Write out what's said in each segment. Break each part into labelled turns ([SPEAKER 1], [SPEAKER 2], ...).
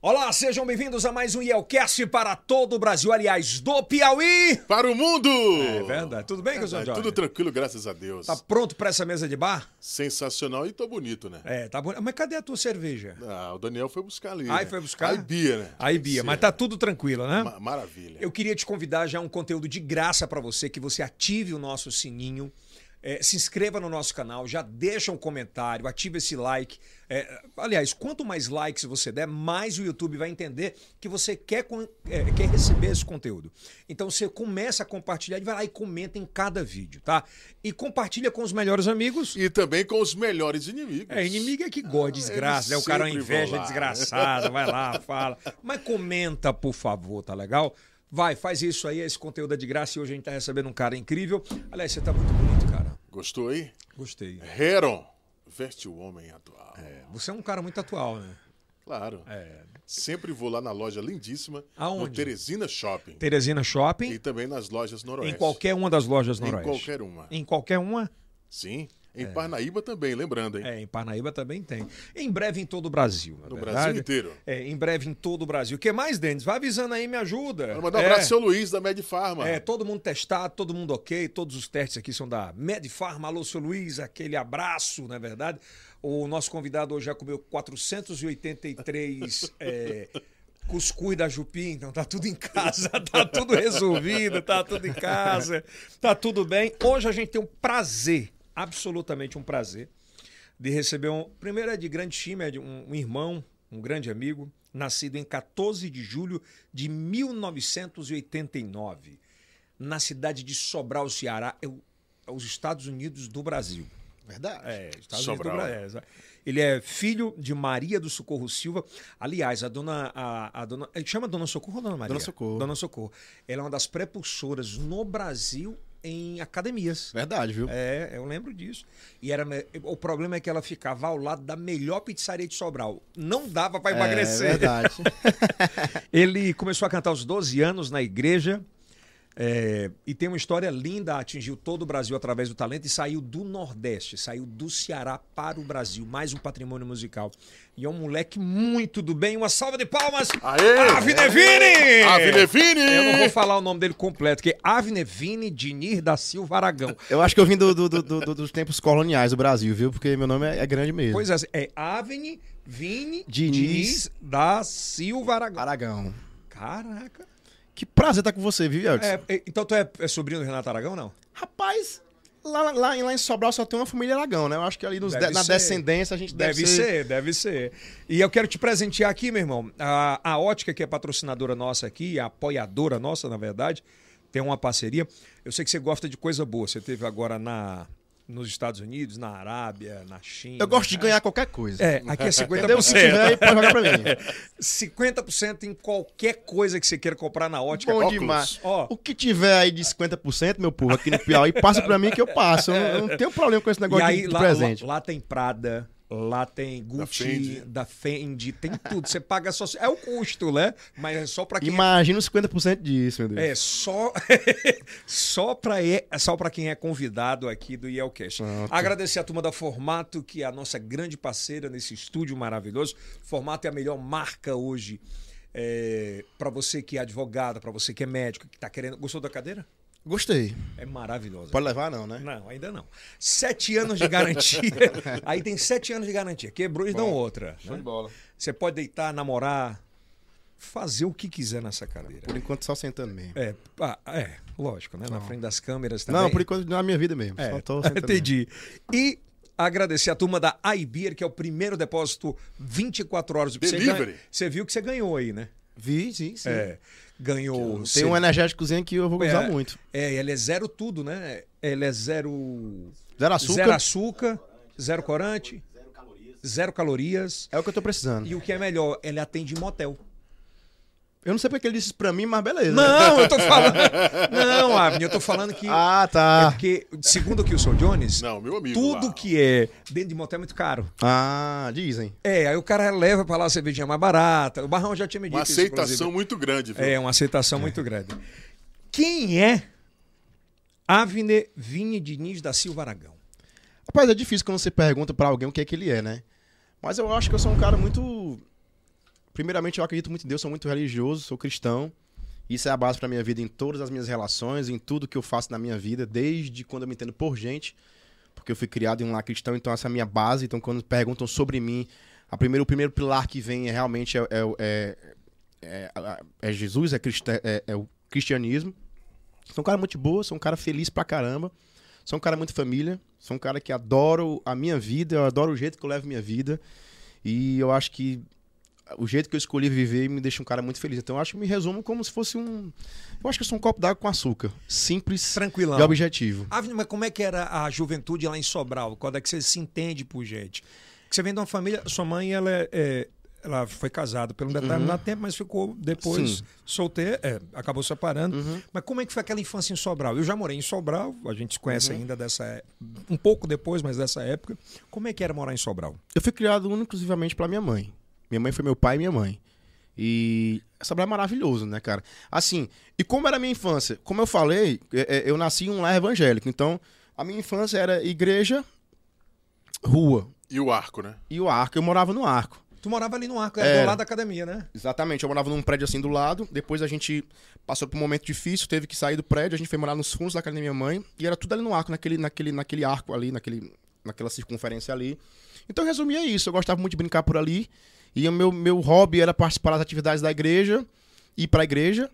[SPEAKER 1] Olá, sejam bem-vindos a mais um Yelcast para todo o Brasil, aliás, do Piauí.
[SPEAKER 2] Para o mundo!
[SPEAKER 1] É verdade. Tudo bem, Cusão Jorge?
[SPEAKER 2] Tudo tranquilo, graças a Deus.
[SPEAKER 1] Tá pronto para essa mesa de bar?
[SPEAKER 2] Sensacional e tô bonito, né?
[SPEAKER 1] É, tá bom. Mas cadê a tua cerveja?
[SPEAKER 2] Ah, o Daniel foi buscar ali.
[SPEAKER 1] Aí
[SPEAKER 2] né?
[SPEAKER 1] foi buscar?
[SPEAKER 2] Aí Bia, né?
[SPEAKER 1] Aí, Bia,
[SPEAKER 2] Sim.
[SPEAKER 1] mas tá tudo tranquilo, né?
[SPEAKER 2] Ma- maravilha.
[SPEAKER 1] Eu queria te convidar já a um conteúdo de graça para você, que você ative o nosso sininho, eh, se inscreva no nosso canal, já deixa um comentário, ative esse like. Eh, aliás, quanto mais likes você der, mais o YouTube vai entender que você quer, con- eh, quer receber esse conteúdo. Então você começa a compartilhar e vai lá e comenta em cada vídeo, tá? E compartilha com os melhores amigos.
[SPEAKER 2] E também com os melhores inimigos.
[SPEAKER 1] É, inimigo é que gosta de
[SPEAKER 2] Ah,
[SPEAKER 1] desgraça, né?
[SPEAKER 2] eles
[SPEAKER 1] O cara é uma
[SPEAKER 2] sempre
[SPEAKER 1] inveja
[SPEAKER 2] vão lá.
[SPEAKER 1] desgraçada, vai lá, fala. Mas comenta, por favor, tá legal? Vai, faz isso aí, esse conteúdo é de graça e hoje a gente tá recebendo um cara incrível. Aliás, você tá muito bonito, cara.
[SPEAKER 2] Gostou aí?
[SPEAKER 1] Gostei.
[SPEAKER 2] Heron, veste o homem atual.
[SPEAKER 1] Você é um cara muito atual, né?
[SPEAKER 2] Claro.
[SPEAKER 1] É.
[SPEAKER 2] Sempre vou lá na loja lindíssima,
[SPEAKER 1] Aonde?
[SPEAKER 2] no Teresina Shopping.
[SPEAKER 1] Teresina Shopping,
[SPEAKER 2] E também nas lojas noroeste.
[SPEAKER 1] em qualquer uma das lojas
[SPEAKER 2] Em
[SPEAKER 1] noroeste.
[SPEAKER 2] qualquer uma.
[SPEAKER 1] Em qualquer uma?
[SPEAKER 2] Sim. Em Parnaíba também, lembrando, hein?
[SPEAKER 1] É, em Parnaíba também tem. Em breve em todo o Brasil, na
[SPEAKER 2] No
[SPEAKER 1] verdade.
[SPEAKER 2] Brasil inteiro.
[SPEAKER 1] É, em breve em todo o Brasil. O que mais, Denis? Vai avisando aí, me ajuda.
[SPEAKER 2] Quero mandar um
[SPEAKER 1] É.
[SPEAKER 2] abraço ao seu Luiz, da Medfarma.
[SPEAKER 1] É, todo mundo testado, todo mundo ok, todos os testes aqui são da Medfarma. Alô, seu Luiz, aquele abraço, não é verdade? O nosso convidado hoje já comeu 483 é, cuscuz da Jupim, então tá tudo em casa, tá tudo resolvido, tá tudo em casa, tá tudo bem. Hoje a gente tem um prazer, absolutamente um prazer, de receber um. Primeiro é de grande time, é de um, um irmão, um grande amigo, nascido em 14 de julho de 1989, na cidade de Sobral, Ceará, é o- é os Estados Unidos do Brasil.
[SPEAKER 2] Verdade.
[SPEAKER 1] É, Estados
[SPEAKER 2] Sobral.
[SPEAKER 1] Unidos do Brasil. é, exa- Ele é filho de Maria do Socorro Silva. Aliás, a dona. A, a dona ele chama Dona Socorro ou Dona Maria?
[SPEAKER 3] Dona Socorro.
[SPEAKER 1] Dona Socorro. Ela é uma das prepulsoras no Brasil em academias.
[SPEAKER 3] Verdade, viu?
[SPEAKER 1] É, eu lembro disso. E era me- o problema é que ela ficava ao lado da melhor pizzaria de Sobral. Não dava pra
[SPEAKER 3] É
[SPEAKER 1] emagrecer.
[SPEAKER 3] verdade.
[SPEAKER 1] Ele começou a cantar aos 12 anos na igreja. é, e tem uma história linda, atingiu todo o Brasil através do talento e saiu do Nordeste, saiu do Ceará para o Brasil, mais um patrimônio musical. E é um moleque muito do bem, uma salva de palmas!
[SPEAKER 2] Aê!
[SPEAKER 3] Ah,
[SPEAKER 2] Ah,
[SPEAKER 1] Ave Devine!
[SPEAKER 2] Ave Devine!
[SPEAKER 1] Eu não vou falar o nome dele completo, que é Avnevine Dinir da Silva Aragão.
[SPEAKER 3] Eu acho que eu vim do- do- do- do- dos tempos coloniais do Brasil, viu? Porque meu nome é, é grande mesmo.
[SPEAKER 1] Pois é, é Avni Vini Diniz,
[SPEAKER 3] Diniz.
[SPEAKER 1] da Silva Aragão.
[SPEAKER 3] Aragão.
[SPEAKER 1] Caraca.
[SPEAKER 3] Que prazer estar com você, viu, Elks?
[SPEAKER 1] É, é, então tu é, é sobrinho do Renato Aragão, não?
[SPEAKER 3] Rapaz, lá, lá, em- lá em Sobral só tem uma família Aragão, né? Eu acho que ali nos
[SPEAKER 1] Deve
[SPEAKER 3] de- na
[SPEAKER 1] ser.
[SPEAKER 3] descendência a gente deve,
[SPEAKER 1] Deve ser, deve ser. E eu quero te presentear aqui, meu irmão. A, a Ótica, que é patrocinadora nossa aqui, a apoiadora nossa, na verdade, tem uma parceria. Eu sei que você gosta de coisa boa. Você teve agora na, nos Estados Unidos, na Arábia, na China.
[SPEAKER 3] Eu gosto de ganhar qualquer coisa.
[SPEAKER 1] É, aqui é
[SPEAKER 3] Entendeu? Se
[SPEAKER 1] 50%.
[SPEAKER 3] tiver, aí pode jogar pra mim.
[SPEAKER 1] 50% em qualquer coisa que você queira comprar na Ótica.
[SPEAKER 3] Bom
[SPEAKER 2] óculos.
[SPEAKER 3] demais.
[SPEAKER 1] Ó.
[SPEAKER 3] O que tiver aí de 50%, meu povo, aqui no Piauí, passa pra mim que eu passo. Eu, não- eu não tenho problema com
[SPEAKER 1] E
[SPEAKER 3] esse negócio
[SPEAKER 1] aí,
[SPEAKER 3] de, de
[SPEAKER 1] lá,
[SPEAKER 3] presente.
[SPEAKER 1] lá- lá tem Prada, lá tem Gucci,
[SPEAKER 2] Fendi.
[SPEAKER 1] da Fendi, tem tudo. Você paga só. É o custo, né? Mas é só pra quem.
[SPEAKER 3] Imagina os 50% disso, meu Deus.
[SPEAKER 1] É só só para só para quem é convidado aqui do Yelcast. Agradecer a turma da Formato, que é a nossa grande parceira nesse estúdio maravilhoso. Formato é a melhor marca hoje. para você que é advogado, para você que é médico, que tá querendo, gostou da cadeira?
[SPEAKER 3] Gostei.
[SPEAKER 1] É maravilhosa.
[SPEAKER 3] Pode levar, não, né?
[SPEAKER 1] Não, ainda não. Sete anos de garantia. Aí tem sete anos de garantia. Quebrou, eles dão outra. né?
[SPEAKER 3] bola.
[SPEAKER 1] Você pode deitar, namorar, fazer o que quiser nessa cadeira.
[SPEAKER 3] Por enquanto, só sentando mesmo.
[SPEAKER 1] É, ah, é lógico, né? Na frente das câmeras também.
[SPEAKER 3] Não, por enquanto, na minha vida mesmo.
[SPEAKER 1] É,
[SPEAKER 3] Só tô sentando mesmo.
[SPEAKER 1] entendi. E agradecer a turma da iBeer, que é o primeiro depósito 24 horas. Você
[SPEAKER 2] Delivery.
[SPEAKER 1] ganha- Você viu que você ganhou aí, né?
[SPEAKER 3] Vi, sim, sim.
[SPEAKER 1] É, ganhou...
[SPEAKER 3] Tem um energéticozinho que eu vou usar muito.
[SPEAKER 1] É, ele é zero tudo, né? Ele é zero...
[SPEAKER 3] Zero açúcar.
[SPEAKER 1] Zero açúcar, zero corante, zero calorias.
[SPEAKER 3] É o que eu tô precisando.
[SPEAKER 1] E o que é melhor, ele atende em motel.
[SPEAKER 3] Eu não sei porque ele disse isso pra mim, mas beleza. É
[SPEAKER 1] Não, eu tô falando... Não, Avni, eu tô falando que...
[SPEAKER 3] Ah, tá.
[SPEAKER 1] É porque, segundo o Kilson Jones,
[SPEAKER 2] Não, meu amigo.
[SPEAKER 1] tudo
[SPEAKER 2] lá.
[SPEAKER 1] que é dentro de motel é muito caro.
[SPEAKER 3] Ah, dizem.
[SPEAKER 1] É, aí o cara leva pra lá a cervejinha mais barata. O Barrão já tinha me dito
[SPEAKER 2] Uma
[SPEAKER 1] isso,
[SPEAKER 2] aceitação
[SPEAKER 1] inclusive.
[SPEAKER 2] muito grande, viu?
[SPEAKER 1] É, uma aceitação muito grande. Quem é Avner Vini Diniz da Silva Aragão?
[SPEAKER 3] Rapaz, é difícil quando você pergunta pra alguém o que é que ele é, né? Mas eu acho que eu sou um cara muito primeiramente, eu acredito muito em Deus, sou muito religioso, sou cristão. Isso é a base para minha vida em todas as minhas relações, em tudo que eu faço na minha vida, desde quando eu me entendo por gente, porque eu fui criado em um lar cristão, então essa é a minha base. Então, quando perguntam sobre mim, a primeiro, o primeiro pilar que vem é realmente é, é- é- é- é Jesus, é, cristã- é- é o cristianismo. Sou um cara muito boa, sou um cara feliz pra caramba, sou um cara muito família, sou um cara que adoro a minha vida, eu adoro o jeito que eu levo minha vida. E eu acho que o jeito que eu escolhi viver me deixa um cara muito feliz. Então eu acho que me resumo como se fosse um. Eu acho que eu sou um copo d'água com açúcar. Simples
[SPEAKER 1] Tranquilão.
[SPEAKER 3] e objetivo.
[SPEAKER 1] Avni, mas como é que era a juventude lá em Sobral? Quando é que você se entende por gente? Que você vem de uma família, sua mãe ela, é- é, ela foi casada por um determinado tempo, mas ficou depois
[SPEAKER 3] Sim.
[SPEAKER 1] solteira, é, acabou separando. Mas como é que foi aquela infância em Sobral? Eu já morei em Sobral, a gente se conhece ainda dessa é- um pouco depois, mas dessa época. Como é que era morar em Sobral?
[SPEAKER 3] Eu fui criado única e exclusivamente pela minha mãe. Minha mãe foi meu pai e minha mãe. E Sobral é maravilhoso, né, cara? Assim, e como era a minha infância? Como eu falei, é, é, eu nasci em um lar evangélico. Então, a minha infância era igreja, rua
[SPEAKER 2] E o arco, né?
[SPEAKER 3] e o arco. Eu morava no arco.
[SPEAKER 1] Tu morava ali no arco, era do
[SPEAKER 3] Era.
[SPEAKER 1] lado da academia, né?
[SPEAKER 3] Exatamente, eu morava num prédio assim do lado. Depois a gente passou por um momento difícil, teve que sair do prédio, a gente foi morar nos fundos da casa da minha mãe. E era tudo ali no arco, naquele, naquele, naquele arco ali, naquele, naquela circunferência ali. Então, em resumo, é isso. Eu gostava muito de brincar por ali. E o meu, meu hobby era participar das atividades da igreja, ir pra igreja,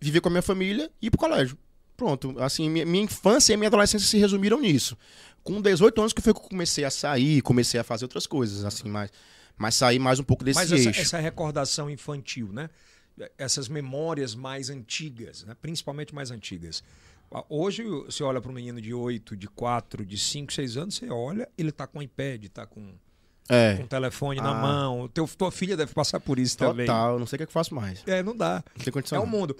[SPEAKER 3] viver com a minha família e ir pro colégio. Pronto, assim, minha, minha infância e minha adolescência se resumiram nisso. Com 18 anos que foi que eu comecei a sair, comecei a fazer outras coisas, assim, mas, mas sair mais um pouco desse
[SPEAKER 1] Mas
[SPEAKER 3] eixo.
[SPEAKER 1] essa, essa recordação infantil, né? Essas memórias mais antigas, né? principalmente mais antigas. Ah, Hoje você olha para um menino de 8, de 4, de 5, 6 anos, você olha, ele tá com um iPad, tá com,
[SPEAKER 3] É.
[SPEAKER 1] com um telefone na
[SPEAKER 3] Ah.
[SPEAKER 1] mão. Teu, tua filha deve passar por isso também.
[SPEAKER 3] Total, eu não sei o que, é que eu faço mais.
[SPEAKER 1] É, não dá.
[SPEAKER 3] Não tem
[SPEAKER 1] É
[SPEAKER 3] condição.
[SPEAKER 1] o mundo.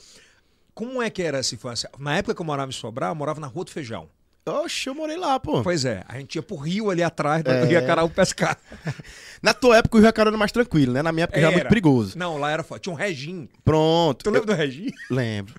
[SPEAKER 1] Como é que era essa infância? Na época que eu morava em Sobral, eu morava na Rua do Feijão.
[SPEAKER 3] não. Oxe, eu morei lá, pô.
[SPEAKER 1] Pois é, a gente ia pro rio ali atrás, é. ia carar o pescar.
[SPEAKER 3] Na tua época o Rio Acarana era mais tranquilo, né? Na minha época já era muito
[SPEAKER 1] Era.
[SPEAKER 3] perigoso.
[SPEAKER 1] Não, lá era forte. Tinha um Regim.
[SPEAKER 3] Pronto.
[SPEAKER 1] Tu lembra do Regim?
[SPEAKER 3] Eu lembro.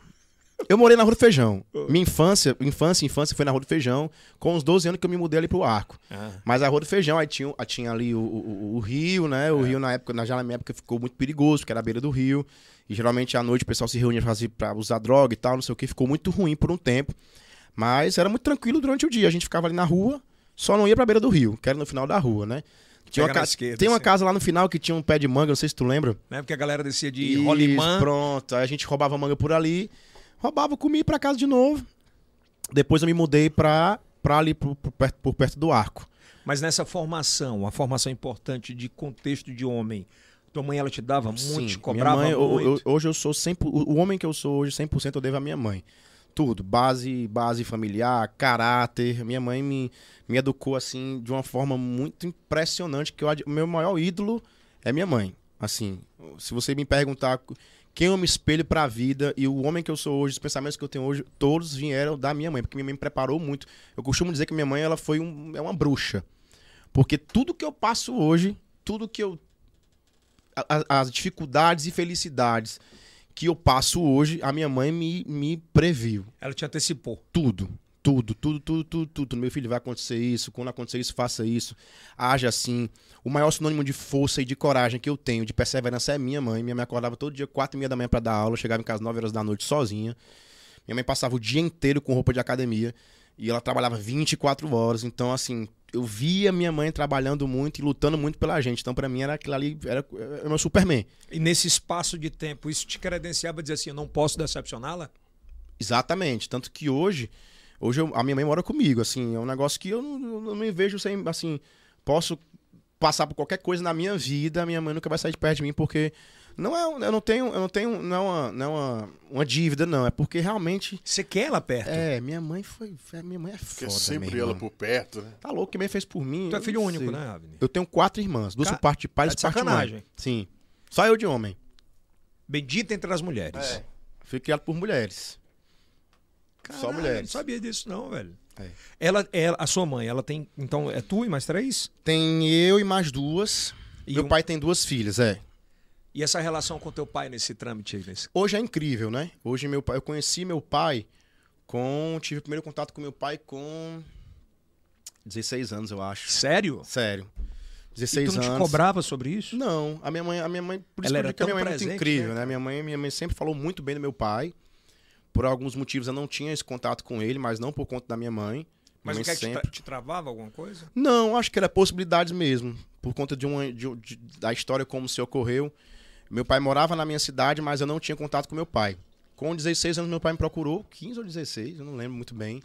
[SPEAKER 3] Eu morei na Rua do Feijão. Minha infância, infância, infância foi na Rua do Feijão, com os 12 anos que eu me mudei ali pro Arco.
[SPEAKER 1] Ah.
[SPEAKER 3] Mas a Rua do Feijão, aí tinha, aí tinha ali o, o- o- o rio, né?
[SPEAKER 1] É.
[SPEAKER 3] O rio na época, na- já na minha época ficou muito perigoso, porque era a beira do rio. E geralmente à noite o pessoal se reunia pra, se- pra usar droga e tal, não sei o que. Ficou muito ruim por um tempo. Mas era muito tranquilo durante o dia. A gente ficava ali na rua, só não ia pra beira do rio, que era no final da rua, né? Tinha uma
[SPEAKER 1] Pega na
[SPEAKER 3] ca-
[SPEAKER 1] esquerda,
[SPEAKER 3] tem uma
[SPEAKER 1] assim.
[SPEAKER 3] casa lá no final que tinha um pé de manga, não sei se tu lembra.
[SPEAKER 1] Na época né? a galera descia de
[SPEAKER 3] Isso,
[SPEAKER 1] rolimã.
[SPEAKER 3] Pronto, aí a gente roubava manga por ali, roubava, comia pra casa de novo. Depois eu me mudei pra, pra ali, pro- pro perto- por perto do arco.
[SPEAKER 1] Mas nessa formação, a formação importante de contexto de homem, tua mãe ela te dava muito, te
[SPEAKER 3] Sim,
[SPEAKER 1] cobrava
[SPEAKER 3] minha mãe, eu-
[SPEAKER 1] muito.
[SPEAKER 3] eu- hoje eu sou 100%, o o homem que eu sou hoje 100% eu devo à minha mãe. Tudo, base, base familiar, caráter. Minha mãe me, me educou assim de uma forma muito impressionante que eu ad- o meu maior ídolo é minha mãe. Assim, se você me perguntar quem eu me espelho pra vida e o homem que eu sou hoje, os pensamentos que eu tenho hoje, todos vieram da minha mãe, porque minha mãe me preparou muito. Eu costumo dizer que minha mãe ela foi um, é uma bruxa. Porque tudo que eu passo hoje, tudo que eu a- a- as dificuldades e felicidades que eu passo hoje, a minha mãe me, me previu.
[SPEAKER 1] Ela te antecipou.
[SPEAKER 3] Tudo. Tudo, tudo, tudo, tudo, tudo. Meu filho, vai acontecer isso. Quando acontecer isso, faça isso. Haja assim. O maior sinônimo de força e de coragem que eu tenho, de perseverança, é minha mãe. Minha mãe acordava todo dia, quatro e meia da manhã, pra dar aula. Eu Chegava em casa nove horas da noite sozinha. Minha mãe passava o dia inteiro com roupa de academia. E ela trabalhava 24 horas. Então, assim, eu via minha mãe trabalhando muito e lutando muito pela gente. Então, pra mim, era aquilo ali, era, era o meu Superman.
[SPEAKER 1] E nesse espaço de tempo, isso te credenciava a dizer assim, eu não posso decepcioná-la?
[SPEAKER 3] Exatamente. Tanto que hoje, hoje eu- a minha mãe mora comigo, assim, é um negócio que eu não, eu não me vejo sem, assim, posso passar por qualquer coisa na minha vida, a minha mãe nunca vai sair de perto de mim, porque não é, um- eu não tenho, eu não tenho, não é uma, não é uma, uma dívida, não, é porque realmente,
[SPEAKER 1] Você quer ela perto?
[SPEAKER 3] é, minha mãe foi, é, minha mãe é
[SPEAKER 2] Porque é
[SPEAKER 3] foda,
[SPEAKER 2] sempre
[SPEAKER 3] meu
[SPEAKER 2] ela por
[SPEAKER 3] irmão.
[SPEAKER 2] perto, né?
[SPEAKER 3] Tá louco, que minha mãe fez por mim.
[SPEAKER 1] Tu é
[SPEAKER 3] eu
[SPEAKER 1] filho
[SPEAKER 3] não
[SPEAKER 1] único,
[SPEAKER 3] sei.
[SPEAKER 1] né, Avni?
[SPEAKER 3] Eu tenho quatro irmãs, duas
[SPEAKER 1] Ca-
[SPEAKER 3] por parte de pai,
[SPEAKER 1] tá
[SPEAKER 3] duas
[SPEAKER 1] de
[SPEAKER 3] por parte de
[SPEAKER 1] sacanagem.
[SPEAKER 3] mãe. Sim. Só eu de homem.
[SPEAKER 1] Bendita entre as mulheres.
[SPEAKER 2] É.
[SPEAKER 3] Fui criado por mulheres.
[SPEAKER 1] Caralho,
[SPEAKER 3] Só mulheres.
[SPEAKER 1] Não sabia disso não, velho.
[SPEAKER 3] É.
[SPEAKER 1] Ela, ela, a sua mãe, ela tem, então, é tu e mais três?
[SPEAKER 3] Tem eu e mais duas.
[SPEAKER 1] E
[SPEAKER 3] Meu
[SPEAKER 1] um-
[SPEAKER 3] pai tem duas filhas, é.
[SPEAKER 1] E essa relação com teu pai nesse trâmite aí? Nesse...
[SPEAKER 3] Hoje é incrível, né? Hoje meu pai, eu conheci meu pai com, tive o primeiro contato com meu pai com 16 anos, eu acho.
[SPEAKER 1] Sério?
[SPEAKER 3] Sério.
[SPEAKER 1] E
[SPEAKER 3] 16
[SPEAKER 1] tu não te
[SPEAKER 3] anos.
[SPEAKER 1] cobrava sobre isso?
[SPEAKER 3] Não, a minha mãe, a minha mãe, por isso
[SPEAKER 1] Ela
[SPEAKER 3] que eu
[SPEAKER 1] era
[SPEAKER 3] digo que a
[SPEAKER 1] tão
[SPEAKER 3] minha mãe é muito
[SPEAKER 1] presente,
[SPEAKER 3] incrível,
[SPEAKER 1] né,
[SPEAKER 3] né?
[SPEAKER 1] cara?
[SPEAKER 3] Minha mãe, minha mãe sempre falou muito bem do meu pai. Por alguns motivos eu não tinha esse contato com ele, mas não por conta da minha mãe. Minha
[SPEAKER 1] Mas
[SPEAKER 3] mãe
[SPEAKER 1] o que é que te,
[SPEAKER 3] sempre...
[SPEAKER 1] tra- te travava alguma coisa?
[SPEAKER 3] Não, acho que era possibilidades mesmo, por conta de uma de- de- da história como se ocorreu. Meu pai morava na minha cidade, mas eu não tinha contato com meu pai. Com 16 anos meu pai me procurou, 15 ou 16, eu não lembro muito bem.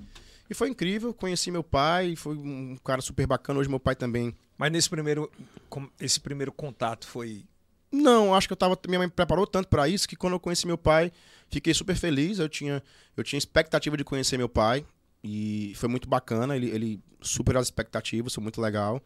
[SPEAKER 3] E foi incrível, conheci meu pai, foi um cara super bacana. Hoje meu pai também
[SPEAKER 1] Mas nesse primeiro, com- esse primeiro contato foi.
[SPEAKER 3] Não, acho que eu tava. Minha mãe me preparou tanto pra isso que quando eu conheci meu pai, fiquei super feliz. Eu tinha, eu tinha expectativa de conhecer meu pai e foi muito bacana. Ele, ele superou as expectativas, foi muito legal.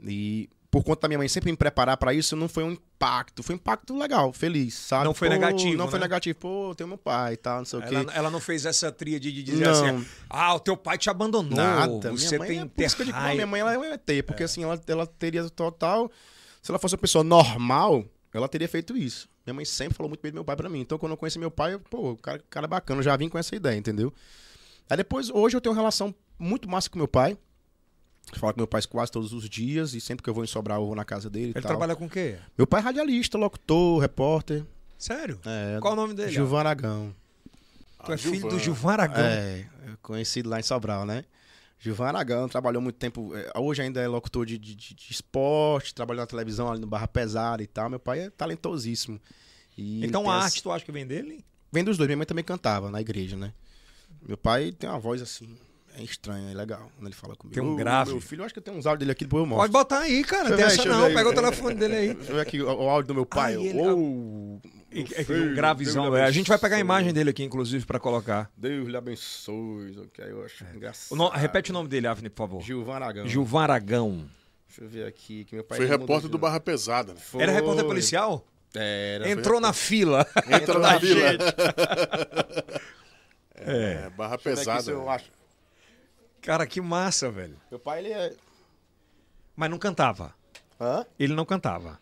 [SPEAKER 3] E por conta da minha mãe sempre me preparar pra isso, não foi um impacto. Foi um impacto legal, feliz, sabe?
[SPEAKER 1] Não foi
[SPEAKER 3] Pô,
[SPEAKER 1] negativo,
[SPEAKER 3] Não foi
[SPEAKER 1] né?
[SPEAKER 3] negativo. Pô, eu tenho meu pai e tal, não sei o quê.
[SPEAKER 1] Ela, ela não fez essa tríade de dizer
[SPEAKER 3] Não.
[SPEAKER 1] assim: ah, o teu pai te abandonou.
[SPEAKER 3] Nada.
[SPEAKER 1] Você
[SPEAKER 3] minha mãe
[SPEAKER 1] tem
[SPEAKER 3] é, por isso que eu digo, não,
[SPEAKER 1] raiva."
[SPEAKER 3] minha mãe ela é um ET, porque assim, ela, ela teria total. Se ela fosse uma pessoa normal, ela teria feito isso. Minha mãe sempre falou muito bem do meu pai pra mim. Então, quando eu conheci meu pai, eu, pô, o cara, cara é bacana, eu já vim com essa ideia, entendeu? Aí depois, hoje eu tenho uma relação muito massa com meu pai. Eu falo com meu pai quase todos os dias, e sempre que eu vou em Sobral, eu vou na casa dele e
[SPEAKER 1] Ele
[SPEAKER 3] tal.
[SPEAKER 1] trabalha com o quê?
[SPEAKER 3] Meu pai é radialista, locutor, repórter.
[SPEAKER 1] Sério?
[SPEAKER 3] É,
[SPEAKER 1] Qual o nome dele?
[SPEAKER 3] Gilvan Aragão.
[SPEAKER 1] Tu é
[SPEAKER 2] Ah,
[SPEAKER 1] filho do
[SPEAKER 2] Gilvan.
[SPEAKER 1] Gilvan Aragão.
[SPEAKER 3] É, conhecido lá em Sobral, né? Gilvan Aragão trabalhou muito tempo. eh, Hoje ainda é locutor de, de- de- de esporte, trabalhou na televisão ali no Barra Pesada e tal. Meu pai é talentosíssimo. E ele
[SPEAKER 1] então
[SPEAKER 3] tem
[SPEAKER 1] a
[SPEAKER 3] as-
[SPEAKER 1] arte, tu acha que vem dele?
[SPEAKER 3] Vem dos dois, minha mãe também cantava na igreja, né? Meu pai tem uma voz assim, é estranha, é legal quando ele fala comigo.
[SPEAKER 1] Tem um
[SPEAKER 3] Ô,
[SPEAKER 1] grave.
[SPEAKER 3] Meu filho, eu acho que eu tenho uns áudios dele aqui, depois eu
[SPEAKER 1] Pode
[SPEAKER 3] mostro.
[SPEAKER 1] botar aí, cara. Tem
[SPEAKER 3] Deixa eu ver,
[SPEAKER 1] essa
[SPEAKER 3] deixa eu
[SPEAKER 1] não.
[SPEAKER 3] ver.
[SPEAKER 1] Pega o telefone dele aí.
[SPEAKER 3] Deixa eu ver aqui o, o áudio do meu pai.
[SPEAKER 1] Ah, ele- É
[SPEAKER 3] Ô, meu
[SPEAKER 1] que- é que
[SPEAKER 3] filho,
[SPEAKER 1] um gravizão,
[SPEAKER 3] Deus lhe
[SPEAKER 1] velho. A gente vai pegar a
[SPEAKER 3] abençoe.
[SPEAKER 1] imagem dele aqui, inclusive, pra colocar.
[SPEAKER 3] Deus lhe abençoe. o que Eu acho engraçado.
[SPEAKER 1] É. O no- Repete o nome dele, Avni, por favor.
[SPEAKER 3] Ah, Gilvan Aragão.
[SPEAKER 1] Gilvan Aragão.
[SPEAKER 3] Deixa eu ver aqui. Que meu pai
[SPEAKER 2] Foi
[SPEAKER 3] mudou
[SPEAKER 2] repórter
[SPEAKER 3] de
[SPEAKER 2] do
[SPEAKER 3] nome.
[SPEAKER 2] Barra Pesada, né?
[SPEAKER 3] Foi.
[SPEAKER 1] Era repórter policial?
[SPEAKER 3] Era.
[SPEAKER 1] Entrou na fila.
[SPEAKER 2] Entra na vila.
[SPEAKER 1] É.
[SPEAKER 2] É, Barra
[SPEAKER 3] Foi... Pesado.
[SPEAKER 2] Pesada.
[SPEAKER 3] eu acho.
[SPEAKER 1] Cara, que massa, velho.
[SPEAKER 3] Meu pai, ele é.
[SPEAKER 1] Mas não cantava.
[SPEAKER 3] Hã?
[SPEAKER 1] Ele não cantava.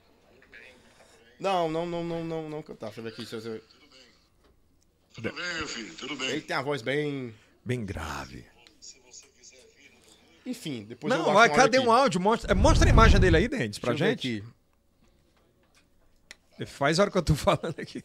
[SPEAKER 3] Não, não, não, não, não, não cantar. Deixa eu ver aqui. deixa eu ver.
[SPEAKER 4] Tudo bem, meu filho, tudo bem.
[SPEAKER 3] Ele tem a voz bem.
[SPEAKER 1] Bem grave.
[SPEAKER 3] Enfim, depois eu
[SPEAKER 1] Não,
[SPEAKER 3] acho
[SPEAKER 1] vai,
[SPEAKER 3] áudio
[SPEAKER 1] cadê
[SPEAKER 3] aqui.
[SPEAKER 1] um áudio? Mostra, é, mostra a imagem dele aí, Dentes, pra
[SPEAKER 3] Deixa eu ver
[SPEAKER 1] gente.
[SPEAKER 3] aqui.
[SPEAKER 1] Faz a hora que eu tô falando aqui.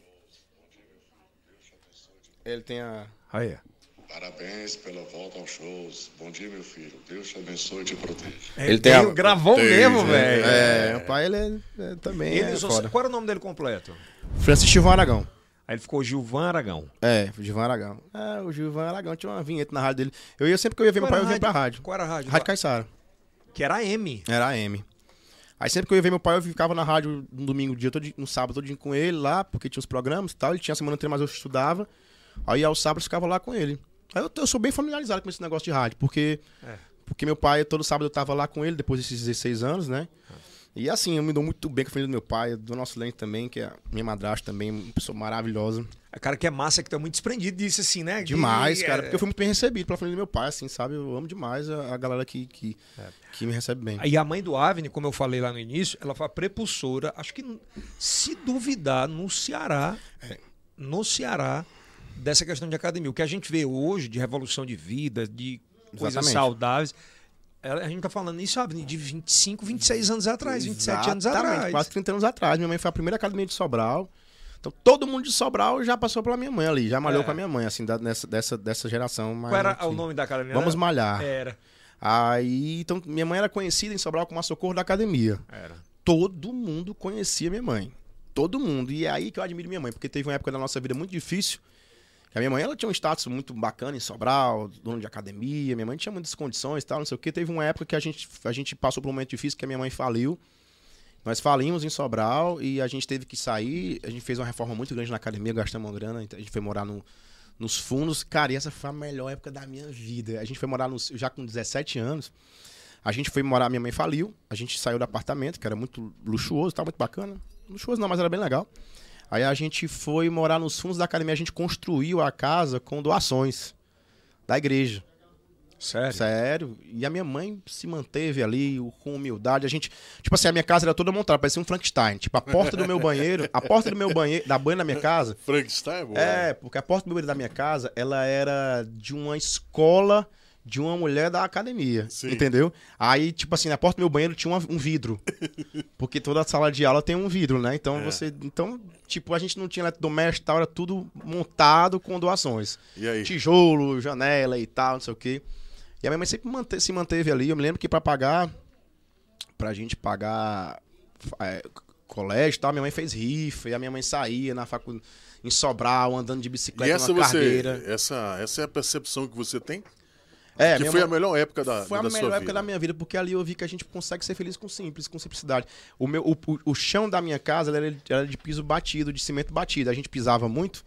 [SPEAKER 3] Ele tem a.
[SPEAKER 1] Aí, ó.
[SPEAKER 4] Parabéns pela volta aos shows. Bom dia, meu filho. Deus te abençoe e te proteja.
[SPEAKER 1] É,
[SPEAKER 3] tem a-
[SPEAKER 1] um gravão
[SPEAKER 2] tem,
[SPEAKER 1] mesmo,
[SPEAKER 2] né?
[SPEAKER 1] velho.
[SPEAKER 3] É, meu pai, ele é, é, também.
[SPEAKER 1] Ele
[SPEAKER 3] é
[SPEAKER 1] usou-
[SPEAKER 3] foda.
[SPEAKER 1] Qual era o nome dele completo?
[SPEAKER 3] Francisco Gilvan Aragão.
[SPEAKER 1] Aí ele ficou Gilvan Aragão.
[SPEAKER 3] É, o Gilvan Aragão. É, o Gilvan Aragão tinha uma vinheta na rádio dele. Eu ia sempre que eu ia ver meu
[SPEAKER 1] Qual
[SPEAKER 3] pai,
[SPEAKER 1] era
[SPEAKER 3] eu
[SPEAKER 1] a
[SPEAKER 3] vinha pra rádio.
[SPEAKER 1] Qual era a rádio?
[SPEAKER 3] Rádio Caixara.
[SPEAKER 1] Que era a M.
[SPEAKER 3] Era a M. Aí sempre que eu ia ver meu pai, eu ficava na rádio no domingo, dia todo, no sábado todo dia com ele lá, porque tinha os programas e tal. Ele tinha a semana inteira, mas eu estudava. Aí aos sábados eu ficava lá com ele. Aí eu, tô- eu sou bem familiarizado com esse negócio de rádio, porque, porque meu pai, todo sábado eu tava lá com ele, depois desses 16 anos, né? E assim, eu me dou muito bem com a família do meu pai, do nosso lente também, que é a minha madrasta também, uma pessoa maravilhosa.
[SPEAKER 1] A cara que é massa, que tá muito desprendido disso, assim, né?
[SPEAKER 3] Demais,
[SPEAKER 1] Que- é-
[SPEAKER 3] cara, porque eu fui muito bem recebido pela família do meu pai, assim, sabe? Eu amo demais a, a galera que, que, que me recebe bem.
[SPEAKER 1] E a mãe do Avni, como eu falei lá no início, ela foi a prepulsora, acho que se duvidar no Ceará,
[SPEAKER 3] É.
[SPEAKER 1] no Ceará, dessa questão de academia. O que a gente vê hoje de revolução de vida, de coisas
[SPEAKER 3] Exatamente.
[SPEAKER 1] saudáveis, ela- a gente tá falando isso, Avni, de 25, 26 anos atrás, 27 anos
[SPEAKER 3] Exatamente,
[SPEAKER 1] atrás.
[SPEAKER 3] Quase 30 anos atrás. Minha mãe foi a primeira academia de Sobral. Então todo mundo de Sobral já passou pela minha mãe ali, já malhou
[SPEAKER 1] É.
[SPEAKER 3] com a minha mãe, assim, da- dessa, dessa, dessa geração. mais
[SPEAKER 1] Qual era o
[SPEAKER 3] antiga.
[SPEAKER 1] nome da academia?
[SPEAKER 3] Vamos
[SPEAKER 1] Era-
[SPEAKER 3] malhar.
[SPEAKER 1] Era,
[SPEAKER 3] Aí, então, minha mãe era conhecida em Sobral como a Socorro da Academia.
[SPEAKER 1] era.
[SPEAKER 3] Todo mundo conhecia minha mãe. Todo mundo. E é aí que eu admiro minha mãe, porque teve uma época da nossa vida muito difícil. que A minha mãe ela tinha um status muito bacana em Sobral, dono de academia. Minha mãe tinha muitas condições e tal, não sei o quê. Teve uma época que a gente, a gente passou por um momento difícil que a minha mãe faliu. Nós falimos em Sobral e a gente teve que sair. A gente fez uma reforma muito grande na academia, gastamos uma grana. então A gente foi morar no- nos fundos. Cara, e essa foi a melhor época da minha vida. A gente foi morar nos, já com 17 anos. A gente foi morar, minha mãe faliu. A gente saiu do apartamento, que era muito luxuoso, tá muito bacana. Luxuoso não, mas era bem legal. Aí a gente foi morar nos fundos da academia. A gente construiu a casa com doações da igreja.
[SPEAKER 1] Sério?
[SPEAKER 3] Sério. E a minha mãe se manteve ali o- com humildade. A gente, tipo assim, a minha casa era toda montada, parecia um Frankenstein. Tipo, a porta do meu banheiro, a porta do meu banheiro, da banheira da minha casa,
[SPEAKER 2] Frankenstein é bom.
[SPEAKER 3] é, porque a porta do banheiro da minha casa, ela era de uma escola de uma mulher da academia,
[SPEAKER 2] Sim.
[SPEAKER 3] entendeu? Aí, tipo assim, na porta do meu banheiro tinha uma- um vidro. Porque toda sala de aula tem um vidro, né? Então você, então, tipo, a gente não tinha eletrodoméstico, e tal, era tudo montado com doações.
[SPEAKER 2] E aí?
[SPEAKER 3] Tipo, Tijolo, janela e tal, não sei o quê. E a minha mãe sempre mante- se manteve ali. Eu me lembro que pra pagar pra gente pagar é, colégio e tal, minha mãe fez rifa e a minha mãe saía na facu... em Sobral, andando de
[SPEAKER 2] E
[SPEAKER 3] bicicleta
[SPEAKER 2] essa
[SPEAKER 3] numa
[SPEAKER 2] você,
[SPEAKER 3] carneira.
[SPEAKER 2] essa, essa é a percepção que você tem?
[SPEAKER 3] É,
[SPEAKER 2] que
[SPEAKER 3] minha
[SPEAKER 2] foi
[SPEAKER 3] mãe-
[SPEAKER 2] a melhor época da,
[SPEAKER 3] foi a
[SPEAKER 2] da
[SPEAKER 3] melhor
[SPEAKER 2] sua
[SPEAKER 3] época
[SPEAKER 2] vida.
[SPEAKER 3] da minha vida, porque ali eu vi que a gente consegue ser feliz com simples, com simplicidade. O, meu, o, o- o chão da minha casa ele era, era de piso batido, de cimento batido. A gente pisava muito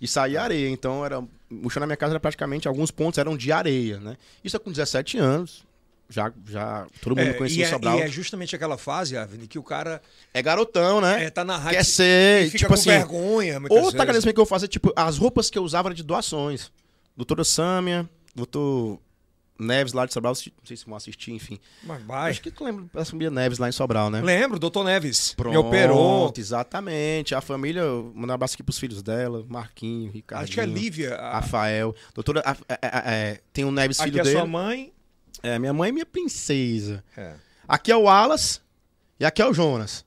[SPEAKER 3] e saía
[SPEAKER 2] Ah.
[SPEAKER 3] areia. Então era, o chão da minha casa era praticamente, alguns pontos eram de areia, né? Isso é com 17 anos. Já, já todo mundo
[SPEAKER 1] É, e,
[SPEAKER 3] conhecia
[SPEAKER 1] é,
[SPEAKER 3] o Sobral.
[SPEAKER 1] e é
[SPEAKER 3] É,
[SPEAKER 1] justamente aquela fase, Avni, que o cara
[SPEAKER 3] garotão, né?
[SPEAKER 1] é, tá na
[SPEAKER 3] Quer
[SPEAKER 1] raiva
[SPEAKER 3] ser,
[SPEAKER 1] e fica
[SPEAKER 3] tipo
[SPEAKER 1] com
[SPEAKER 3] assim,
[SPEAKER 1] vergonha. muitas
[SPEAKER 3] Outro
[SPEAKER 1] vezes.
[SPEAKER 3] agradecimento que eu faço é, tipo, as roupas que eu usava eram de doações. Doutora Sâmia, doutor Neves lá de Sobral, se- não sei se vão assistir, enfim.
[SPEAKER 1] Mas vai.
[SPEAKER 3] Acho que tu lembra da família Neves lá em Sobral, né?
[SPEAKER 1] Lembro, doutor Neves. Me
[SPEAKER 3] Pronto,
[SPEAKER 1] operou.
[SPEAKER 3] Exatamente. A família, mandar um abraço aqui pros filhos dela, Marquinho, Ricardo.
[SPEAKER 1] Acho que é Lívia. a-
[SPEAKER 3] Rafael. Doutora, a- a- a- é, tem o Neves,
[SPEAKER 1] aqui
[SPEAKER 3] filho
[SPEAKER 1] é
[SPEAKER 3] dele.
[SPEAKER 1] sua mãe.
[SPEAKER 3] É, minha mãe e minha princesa.
[SPEAKER 1] É.
[SPEAKER 3] Aqui é o Alas e aqui é o Jonas.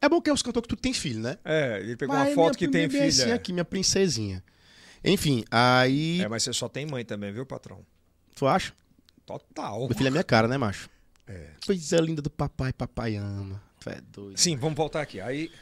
[SPEAKER 3] É bom que é os cantores que tu tem filho, né?
[SPEAKER 1] É, ele pegou
[SPEAKER 3] Mas
[SPEAKER 1] uma foto que
[SPEAKER 3] minha
[SPEAKER 1] tem filha.
[SPEAKER 3] bebezinha aqui, minha princesinha. Enfim, aí...
[SPEAKER 1] É, mas você só tem mãe também, viu, patrão?
[SPEAKER 3] Tu acha?
[SPEAKER 1] Total.
[SPEAKER 3] Meu filho é minha cara, né, macho? É. Coisa linda do papai, papai ama. Tu é doido.
[SPEAKER 1] Sim, vamos voltar aqui. Aí,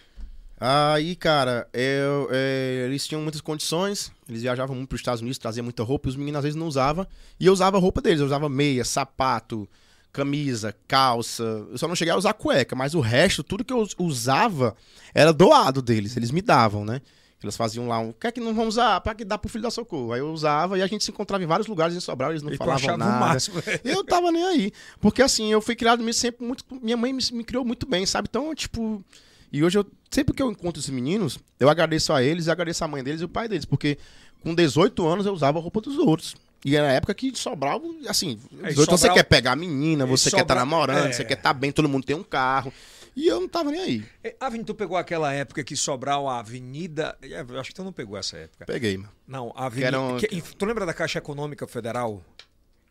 [SPEAKER 3] Aí, cara, eu, é, eles tinham muitas condições, eles viajavam muito para os Estados Unidos, traziam muita roupa, e os meninos às vezes não usavam, e eu usava a roupa deles, eu usava meia, sapato, camisa, calça, eu só não cheguei a usar cueca, mas o resto, tudo que eu us- usava era doado deles, eles me davam, né? Eles faziam lá um, o que é que não vamos usar? Pra que dar pro filho da Socorro. Aí eu usava e a gente se encontrava em vários lugares em Sobral, eles não
[SPEAKER 1] ele tu
[SPEAKER 3] falavam
[SPEAKER 1] achava um o
[SPEAKER 3] nada.
[SPEAKER 1] máximo.
[SPEAKER 3] Eu tava nem aí. Porque assim, eu fui criado mesmo sempre muito. Minha mãe me, me criou muito bem, sabe? Então, tipo. E hoje eu. Sempre que eu encontro esses meninos, eu agradeço a eles, agradeço a mãe deles e o pai deles. Porque com 18 anos eu usava a roupa dos outros. E era a época que sobrava, assim,
[SPEAKER 1] É,
[SPEAKER 3] 18 você
[SPEAKER 1] Sobral-
[SPEAKER 3] quer pegar a menina, você quer estar
[SPEAKER 1] Sobral-
[SPEAKER 3] namorando,
[SPEAKER 1] é.
[SPEAKER 3] você quer estar bem, todo mundo tem um carro. E eu não tava nem aí.
[SPEAKER 1] É, Avni, tu pegou aquela época que Sobral, a Avenida... é, eu Acho que tu não pegou essa época.
[SPEAKER 3] Peguei, mano.
[SPEAKER 1] Não, a Avenida...
[SPEAKER 3] era um-
[SPEAKER 1] que- tu lembra da Caixa Econômica Federal?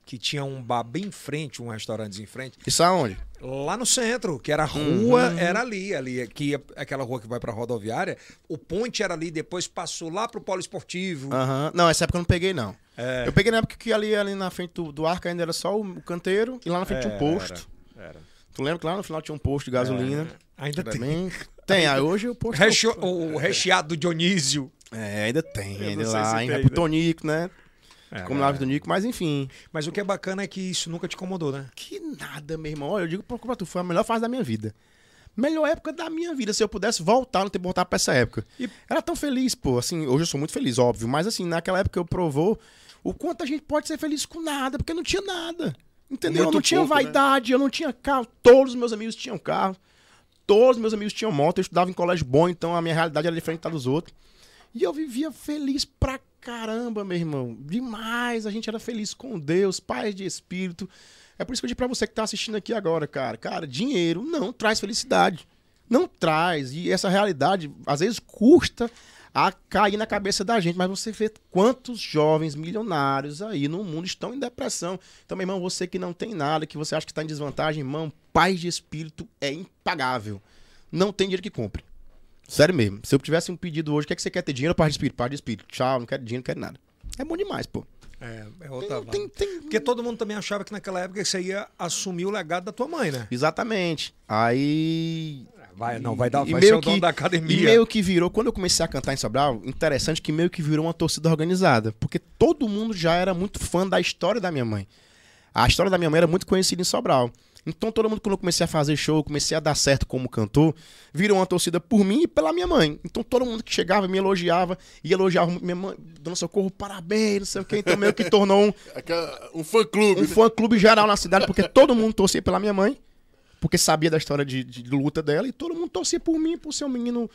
[SPEAKER 1] Que tinha um bar bem em frente, um restaurante em frente.
[SPEAKER 3] Isso aonde?
[SPEAKER 1] Lá no centro, que era a rua, era ali, ali, que ia- aquela rua que vai pra rodoviária. O ponte era ali, depois passou lá pro Polo Esportivo.
[SPEAKER 3] Aham. Não, essa época eu não peguei, não.
[SPEAKER 2] É.
[SPEAKER 3] Eu peguei na época que ali, ali na frente do, do arco ainda era só o canteiro e lá na frente tinha um posto.
[SPEAKER 1] Era.
[SPEAKER 3] Tu lembra que lá no final tinha um posto de gasolina?
[SPEAKER 1] Ainda
[SPEAKER 3] Ainda
[SPEAKER 1] tem.
[SPEAKER 3] bem. Tem, aí hoje o posto.
[SPEAKER 1] Reche- O recheado do Dionísio.
[SPEAKER 3] É, ainda tem.
[SPEAKER 2] não
[SPEAKER 3] Ainda
[SPEAKER 2] sei
[SPEAKER 3] lá,
[SPEAKER 2] se
[SPEAKER 3] ainda
[SPEAKER 2] tem,
[SPEAKER 3] vai pro
[SPEAKER 2] né?
[SPEAKER 3] Tonico, né?
[SPEAKER 1] É,
[SPEAKER 3] Como lá pro Tonico, mas enfim.
[SPEAKER 1] Mas o que é bacana é que isso nunca te incomodou, né?
[SPEAKER 3] Que nada, meu irmão. Olha, eu digo pra, pra tu, foi a melhor fase da minha vida. Melhor época da minha vida, se eu pudesse voltar, não ter que voltar pra essa época.
[SPEAKER 1] E-
[SPEAKER 3] Era tão feliz, pô. Assim, hoje eu sou muito feliz, óbvio. Mas assim, naquela época eu provou o quanto a gente pode ser feliz com nada, porque não tinha nada. Entendeu? eu
[SPEAKER 2] Muito
[SPEAKER 3] não tinha
[SPEAKER 2] pouco, né?
[SPEAKER 3] vaidade, eu não tinha carro. Todos os meus amigos tinham carro. Todos os meus amigos tinham moto. Eu estudava em colégio bom, então a minha realidade era diferente da dos outros. E eu vivia feliz pra caramba, meu irmão. Demais. A gente era feliz com Deus, paz de espírito. É por isso que eu digo pra você que tá assistindo aqui agora, cara. Cara, dinheiro não traz felicidade. Não traz. E essa realidade, às vezes, custa a cair na cabeça da gente. Mas você vê quantos jovens milionários aí no mundo estão em depressão. Então, meu irmão, você que não tem nada, que você acha que tá em desvantagem, irmão, paz de espírito é impagável. Não tem dinheiro que compre. Sério mesmo. Se eu tivesse um pedido hoje, o que, é que você quer ter? Dinheiro ou paz de espírito? Paz de espírito. Tchau, não quero dinheiro, não quero nada. É bom demais, pô.
[SPEAKER 1] É, é
[SPEAKER 3] Tem,
[SPEAKER 1] outra
[SPEAKER 3] tem,
[SPEAKER 1] vibe.
[SPEAKER 3] tem...
[SPEAKER 1] Porque todo mundo também achava que naquela época você ia assumir o legado da tua mãe, né?
[SPEAKER 3] Exatamente. Aí.
[SPEAKER 1] Ah, Vai, não, vai dar-
[SPEAKER 3] E
[SPEAKER 1] vai
[SPEAKER 3] meio
[SPEAKER 1] ser o dono da academia.
[SPEAKER 3] E meio que virou, quando eu comecei a cantar em Sobral, interessante que meio que virou uma torcida organizada. Porque todo mundo já era muito fã da história da minha mãe. A história da minha mãe era muito conhecida em Sobral. Então todo mundo, quando eu comecei a fazer show, comecei a dar certo como cantor, virou uma torcida por mim e pela minha mãe. Então todo mundo que chegava me elogiava e elogiava muito minha mãe, Dona Socorro, parabéns, não sei o quê. Então meio que tornou um,
[SPEAKER 2] Aquela- um fã-clube,
[SPEAKER 3] um
[SPEAKER 2] né?
[SPEAKER 3] fã-clube geral na cidade, porque todo mundo torcia pela minha mãe, porque sabia da história de, de luta dela, e todo mundo torcia por mim, por ser um menino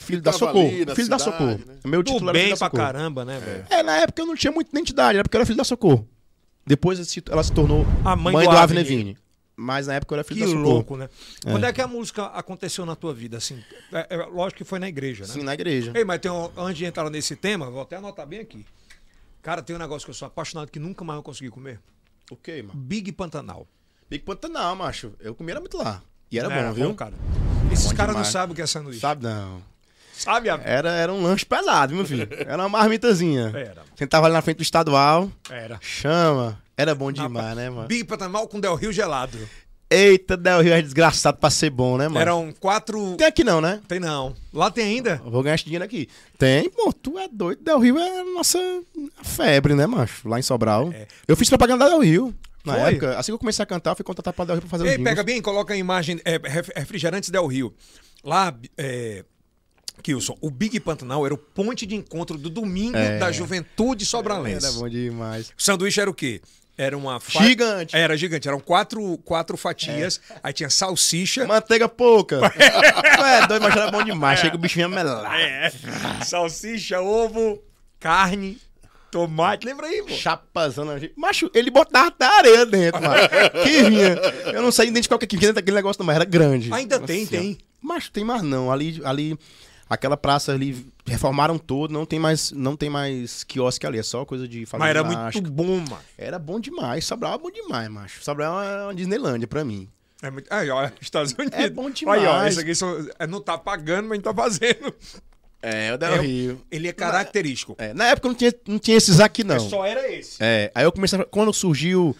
[SPEAKER 3] filho da
[SPEAKER 2] Tava
[SPEAKER 3] Socorro.
[SPEAKER 2] ali na
[SPEAKER 3] Filho da
[SPEAKER 2] cidade,
[SPEAKER 3] Socorro.
[SPEAKER 2] né?
[SPEAKER 3] Meu
[SPEAKER 1] Do
[SPEAKER 3] título era filho
[SPEAKER 1] bem
[SPEAKER 3] da
[SPEAKER 1] pra
[SPEAKER 3] Socorro.
[SPEAKER 1] caramba, né, velho?
[SPEAKER 3] É, na época eu não tinha muita identidade, era porque eu era filho da Socorro. Depois ela se- ela se tornou
[SPEAKER 1] A mãe
[SPEAKER 3] mãe,
[SPEAKER 1] do
[SPEAKER 3] do,
[SPEAKER 1] Avni.
[SPEAKER 3] Avner Vini. Mas na época eu era filho
[SPEAKER 1] Que
[SPEAKER 3] da Socorro.
[SPEAKER 1] louco, né? Quando é que a música aconteceu na tua vida, assim? É, é, lógico que foi na igreja, né?
[SPEAKER 3] Sim, Assim, na igreja.
[SPEAKER 1] Ei, mas tem um, antes de entrar nesse tema, vou até anotar bem aqui. Cara, tem um negócio que eu sou apaixonado que nunca mais eu consegui comer.
[SPEAKER 3] O que, mano?
[SPEAKER 1] Big Pantanal.
[SPEAKER 3] Big Pantanal, macho. Eu comia era muito lá. E era
[SPEAKER 1] É,
[SPEAKER 3] bom, viu?
[SPEAKER 1] cara. Esses
[SPEAKER 3] Bom
[SPEAKER 1] caras não
[SPEAKER 3] demais.
[SPEAKER 1] sabem o que é sanduíche.
[SPEAKER 3] Sabe não.
[SPEAKER 1] Sabe a...
[SPEAKER 3] Era, era um lanche pesado, meu filho. Era uma marmitazinha.
[SPEAKER 1] Era.
[SPEAKER 3] Sentava ali na frente do estadual,
[SPEAKER 1] Era.
[SPEAKER 3] chama. Era bom demais, né, É. mano?
[SPEAKER 1] Big Pantanal com Del Rio gelado.
[SPEAKER 3] Eita, Del Rio é desgraçado pra ser bom, né, mano?
[SPEAKER 1] Eram quatro...
[SPEAKER 3] Tem aqui não, né?
[SPEAKER 1] Tem não. Lá tem ainda?
[SPEAKER 3] Eu vou ganhar esse dinheiro aqui. Tem, pô, tu é doido. Del Rio é a nossa febre, né, macho? Lá em Sobral. Eu fiz propaganda da Del Rio. Na
[SPEAKER 1] É. Foi?
[SPEAKER 3] época, assim que eu comecei a cantar, eu fui contratar pra Del Rio pra fazer um
[SPEAKER 1] Ei,
[SPEAKER 3] os
[SPEAKER 1] pega
[SPEAKER 3] jingles.
[SPEAKER 1] bem, coloca a imagem é, ref- refrigerantes Del Rio. Lá, é, Kilson, o Big Pantanal era o ponte de encontro do domingo da juventude sobralense.
[SPEAKER 3] É. Era bom demais.
[SPEAKER 1] O sanduíche era o quê? Era uma fa- É,
[SPEAKER 3] Gigante. É.
[SPEAKER 1] Era gigante, eram quatro, quatro fatias, aí tinha salsicha.
[SPEAKER 3] Manteiga pouca. é doido, mas era bom demais. Chega o bichinho amelado.
[SPEAKER 1] É, salsicha, ovo, carne, tomate. Lembra aí, pô?
[SPEAKER 3] Chapazão na gente. Macho, ele botava da areia dentro, mano. Que vinha. Eu não sei nem de qual que vinha dentro daquele negócio, não, mas era grande.
[SPEAKER 1] Ainda tem, tem.
[SPEAKER 3] ó. Macho, tem mais não. Ali, ali, aquela praça ali, reformaram todo, não tem mais, não tem mais quiosque ali, é só coisa de fazer
[SPEAKER 1] Mas era
[SPEAKER 3] ginástica.
[SPEAKER 1] muito bom, mano.
[SPEAKER 3] Era bom demais, Sobral é bom demais, macho. Sobral é uma Disneylândia pra mim.
[SPEAKER 1] É muito... Aí, ó, Estados Unidos.
[SPEAKER 3] É bom
[SPEAKER 1] Aí, ó,
[SPEAKER 3] demais.
[SPEAKER 1] esse aqui só- não tá pagando, mas tá fazendo.
[SPEAKER 3] É, o
[SPEAKER 1] É,
[SPEAKER 3] Del Rio.
[SPEAKER 1] Ele é característico.
[SPEAKER 3] É, na época não tinha, não tinha esses aqui, não.
[SPEAKER 1] Só era esse.
[SPEAKER 3] É, aí eu comecei, a- quando surgiu,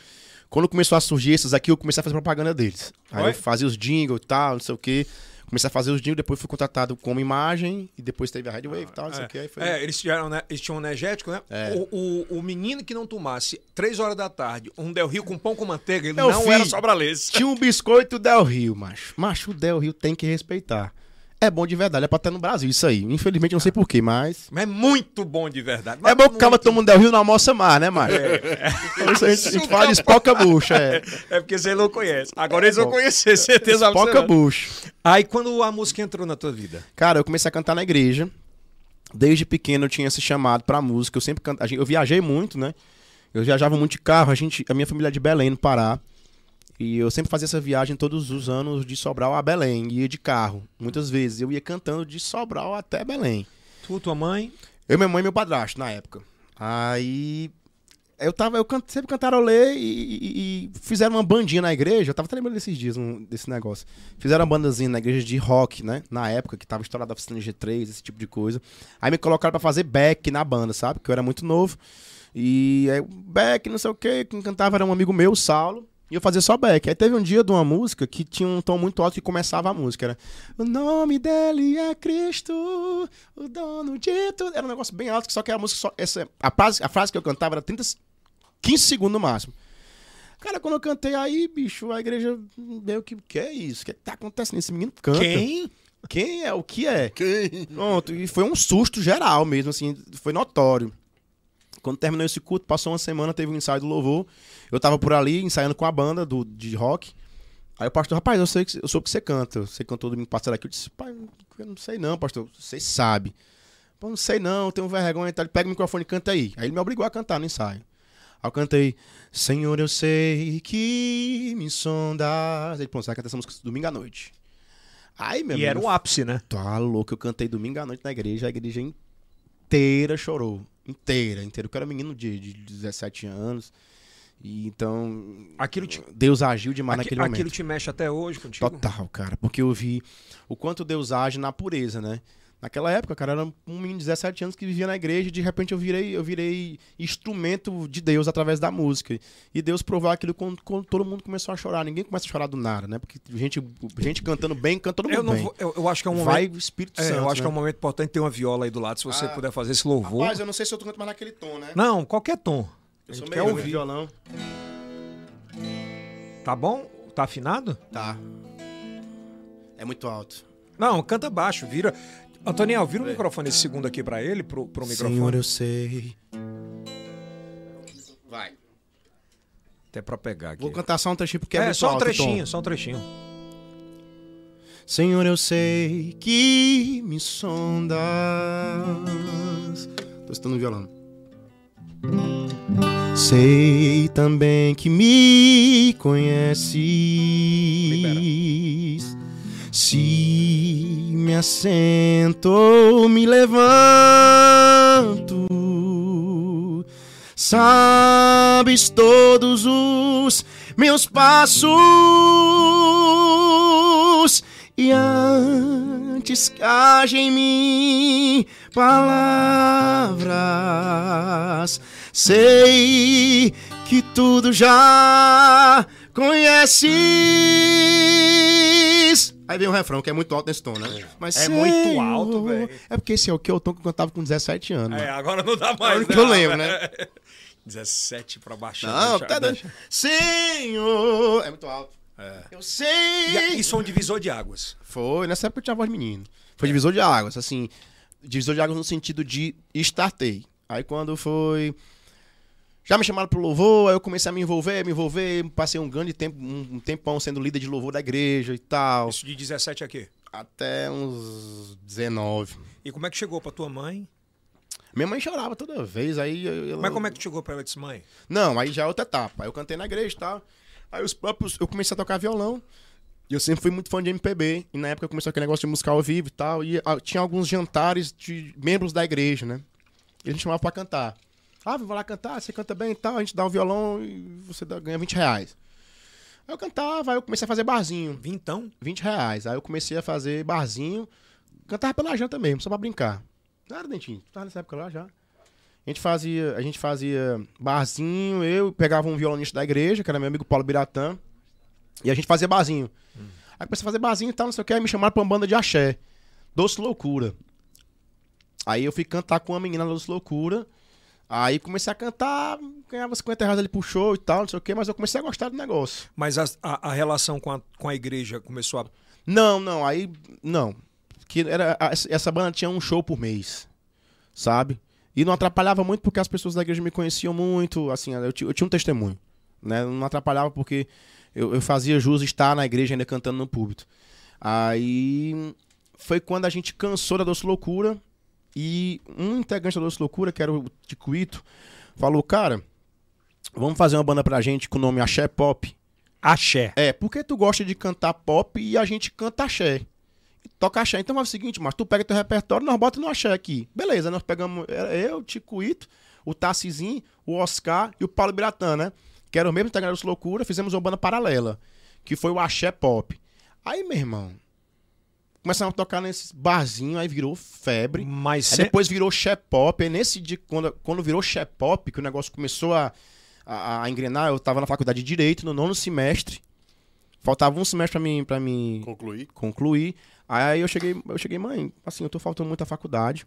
[SPEAKER 3] quando começou a surgir esses aqui, eu comecei a fazer propaganda deles. Aí
[SPEAKER 1] Foi?
[SPEAKER 3] eu fazia os jingles e tal, não sei o quê. Comecei a fazer os jingles, depois fui contratado como imagem, e depois teve a Red Wave e tal, não sei o quê. Aí foi... É.
[SPEAKER 1] É, eles, tiveram, né, eles tinham um energético, né? O, o, o menino que não tomasse, três horas da tarde, um Del Rio com pão com manteiga, ele
[SPEAKER 3] Meu
[SPEAKER 1] não
[SPEAKER 3] filho.
[SPEAKER 1] era sobralense.
[SPEAKER 3] Tinha um biscoito Del Rio, macho. Macho, o Del Rio tem que respeitar. É bom de verdade, é pra estar no Brasil, isso aí. Infelizmente, eu não sei porquê, mas...
[SPEAKER 1] Mas é muito bom de verdade.
[SPEAKER 3] É bom que o
[SPEAKER 1] muito-
[SPEAKER 3] cara toma um Del Rio não almoça mais, né, macho? Isso a gente, a gente fala de espoca bucha, é.
[SPEAKER 1] É porque você não conhece. Agora eles vão
[SPEAKER 3] Bom.
[SPEAKER 1] conhecer, certeza
[SPEAKER 3] Espoca
[SPEAKER 1] absoluta.
[SPEAKER 3] bucha.
[SPEAKER 1] Aí quando a música entrou na tua vida?
[SPEAKER 3] Cara, eu comecei a cantar na igreja. Desde pequeno eu tinha esse chamado pra música. Eu sempre canta... a gente- Eu viajei muito, né? Eu viajava muito de carro. A, gente... a minha família é de Belém, no Pará. E eu sempre fazia essa viagem todos os anos de Sobral a Belém. Ia de carro. Muitas vezes. Eu ia cantando de Sobral até Belém.
[SPEAKER 1] Tu, tua mãe?
[SPEAKER 3] Eu, minha mãe e meu padrasto na época. Aí. Eu tava, eu can- sempre cantarolei e, e- e fizeram uma bandinha na igreja. Eu tava até lembrando desses dias, um- desse negócio. Fizeram uma bandazinha na igreja de rock, né? Na época, que tava estourada a oficina G3, esse tipo de coisa. Aí me colocaram pra fazer back na banda, sabe? Que eu era muito novo. E aí, back, não sei o quê. Quem cantava era um amigo meu, o Saulo. E eu fazia só back. Aí teve um dia de uma música que tinha um tom muito alto que começava a música. Era O nome dele é Cristo, o dono de tudo. Era um negócio bem alto, que só que a música só. Essa, a, frase, a frase que eu cantava era 30, se- 15 segundos no máximo. Cara, quando eu cantei aí, bicho, a igreja meio que. Que é isso? O que, é que tá acontecendo? Esse menino canta.
[SPEAKER 1] Quem?
[SPEAKER 3] Quem é? O que é?
[SPEAKER 2] Quem?
[SPEAKER 3] Pronto, e foi um susto geral mesmo, assim, foi notório. Quando terminou esse culto, passou uma semana, teve um ensaio do louvor. Eu tava por ali ensaiando com a banda do, de rock. Aí o pastor, rapaz, eu sei que eu soube que você canta. Você cantou domingo passado aqui. Eu disse, pai, eu não sei não, pastor. Você sabe. Pô, não sei não, eu tenho vergonha e tal. Ele Pega o microfone e canta aí. Aí ele me obrigou a cantar no ensaio. Aí eu cantei, Senhor, eu sei que me sondas. Ele, pronto, você vai cantar essa música domingo à noite. Aí, meu
[SPEAKER 1] E era
[SPEAKER 3] amigo,
[SPEAKER 1] o ápice, né?
[SPEAKER 3] Tá louco, eu cantei domingo à noite na igreja, a igreja inteira chorou. Inteira, inteira. Porque eu era menino de, de 17 anos. E então,
[SPEAKER 1] Aquilo te,
[SPEAKER 3] Deus agiu demais
[SPEAKER 1] aqui-
[SPEAKER 3] naquele momento.
[SPEAKER 1] aquilo te mexe até hoje contigo?
[SPEAKER 3] Total, cara. Porque eu vi o quanto Deus age na pureza, né? Naquela época, cara, eu era um menino de 17 anos que vivia na igreja e de repente eu virei, eu virei instrumento de Deus através da música. E Deus provou aquilo quando, quando todo mundo começou a chorar. Ninguém começa a chorar do nada, né? Porque gente, gente cantando bem, canta todo mundo
[SPEAKER 1] Eu, não
[SPEAKER 3] bem.
[SPEAKER 1] vou- eu, eu acho que é um momento...
[SPEAKER 3] Vai o Espírito
[SPEAKER 1] é,
[SPEAKER 3] Santo.
[SPEAKER 1] eu acho que
[SPEAKER 3] né?
[SPEAKER 1] é um momento importante ter uma viola aí do lado, se você
[SPEAKER 3] Ah.
[SPEAKER 1] puder fazer esse louvor.
[SPEAKER 3] Rapaz, eu não sei se eu tô cantando mais naquele tom, né?
[SPEAKER 1] Não, qualquer tom.
[SPEAKER 3] Eu
[SPEAKER 1] A
[SPEAKER 3] sou
[SPEAKER 1] gente
[SPEAKER 3] meio
[SPEAKER 1] quer
[SPEAKER 3] ruim de
[SPEAKER 1] ouvir.
[SPEAKER 3] violão.
[SPEAKER 1] Tá bom? Tá afinado?
[SPEAKER 3] Tá. É muito alto.
[SPEAKER 1] Não, canta baixo, vira. Antoniel, vira o microfone esse segundo aqui pra ele, pro, pro microfone.
[SPEAKER 3] eu sei. Vai.
[SPEAKER 1] Até pra pegar aqui.
[SPEAKER 3] Vou cantar só um trechinho porque é,
[SPEAKER 1] é,
[SPEAKER 3] muito
[SPEAKER 1] só um
[SPEAKER 3] alto o tom.
[SPEAKER 1] trechinho, só um trechinho.
[SPEAKER 3] Senhor, eu sei que me sondas. Tô estando violão. Sei também que me conheces. Se me assento ou me levanto, sabes todos os meus passos. E antes haja em mim palavras, sei que tudo já conheces. Aí vem um refrão que é muito alto nesse tom, né? Mas
[SPEAKER 1] É muito
[SPEAKER 3] Senhor,
[SPEAKER 1] alto, velho.
[SPEAKER 3] É porque esse é o que eu tom que eu cantava com 17 anos. né?
[SPEAKER 1] É,
[SPEAKER 3] mano.
[SPEAKER 1] agora não dá mais.
[SPEAKER 3] o único que eu lembro, né?
[SPEAKER 1] 17 pra baixar.
[SPEAKER 3] Não,
[SPEAKER 1] É, deixa-
[SPEAKER 3] tá dando.
[SPEAKER 1] deixa.
[SPEAKER 3] Senhor. É muito alto. Eu sei.
[SPEAKER 1] E a- isso é um divisor de águas.
[SPEAKER 3] Foi, nessa época eu tinha voz de menino. Foi divisor de águas, assim. Divisor de águas no sentido de startei. Aí quando foi. Já me chamaram pro louvor, aí eu comecei a me envolver, me envolver, passei um grande tempo, um um tempão sendo líder de louvor da igreja e tal.
[SPEAKER 1] Isso de 17 aqui.
[SPEAKER 3] Até uns 19.
[SPEAKER 1] E como é que chegou pra tua mãe?
[SPEAKER 3] Minha mãe chorava toda vez, aí eu, eu-
[SPEAKER 1] Mas como é que tu chegou pra ela e disse, mãe?
[SPEAKER 3] Não, aí já é outra etapa. Aí eu cantei na igreja e tal. Aí os próprios. Eu comecei a tocar violão. E eu sempre fui muito fã de MPB. E na época começou aquele negócio de música ao vivo e tal. E ah, tinha alguns jantares de membros da igreja, né? E a gente chamava pra cantar. Ah, vamos lá cantar, você canta bem e tal. A gente dá o violão e você dá- ganha 20 reais. Aí eu cantava, aí eu comecei a fazer barzinho.
[SPEAKER 1] Vim então?
[SPEAKER 3] 20 reais. Aí eu comecei a fazer barzinho. Cantava pela janta mesmo, só pra brincar. Não era dentinho, tu tava nessa época lá já. A gente fazia, a gente fazia barzinho, eu pegava um violonista da igreja, que era meu amigo Paulo Biratã, e a gente fazia barzinho. Aí comecei a fazer barzinho e tal, não sei o que, aí me chamaram pra uma banda de axé. Doce Loucura. Aí eu fui cantar com uma menina na Doce Loucura. Aí comecei a cantar, ganhava 50 reais ali pro show e tal, não sei o que, mas eu comecei a gostar do negócio.
[SPEAKER 1] Mas a, a- a relação com a, com a igreja começou a.
[SPEAKER 3] Não, não, aí. Não. Que era, a- essa banda tinha um show por mês, sabe? E não atrapalhava muito porque as pessoas da igreja me conheciam muito, assim, eu, ti- eu tinha um testemunho, né? Não atrapalhava porque eu, eu fazia jus estar na igreja ainda cantando no púlpito. Aí foi quando a gente cansou da Doce Loucura e um integrante da Doce Loucura, que era o Ticuito, falou, cara, vamos fazer uma banda pra gente com o nome Axé Pop.
[SPEAKER 1] Axé.
[SPEAKER 3] É, porque tu gosta de cantar pop e a gente canta axé. E Toca axé. Então é o seguinte, mas tu pega teu repertório, nós bota no axé aqui. Beleza, nós pegamos era eu, o Tico Ito, o Tassizinho, o Oscar e o Paulo Biratã, né? Que era o mesmo Instagram Loucura, fizemos uma banda paralela, que foi o axé pop. Aí, meu irmão, começamos a tocar nesses barzinhos, aí virou febre.
[SPEAKER 1] Mas
[SPEAKER 3] Aí
[SPEAKER 1] se-
[SPEAKER 3] depois virou Shepop. E nesse dia, quando, quando virou Shepop, que o negócio começou a, a, a engrenar, eu tava na faculdade de Direito, no nono semestre. Faltava um semestre pra mim, pra mim
[SPEAKER 2] Concluí.
[SPEAKER 3] concluir. Aí eu cheguei, eu cheguei, mãe, assim, eu tô faltando muito à faculdade.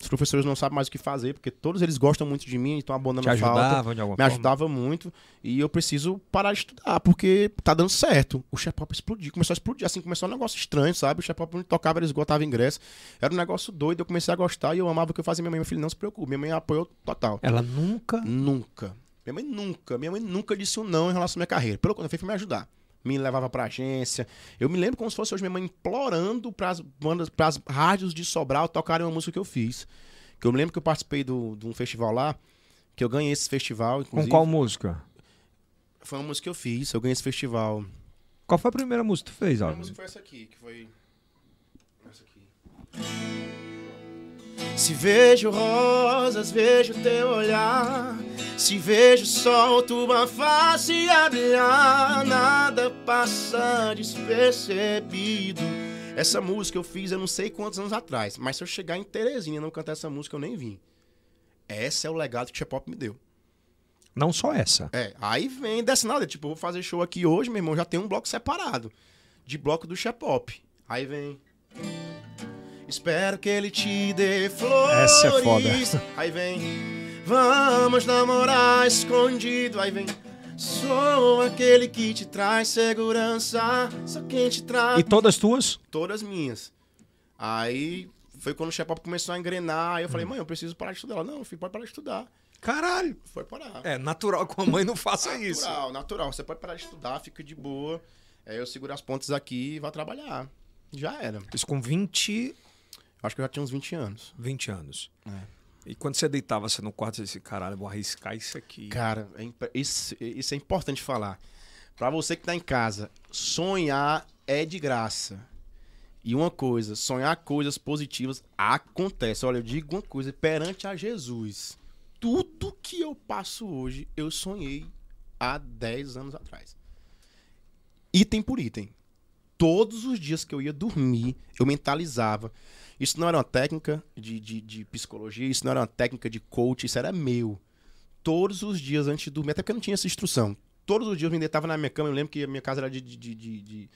[SPEAKER 3] Os professores não sabem mais o que fazer, porque todos eles gostam muito de mim, estão abandonando
[SPEAKER 1] te
[SPEAKER 3] a falta
[SPEAKER 1] ajudavam de alguma
[SPEAKER 3] me
[SPEAKER 1] forma?
[SPEAKER 3] ajudava muito e eu preciso parar de estudar, porque tá dando certo. O Shepop explodiu, começou a explodir, assim, começou um negócio estranho, sabe? O Shepop onde tocava, eles esgotava ingresso. Era um negócio doido, eu comecei a gostar e eu amava o que eu fazia. Minha mãe, meu filho, não se preocupe, minha mãe apoiou total.
[SPEAKER 1] Ela nunca.
[SPEAKER 3] Nunca. Minha mãe nunca, minha mãe nunca disse um não em relação à minha carreira. Pelo contrário, foi me ajudar. Me levava pra agência. Eu me lembro como se fosse hoje minha mãe implorando pras bandas, pras rádios de Sobral tocarem uma música que eu fiz. Que eu me lembro que eu participei do- de um festival lá, que eu ganhei esse festival,
[SPEAKER 1] Com
[SPEAKER 3] inclusive.
[SPEAKER 1] qual música?
[SPEAKER 3] Foi uma música que eu fiz, eu ganhei esse festival.
[SPEAKER 1] Qual foi a primeira música que tu fez, Alves?
[SPEAKER 3] foi essa aqui, que foi. Essa aqui. Se vejo rosas, vejo teu olhar. Se vejo sol, tua face a brilhar. Nada passa despercebido. Essa música eu fiz eu não sei quantos anos atrás, mas se eu chegar em Teresina e não cantar essa música, eu nem vim. Esse é o legado que o Chepop me deu.
[SPEAKER 1] Não só essa.
[SPEAKER 3] É, aí vem dessa nada, tipo, eu vou fazer show aqui hoje, meu irmão, já tem um bloco separado. De bloco do Chepop. Aí vem. Espero que ele te dê flores.
[SPEAKER 1] Essa é foda.
[SPEAKER 3] Aí vem. Vamos namorar escondido. Aí vem. Sou aquele que te traz segurança. Só quem te traz
[SPEAKER 1] E todas tuas?
[SPEAKER 3] todas minhas. Aí foi quando o Chepop começou a engrenar. Aí eu
[SPEAKER 1] Hum.
[SPEAKER 3] falei, mãe, eu preciso parar de estudar. Ela, não, filho, pode parar de estudar.
[SPEAKER 1] Caralho.
[SPEAKER 3] Foi parar.
[SPEAKER 1] É natural que a mãe não faça isso.
[SPEAKER 3] Natural, natural. Você pode parar de estudar, fica de boa. Aí eu seguro as pontas aqui e vá trabalhar. Já era.
[SPEAKER 1] Isso com 20,
[SPEAKER 3] Acho que eu já tinha uns 20 anos.
[SPEAKER 1] 20 anos.
[SPEAKER 3] É.
[SPEAKER 1] E quando você deitava você no quarto, você disse, caralho, eu vou arriscar isso aqui.
[SPEAKER 3] Cara, é imp- isso, isso é importante falar. Pra você que tá em casa, sonhar é de graça. E uma coisa, sonhar coisas positivas acontece. Olha, eu digo uma coisa, perante a Jesus, tudo que que eu passo hoje, eu sonhei há 10 anos atrás. Item por item. Todos os dias que eu ia dormir, eu mentalizava. Isso não era uma técnica de, de, de psicologia, isso não era uma técnica de coach, isso era meu. Todos os dias antes de dormir, até porque eu não tinha essa instrução. Todos os dias eu me deitava na minha cama, eu lembro que a minha casa era de, de, de- de- de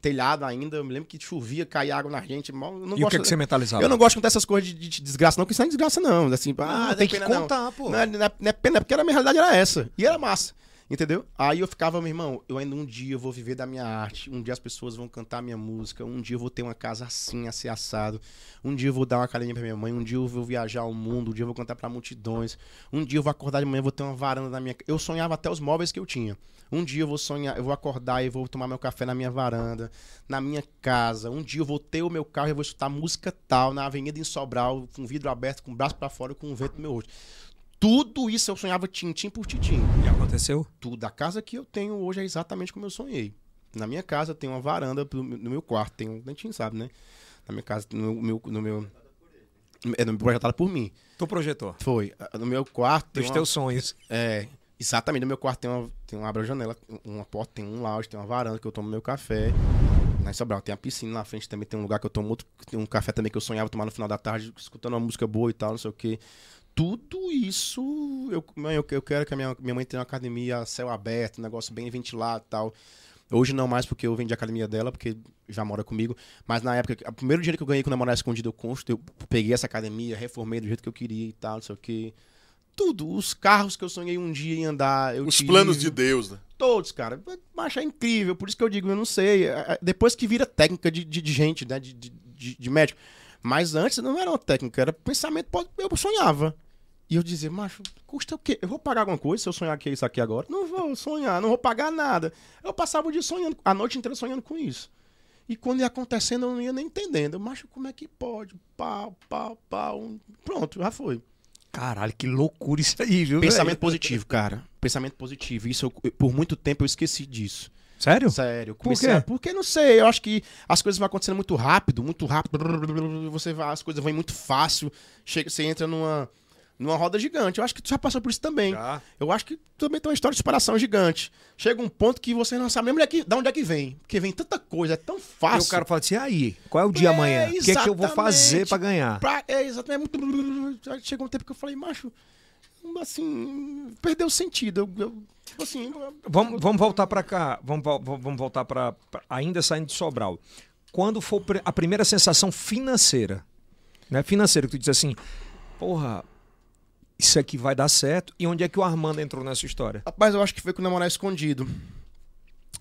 [SPEAKER 3] telhado ainda, eu me lembro que chovia, caía água na gente. mal- eu não
[SPEAKER 1] E o que, é
[SPEAKER 3] gosto-
[SPEAKER 1] que você mentalizava?
[SPEAKER 3] eu não gosto de contar essas coisas de, de desgraça, não, porque isso não é desgraça, não. Assim, ah,
[SPEAKER 1] Ah, tem que
[SPEAKER 3] pena, não.
[SPEAKER 1] contar, pô.
[SPEAKER 3] Não, é- não é, não é pena, porque a minha realidade era essa. E era massa. Entendeu? Aí eu ficava, meu irmão, eu ainda um dia eu vou viver da minha arte, um dia as pessoas vão cantar minha música, um dia eu vou ter uma casa assim, a ser assado, um dia eu vou dar uma academia pra minha mãe, um dia eu vou viajar ao mundo, um dia eu vou cantar pra multidões, um dia eu vou acordar de manhã, eu vou ter uma varanda na minha ca- Eu sonhava até os móveis que eu tinha. Um dia eu vou sonhar, eu vou acordar e vou tomar meu café na minha varanda, na minha casa. Um dia eu vou ter o meu carro e eu vou escutar música tal, na avenida em Sobral, com o vidro aberto, com o braço pra fora, e com o vento no meu rosto. Tudo isso eu sonhava tintim por tintim.
[SPEAKER 1] E aconteceu?
[SPEAKER 3] Tudo. A casa que eu tenho hoje é exatamente como eu sonhei. Na minha casa tem uma varanda pro- no meu quarto. Tem um dentinho, sabe, né? Na minha casa, no meu. No meu é no- projetada por mim.
[SPEAKER 1] Tu projetou.
[SPEAKER 3] Foi. Ah, No meu quarto. tem
[SPEAKER 1] Dos
[SPEAKER 3] uma-
[SPEAKER 1] teus sonhos.
[SPEAKER 3] É. Exatamente. No meu quarto tem uma, tem uma abra-janela, uma porta, tem um lounge, tem uma varanda que eu tomo meu café. Na Sobral tem a piscina na frente também, tem um lugar que eu tomo outro, tem um café também que eu sonhava tomar no final da tarde, escutando uma música boa e tal, não sei o quê. Tudo isso, eu, mãe, eu, eu quero que a minha, minha mãe tenha uma academia a céu aberto, um negócio bem ventilado e tal. Hoje não mais porque eu vendi a academia dela, porque já mora comigo. Mas na época, o primeiro dinheiro que eu ganhei com o namorado escondido, eu construí, eu peguei essa academia, reformei do jeito que eu queria e tal, não sei o quê. Tudo, os carros que eu sonhei um dia em andar. Eu
[SPEAKER 2] Os
[SPEAKER 3] tive.
[SPEAKER 2] planos de Deus, né?
[SPEAKER 3] Todos, cara. Mas é incrível. Por isso que eu digo, eu não sei. É, é, Depois que vira técnica de, de- de gente, né? De, de, de- de médico. Mas antes não era uma técnica, era pensamento. pode- Eu sonhava. E eu dizia, macho, custa o quê? Eu vou pagar alguma coisa se eu sonhar que é isso aqui agora? Não vou sonhar, não vou pagar nada. Eu passava o dia sonhando, a noite inteira sonhando com isso. E quando ia acontecendo, eu não ia nem entendendo. Macho, como é que pode? Pau, pau, pau. um, Pronto, já foi.
[SPEAKER 1] Caralho, que loucura isso aí, viu?
[SPEAKER 3] Pensamento positivo, cara. Pensamento positivo. Isso eu- por muito tempo eu esqueci disso.
[SPEAKER 1] velho? Sério?
[SPEAKER 3] Sério,
[SPEAKER 1] Por
[SPEAKER 3] comecei
[SPEAKER 1] quê?
[SPEAKER 3] a- porque não sei, eu acho que as coisas vão acontecendo muito rápido, muito rápido. Você vai, as coisas vão muito fácil. Chega, você entra numa numa roda gigante. Eu acho que tu já passou por isso também.
[SPEAKER 1] Já.
[SPEAKER 3] Eu acho que também tem uma história de superação gigante. Chega um ponto que você não sabe nem onde é que, de onde é que vem, porque vem tanta coisa, é tão
[SPEAKER 1] E
[SPEAKER 3] fácil.
[SPEAKER 1] o cara fala assim: aí, qual é o dia
[SPEAKER 3] É,
[SPEAKER 1] amanhã? O que é que eu vou fazer
[SPEAKER 3] exatamente.
[SPEAKER 1] pra ganhar?
[SPEAKER 3] Pra- é, exatamente, é muito Aí Chegou um tempo que eu falei, macho, assim, perdeu o sentido. Eu, eu- tipo assim,
[SPEAKER 1] Vamos, vamos voltar pra cá. Vamos, vol- vol- vamos voltar pra. pra- ainda saindo de Sobral. Quando for pr- a primeira sensação financeira, né? Financeira, que tu diz assim, porra, isso aqui vai dar certo. E onde é que o Armando entrou nessa história?
[SPEAKER 3] Rapaz, eu acho que foi com o Namorar Escondido.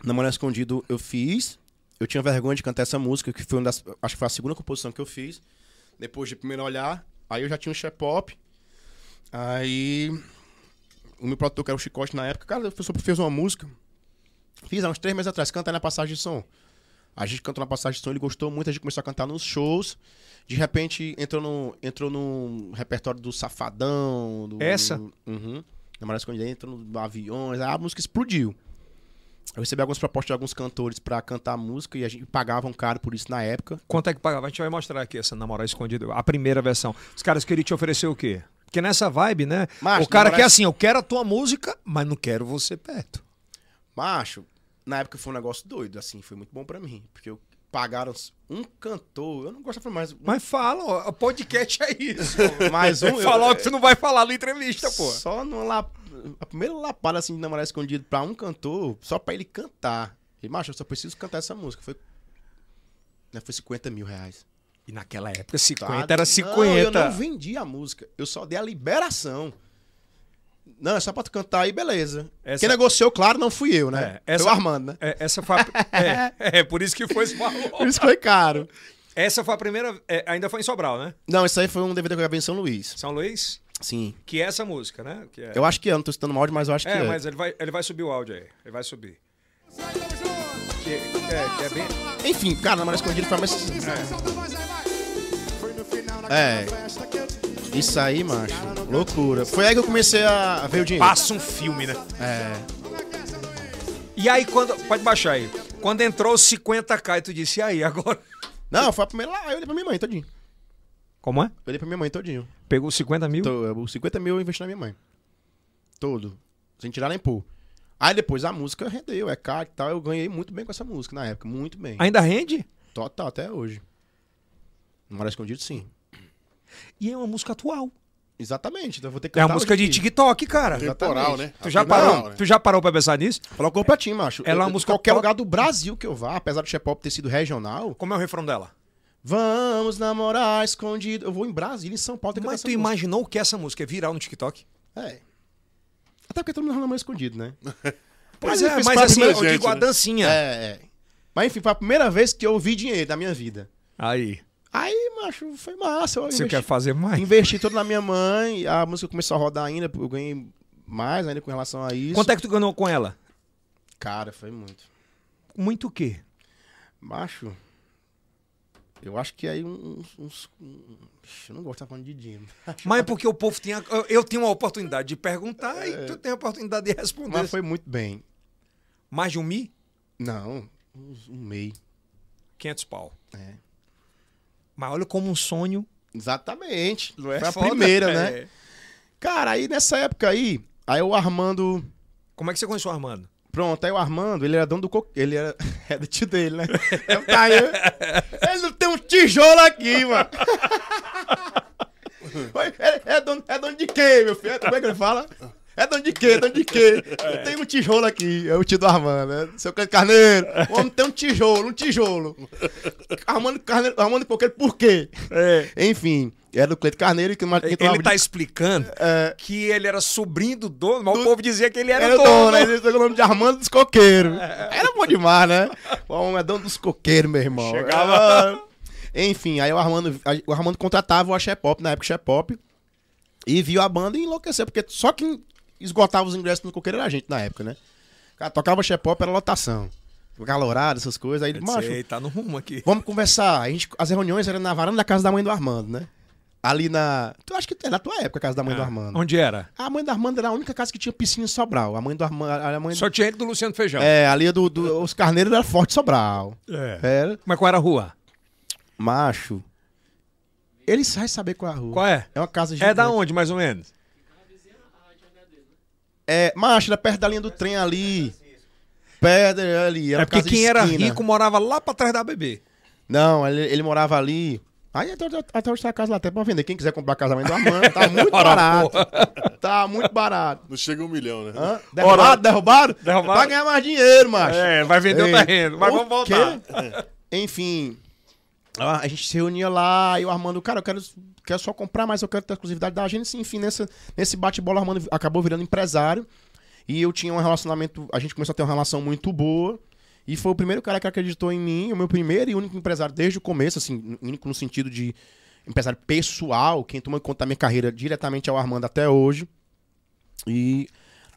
[SPEAKER 3] Namorar Escondido eu fiz. Eu tinha vergonha de cantar essa música, que foi uma das. Acho que foi a segunda composição que eu fiz. Depois de primeiro olhar. Aí eu já tinha um chef pop. Aí. O meu produtor, que era o Chicote na época, cara, o professor fez uma música. Fiz há uns três meses atrás, canta aí na passagem de som. A gente cantou na passagem de som, ele gostou muito, a gente começou a cantar nos shows. De repente entrou no, entrou no repertório do Safadão. do-
[SPEAKER 1] Essa?
[SPEAKER 3] Uhum. Namorada Escondida entrou nos aviões, aí a música explodiu. Eu recebi algumas propostas de alguns cantores pra cantar a música e a gente pagava um caro por isso na época.
[SPEAKER 1] Quanto é que pagava? A gente vai mostrar aqui essa namorada escondida, a primeira versão. Os caras queriam te oferecer o quê? Porque nessa vibe, né?
[SPEAKER 3] Macho,
[SPEAKER 1] o cara
[SPEAKER 3] namorar-
[SPEAKER 1] quer assim, eu quero a tua música, mas não quero você perto.
[SPEAKER 3] Macho, na época foi um negócio doido, assim, foi muito bom pra mim. Porque eu- pagaram um cantor, eu não gosto de falar mais. um-
[SPEAKER 1] Mas fala, ó, o podcast é isso.
[SPEAKER 3] mais um.
[SPEAKER 1] Você
[SPEAKER 3] eu-
[SPEAKER 1] falou que tu não vai falar na entrevista, pô.
[SPEAKER 3] Só numa la- a primeira lapada assim de namorar escondido pra um cantor, só pra ele cantar. E, macho, eu só preciso cantar essa música. Foi. né, Foi 50 mil reais.
[SPEAKER 1] E naquela época, 50
[SPEAKER 3] Tá.
[SPEAKER 1] era
[SPEAKER 3] Não, eu
[SPEAKER 1] 50.
[SPEAKER 3] não vendi a música. Eu só dei a liberação. Não, é só pra tu cantar aí, beleza.
[SPEAKER 1] Essa-
[SPEAKER 3] Quem negociou, claro, não fui eu, né?
[SPEAKER 1] É, essa-
[SPEAKER 3] Foi o Armando, né?
[SPEAKER 1] É, essa foi a... é, é, por isso que foi esse
[SPEAKER 3] Por
[SPEAKER 1] valor.
[SPEAKER 3] isso que foi caro.
[SPEAKER 1] Essa foi a primeira. é, ainda foi em Sobral, né?
[SPEAKER 3] Não, isso aí foi um DVD que eu gravei em São Luís.
[SPEAKER 1] São Luís?
[SPEAKER 3] Sim.
[SPEAKER 1] Que é essa música, né? Que é,
[SPEAKER 3] Eu acho que é, não tô citando mal, mas eu acho que
[SPEAKER 1] é
[SPEAKER 3] é.
[SPEAKER 1] mas ele vai, ele vai subir o áudio aí. Ele vai subir. Que, é, que é bem.
[SPEAKER 3] Enfim, cara, Namorado Escondido foi mais... É. Isso aí, macho. Loucura. Foi aí que eu comecei a a ver o dinheiro.
[SPEAKER 1] Passa um filme, né?
[SPEAKER 3] É.
[SPEAKER 1] E aí, quando. Pode baixar aí. Quando entrou os 50k, e tu disse, e aí, agora?
[SPEAKER 3] Não, foi a primeira lá, eu olhei pra minha mãe todinho.
[SPEAKER 1] Como é?
[SPEAKER 3] Eu olhei pra minha mãe todinho. é,
[SPEAKER 1] Pegou 50 mil?
[SPEAKER 3] Então, eu- os 50 mil eu investi na minha mãe. Todo. Sem tirar nem pôr. Aí depois a música rendeu, é cara e tal. Eu ganhei muito bem com essa música na época, muito bem.
[SPEAKER 1] Ainda rende?
[SPEAKER 3] Total, até hoje. Mora escondido, sim.
[SPEAKER 1] E é uma música atual.
[SPEAKER 3] Exatamente. Então eu vou ter que
[SPEAKER 1] É uma
[SPEAKER 3] cantar
[SPEAKER 1] música
[SPEAKER 3] hoje
[SPEAKER 1] de
[SPEAKER 3] aqui.
[SPEAKER 1] TikTok, cara.
[SPEAKER 3] Exatamente.
[SPEAKER 2] Temporal, né?
[SPEAKER 3] tá
[SPEAKER 1] Tu já,
[SPEAKER 2] Atemporal,
[SPEAKER 1] parou,
[SPEAKER 2] né?
[SPEAKER 1] tu já parou pra pensar nisso?
[SPEAKER 3] Fala cor pra ti, macho.
[SPEAKER 1] Ela é uma
[SPEAKER 3] Eu-
[SPEAKER 1] música
[SPEAKER 3] qualquer
[SPEAKER 1] pop-
[SPEAKER 3] lugar do Brasil que eu vá, apesar do Chepop ter sido regional,
[SPEAKER 1] Como é o refrão dela?
[SPEAKER 3] vamos namorar escondido. Eu vou em Brasília, em São Paulo, tem que
[SPEAKER 1] Mas tu
[SPEAKER 3] cantar essa música.
[SPEAKER 1] imaginou que essa música é viral no TikTok?
[SPEAKER 3] É. Até porque todo mundo namora escondido, né?
[SPEAKER 1] Pois
[SPEAKER 3] Mas
[SPEAKER 1] é,
[SPEAKER 3] ele fez
[SPEAKER 1] mas
[SPEAKER 3] pra
[SPEAKER 1] assim, eu
[SPEAKER 2] primeira gente,
[SPEAKER 1] digo a
[SPEAKER 2] né?
[SPEAKER 1] dancinha.
[SPEAKER 3] É, é. Mas enfim, foi a primeira vez que eu ouvi dinheiro da minha vida.
[SPEAKER 1] Aí,
[SPEAKER 3] Aí, macho, foi massa. Eu
[SPEAKER 1] você
[SPEAKER 3] investi,
[SPEAKER 1] quer fazer mais?
[SPEAKER 3] investi tudo na minha mãe, a música começou a rodar ainda, eu ganhei mais ainda com relação a isso.
[SPEAKER 1] Quanto é que tu ganhou com ela?
[SPEAKER 3] Cara, foi muito.
[SPEAKER 1] Muito o quê?
[SPEAKER 3] Macho, eu acho que aí uns. uns- um- Ixi, eu não gosto de estar falando de dinheiro.
[SPEAKER 1] Mas é porque o povo tem. a- eu- Eu tenho a oportunidade de perguntar e tu tem a oportunidade de responder.
[SPEAKER 3] Mas foi muito bem.
[SPEAKER 1] Mais de um mi?
[SPEAKER 3] Não, uns- um MEI.
[SPEAKER 1] 500 pau.
[SPEAKER 3] É.
[SPEAKER 1] Mas olha como um sonho.
[SPEAKER 3] Exatamente.
[SPEAKER 1] Não é
[SPEAKER 3] foi a
[SPEAKER 1] foda,
[SPEAKER 3] primeira,
[SPEAKER 1] é.
[SPEAKER 3] né? Cara, aí nessa época aí, aí o Armando.
[SPEAKER 1] Como é que você conheceu o Armando?
[SPEAKER 3] Pronto, aí o Armando, ele era dono do coqueiro. Ele era. É do tio dele, né? Aí tá aí, ele não tem um tijolo aqui, mano. Oi, É, é dono, é dono de quê, meu filho? Como é que ele fala? É dono de quê? É dono de quê? Não tem um tijolo aqui. É o tio do Armando, né? Seu Cândido Carneiro. O homem tem um tijolo, um tijolo. Armando, Carneiro, Armando Coqueiro, por quê? É. Enfim, era do Cleito Carneiro que que
[SPEAKER 1] Ele
[SPEAKER 3] tomava
[SPEAKER 1] tá
[SPEAKER 3] de-
[SPEAKER 1] explicando
[SPEAKER 3] É.
[SPEAKER 1] que ele era sobrinho do dono, mas o
[SPEAKER 3] Do-
[SPEAKER 1] povo dizia que ele era,
[SPEAKER 3] Era
[SPEAKER 1] dono.
[SPEAKER 3] dono, né? Ele pegou o nome de Armando dos Coqueiros. Era bom demais, né? O homem é dono dos coqueiros, meu irmão. Chegava. Enfim, aí o Armando, a- o Armando contratava o Axé Pop, na época Axé Pop, e viu a banda e enlouqueceu, porque só quem esgotava os ingressos no coqueiro era a gente na época, né? Cara, tocava Axé Pop, era lotação. Calorado, essas coisas. Aí, ele,
[SPEAKER 1] Eu
[SPEAKER 3] macho,
[SPEAKER 1] disse, "Ei, tá no rumo aqui.
[SPEAKER 3] Vamos conversar. A gente, as reuniões eram na varanda da casa da mãe do Armando, né? Ali na. Tu acha que é da tua época a casa da mãe do Armando?
[SPEAKER 1] Onde era?
[SPEAKER 3] A mãe do Armando era a única casa que tinha piscina em Sobral. A mãe do Armando. A mãe
[SPEAKER 1] Só tinha ele do Luciano Feijão.
[SPEAKER 3] É, ali do, do- os carneiros era forte Sobral.
[SPEAKER 1] É.
[SPEAKER 3] Era.
[SPEAKER 1] Mas qual era a rua?
[SPEAKER 3] Macho. Ele sai saber qual é a rua.
[SPEAKER 1] Qual é?
[SPEAKER 3] É uma casa de.
[SPEAKER 1] É da onde, mais ou menos?
[SPEAKER 3] É, macho, era perto da linha do trem ali. Perto ali. Era
[SPEAKER 1] é
[SPEAKER 3] uma
[SPEAKER 1] porque
[SPEAKER 3] casa de
[SPEAKER 1] quem era
[SPEAKER 3] esquina.
[SPEAKER 1] rico morava lá pra trás da bebê.
[SPEAKER 3] Não, ele, ele morava ali. Aí até, até- até hoje tá a casa lá até pra vender. Quem quiser comprar a casa da mãe do Armando, tá muito barato. tá muito barato.
[SPEAKER 2] Não chega a um milhão, né?
[SPEAKER 3] Hã? Derrubaram? Derrubaram?
[SPEAKER 1] Derrubaram.
[SPEAKER 3] Pra ganhar mais dinheiro, macho.
[SPEAKER 1] vai
[SPEAKER 3] Ei, o quê? É. Enfim. a- A gente se reunia lá e o Armando, cara, eu quero, quero só comprar, mas eu quero ter a exclusividade da agência. Enfim, nessa, nesse bate-bola, o Armando acabou virando empresário. E eu tinha um relacionamento. A gente começou a ter uma relação muito boa. E foi o primeiro cara que acreditou em mim, o meu primeiro e único empresário desde o começo, assim, único no sentido de empresário pessoal, quem toma conta da minha carreira diretamente é o Armando até hoje. E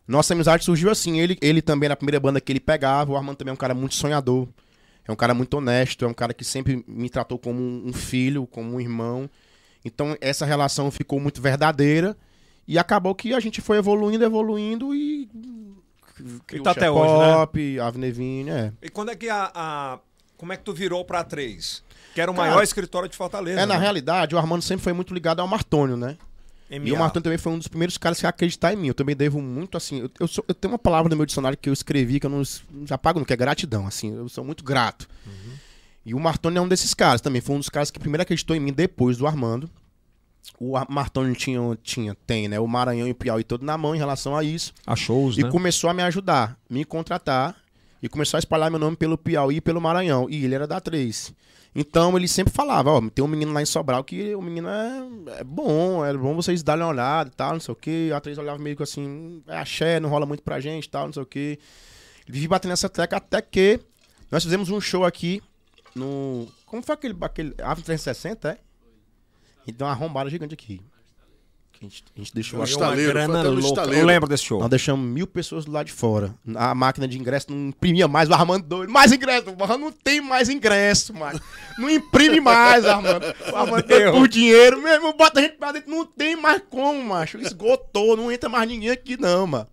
[SPEAKER 3] nossa amizade surgiu assim. Ele, ele também na primeira banda que ele pegava. O Armando também é um cara muito sonhador. É um cara muito honesto. É um cara que sempre me tratou como um um filho, como um irmão. Então essa relação ficou muito verdadeira. E acabou que a gente foi evoluindo, evoluindo e.
[SPEAKER 1] E
[SPEAKER 3] criou
[SPEAKER 1] tá
[SPEAKER 3] o
[SPEAKER 1] até
[SPEAKER 3] Chapop,
[SPEAKER 1] hoje, né?
[SPEAKER 3] Avnevine, é.
[SPEAKER 1] E quando é que a, a- Como é que tu virou pra três? Que era o
[SPEAKER 3] Cara,
[SPEAKER 1] maior escritório de Fortaleza.
[SPEAKER 3] É, na
[SPEAKER 1] né?
[SPEAKER 3] realidade, o Armando sempre foi muito ligado ao Martônio, né?
[SPEAKER 1] MA.
[SPEAKER 3] E o Martão também foi um dos primeiros caras que acreditar em mim. Eu também devo muito, assim. Eu, eu sou- eu tenho uma palavra no meu dicionário que eu escrevi, que eu não es- já pago, não, que é gratidão, assim. Eu sou muito grato. E o Martoni é um desses caras também. Foi um dos caras que primeiro acreditou em mim depois do Armando. O Ar- Martoni tinha, tinha, tem, né? O Maranhão e o Piauí todo na mão em relação a isso.
[SPEAKER 1] A shows,
[SPEAKER 3] E começou a me ajudar, me contratar e começou a espalhar meu nome pelo Piauí e pelo Maranhão. E ele era da 3. Então ele sempre falava, ó, tem um menino lá em Sobral que o menino é, é bom, é bom vocês darem uma olhada e tal, não sei o quê. A 3 olhava meio que assim, é axé, não rola muito pra gente e tal, não sei o quê. Ele vivia batendo nessa tecla até que nós fizemos um show aqui no... Como foi aquele... aquele Ave 360, é? E deu uma arrombada gigante aqui. Que a gente, a gente deixou...
[SPEAKER 1] Ganhou
[SPEAKER 2] Eu acho
[SPEAKER 1] uma
[SPEAKER 2] estaleiro, foi
[SPEAKER 1] grana
[SPEAKER 2] até no
[SPEAKER 1] louca. Eu
[SPEAKER 2] estaleiro.
[SPEAKER 1] lembro desse show.
[SPEAKER 3] Nós deixamos mil pessoas do lado de fora. A máquina de ingresso não imprimia mais, o Armando doido. Mais ingresso, o Armando não tem mais ingresso, mano. Não imprime mais, Armando. O Armando doido por dinheiro, mesmo bota a gente pra dentro, não tem mais como, macho. Esgotou, não entra mais ninguém aqui, não, mano.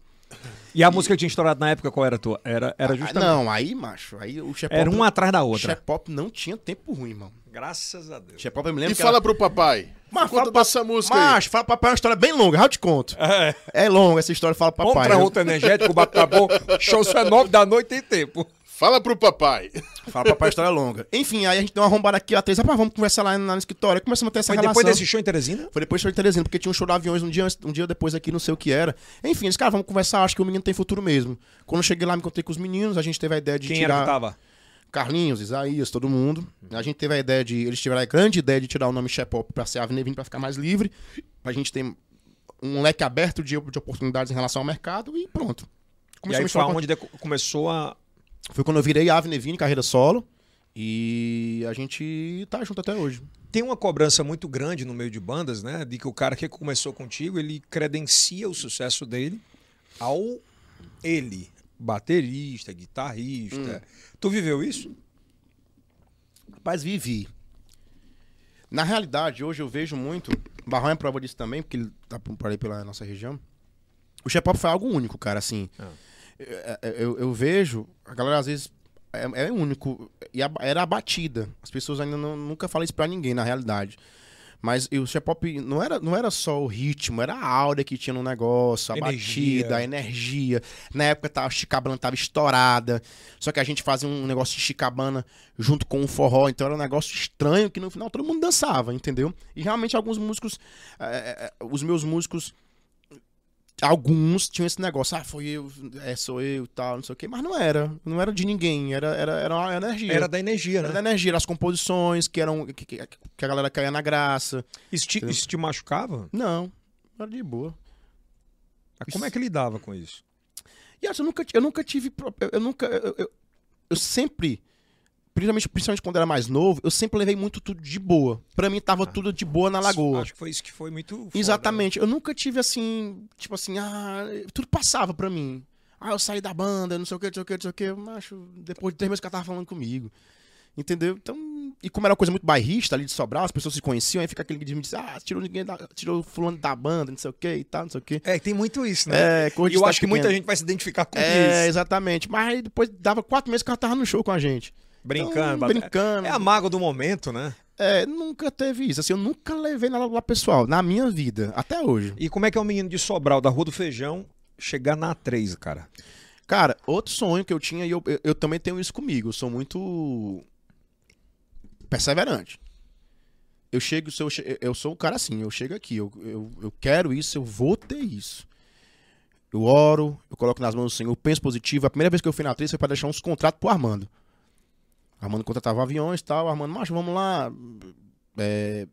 [SPEAKER 1] E a música que tinha estourado na época, qual era a tua? Era, era
[SPEAKER 3] Ah,
[SPEAKER 1] justamente.
[SPEAKER 3] Não, aí, macho, aí o Chepop.
[SPEAKER 1] Era uma atrás da
[SPEAKER 3] O
[SPEAKER 1] outra.
[SPEAKER 3] Chepop não tinha tempo ruim, mano.
[SPEAKER 1] Graças a Deus.
[SPEAKER 3] Tia Pop, eu me lembro
[SPEAKER 2] E
[SPEAKER 3] que
[SPEAKER 2] fala
[SPEAKER 3] ela-
[SPEAKER 2] pro papai.
[SPEAKER 3] Mas
[SPEAKER 2] Conta
[SPEAKER 3] fala pra-
[SPEAKER 2] dessa música aí.
[SPEAKER 3] Macho, fala pro papai, é uma história bem longa, já eu te conto.
[SPEAKER 1] É.
[SPEAKER 3] É longa essa história, fala pro
[SPEAKER 1] Vamos
[SPEAKER 3] papai.
[SPEAKER 1] pra
[SPEAKER 3] né?
[SPEAKER 1] outro energético, o papo tá bom. Show só é nove da noite, tem tempo.
[SPEAKER 2] Fala pro papai.
[SPEAKER 3] Fala pro papai, a história é longa. Enfim, aí a gente deu uma arrombada aqui, a três, rapaz, vamos conversar lá na, no escritório. Aí Começamos a ter essa
[SPEAKER 1] Mas
[SPEAKER 3] relação.
[SPEAKER 1] depois desse show em Teresina?
[SPEAKER 3] Foi depois do show de Teresina, porque tinha um show de aviões um dia, antes- um dia depois aqui, não sei o que era. Enfim, esse cara, vamos conversar, acho que o menino tem futuro mesmo. Quando eu cheguei lá, me encontrei com os meninos, a gente teve a ideia de
[SPEAKER 1] Quem
[SPEAKER 3] tirar...
[SPEAKER 1] era que tava?
[SPEAKER 3] Carlinhos, Isaías, todo mundo. A gente teve a ideia de. Eles tiveram a grande ideia de tirar o nome Chepop pra ser Avenida Vinte pra ficar mais livre. Pra gente ter um leque aberto de, de oportunidades em relação ao mercado e pronto.
[SPEAKER 1] E
[SPEAKER 3] Começou a
[SPEAKER 1] aí
[SPEAKER 3] me
[SPEAKER 1] foi
[SPEAKER 3] chamar pra-
[SPEAKER 1] onde deco- começou a.
[SPEAKER 3] Foi quando eu virei Avne Vini, carreira solo. E a gente tá junto até hoje.
[SPEAKER 1] Tem uma cobrança muito grande no meio de bandas, né? De que o cara que começou contigo, ele credencia o sucesso dele ao ele. Baterista,
[SPEAKER 3] Hum.
[SPEAKER 1] guitarrista. Tu viveu isso?
[SPEAKER 3] Rapaz, vivi. Na realidade, hoje eu vejo muito. Barrão é prova disso também, porque ele tá por ali pela nossa região. O Chepop foi algo único, cara, assim. Eu- é, Eu, eu vejo, a galera às vezes é, é único. E a- era abatida. As pessoas ainda não- nunca falam isso pra ninguém, na realidade. Mas e o Chepop não era, não era só o ritmo, era a áurea que tinha no negócio, a
[SPEAKER 1] Energia.
[SPEAKER 3] batida, a energia. Na época tá, a Chicabana tava estourada. Só que a gente fazia um negócio de Chicabana junto com o forró. Então era um negócio estranho que no final todo mundo dançava, entendeu? E realmente alguns músicos, eh, eh, os meus músicos alguns tinham esse negócio, ah, foi eu, é, sou eu e tal, não sei o quê, mas não era, não era de ninguém, era, era, era uma energia.
[SPEAKER 1] Era da energia,
[SPEAKER 3] Era da
[SPEAKER 1] né?
[SPEAKER 3] energia, era as composições que eram. Que, que- que a galera caía na graça.
[SPEAKER 1] Isso te, isso te machucava?
[SPEAKER 3] Não, era de boa.
[SPEAKER 1] Mas Como é que lidava com isso?
[SPEAKER 3] E assim, eu nunca, eu nunca tive. pro- Eu, eu nunca. Eu, eu- eu sempre. Principalmente, principalmente quando era mais novo, eu sempre levei muito tudo de boa. Pra mim tava tudo de boa na lagoa.
[SPEAKER 1] Acho que foi Ah. isso que foi muito. foda, né?
[SPEAKER 3] Exatamente. Eu nunca tive assim, tipo assim, ah, tudo passava pra mim. Ah, eu saí da banda, não sei o que, não sei o que, não sei o que, macho, depois de três meses que ela tava falando comigo. Entendeu? Então, e como era uma coisa muito bairrista ali de Sobral, as pessoas se conheciam, aí fica aquele que diz, ah, tirou ninguém da, tirou fulano da banda, não sei o que e tal, não sei o que.
[SPEAKER 1] É, tem muito isso, né?
[SPEAKER 3] É, coisa
[SPEAKER 1] e
[SPEAKER 3] de
[SPEAKER 1] eu
[SPEAKER 3] estar
[SPEAKER 1] acho que muita
[SPEAKER 3] pequeno.
[SPEAKER 1] gente vai se identificar com
[SPEAKER 3] É,
[SPEAKER 1] isso.
[SPEAKER 3] exatamente. Mas aí depois dava quatro meses que ela tava no show com a gente. Então,
[SPEAKER 1] Brincando, bate-
[SPEAKER 3] brincando.
[SPEAKER 1] É a mágoa do momento, né?
[SPEAKER 3] É, nunca teve isso. Assim, eu nunca levei nada lá pessoal, na minha vida, até hoje.
[SPEAKER 1] E como é que é um menino de Sobral, da Rua do Feijão, chegar na A3, cara?
[SPEAKER 3] Cara, outro sonho que eu tinha, e eu, eu, eu também tenho isso comigo, eu sou muito perseverante. Eu chego, se eu, che- eu sou um cara assim, eu chego aqui, eu, eu, eu quero isso, eu vou ter isso. Eu oro, eu coloco nas mãos do Senhor, eu penso positivo. A primeira vez que eu fui na atriz foi pra deixar uns contratos pro Armando. Armando contratava aviões e tal, Armando, macho, vamos lá. é,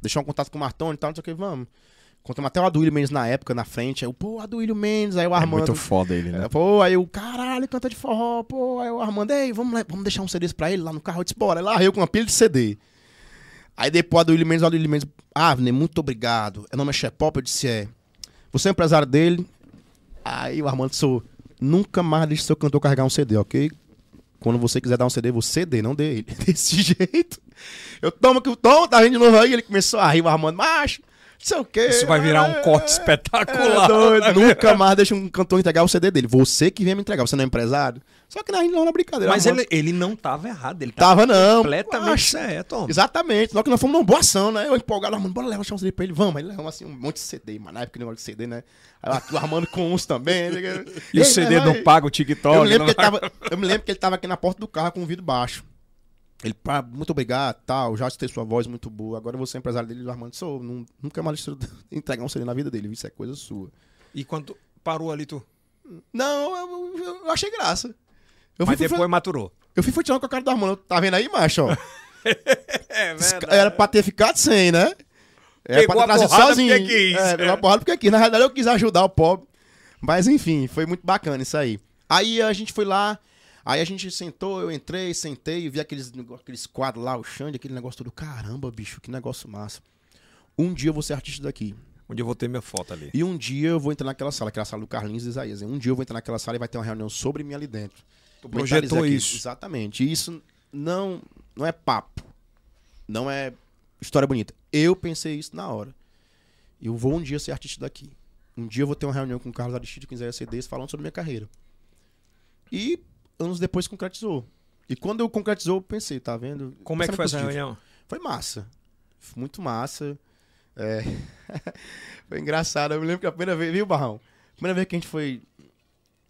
[SPEAKER 3] deixar um contato com o Martoni e tal, não sei o que, vamos. Contamos até o Aduílio Mendes na época, na frente. Aí eu, pô, Aduílio Mendes, aí o Armando.
[SPEAKER 5] foda ele, né?
[SPEAKER 1] né?
[SPEAKER 3] É, Pô, aí o caralho, canta de forró, pô, aí o Armando, ei, vamos, lá, vamos deixar um CD pra ele lá no carro, eu disse, bora, Aí lá eu com uma pilha de CD. Aí depois do Willi Mendes, olha o Willi Mendes, Avner, muito obrigado, meu nome é Chepop, eu disse, é, você é empresário dele, aí o Armando sou nunca mais deixe seu cantor carregar um CD, ok? Quando você quiser dar um CD, você dê, não dê ele. Desse jeito. Eu tomo que eu tomo, tá vendo de novo aí? Ele começou a rir, o Armando, macho, não sei o quê.
[SPEAKER 1] Isso vai virar um corte
[SPEAKER 3] É,
[SPEAKER 1] espetacular.
[SPEAKER 3] é, doido, nunca mais deixa um cantor entregar o CD dele. Você que vem me entregar, você não é empresário? Só que na gente não é uma brincadeira.
[SPEAKER 1] Mas
[SPEAKER 3] mano.
[SPEAKER 1] ele, ele não tava errado, ele tava,
[SPEAKER 3] tava não.
[SPEAKER 1] completamente
[SPEAKER 3] Acho-
[SPEAKER 1] certo, homem.
[SPEAKER 3] Exatamente. Só que nós fomos numa boa ação, né? Eu empolgado, Armando, bora levar um CD pra ele. Vamos, aí levamos assim um monte de CD, mano. Na época que negócio de CD, né? Aí o Armando com uns também. né?
[SPEAKER 5] E o
[SPEAKER 3] Ei,
[SPEAKER 5] CD
[SPEAKER 3] vai,
[SPEAKER 5] não
[SPEAKER 3] vai.
[SPEAKER 5] paga o TikTok.
[SPEAKER 3] Eu, me lembro
[SPEAKER 5] não
[SPEAKER 1] né?
[SPEAKER 3] que ele
[SPEAKER 5] paga-
[SPEAKER 3] tava, eu me lembro que ele tava aqui na porta do carro com o vidro baixo. Ele, pá, muito obrigado, tal, já escutei sua voz muito boa. Agora você é empresário dele, o Armando, sou, nun- nunca mais deixo entregar um CD na vida dele, isso é coisa sua.
[SPEAKER 1] E quando parou ali, tu.
[SPEAKER 3] Não, eu, eu achei graça. Eu
[SPEAKER 1] Mas
[SPEAKER 3] fui,
[SPEAKER 1] depois maturou.
[SPEAKER 3] eu fui futilar com a cara do Armando, tá vendo aí, macho? ó?
[SPEAKER 1] É,
[SPEAKER 3] Esse ca- Era pra ter ficado sem, né? Era
[SPEAKER 1] Pegou a
[SPEAKER 3] ter trazido
[SPEAKER 1] porrada porque quis.
[SPEAKER 3] É, pegou a porrada porque quis. Na realidade, eu quis ajudar o pobre. Mas enfim, foi muito bacana isso aí. Aí a gente foi lá, aí a gente sentou, eu entrei, sentei, vi aqueles, nego- aqueles quadros lá, o Xande, aquele negócio todo. Caramba, bicho, que negócio massa. Um dia eu vou ser artista daqui.
[SPEAKER 1] Onde eu vou ter minha foto ali.
[SPEAKER 3] E um dia eu vou entrar naquela sala, aquela sala do Carlinhos e Isaías. Um dia eu vou entrar naquela sala e vai ter uma reunião sobre mim ali dentro.
[SPEAKER 1] Tu projetou
[SPEAKER 3] Mentalizei
[SPEAKER 1] isso.
[SPEAKER 3] Exatamente. E isso não, não é papo. Não é história bonita. Eu pensei isso na hora. Eu vou um dia ser artista daqui. Um dia eu vou ter uma reunião com o Carlos Aristide, com o Isaías Cedês, falando sobre minha carreira. E anos depois concretizou. E quando eu concretizou, eu pensei, tá vendo?
[SPEAKER 1] Como é que
[SPEAKER 3] Pensamento
[SPEAKER 1] foi essa
[SPEAKER 3] positivo.
[SPEAKER 1] reunião?
[SPEAKER 3] Foi massa. Foi Muito massa. É, foi engraçado. Eu me lembro que a primeira vez, viu, Barrão? A primeira vez que a gente foi.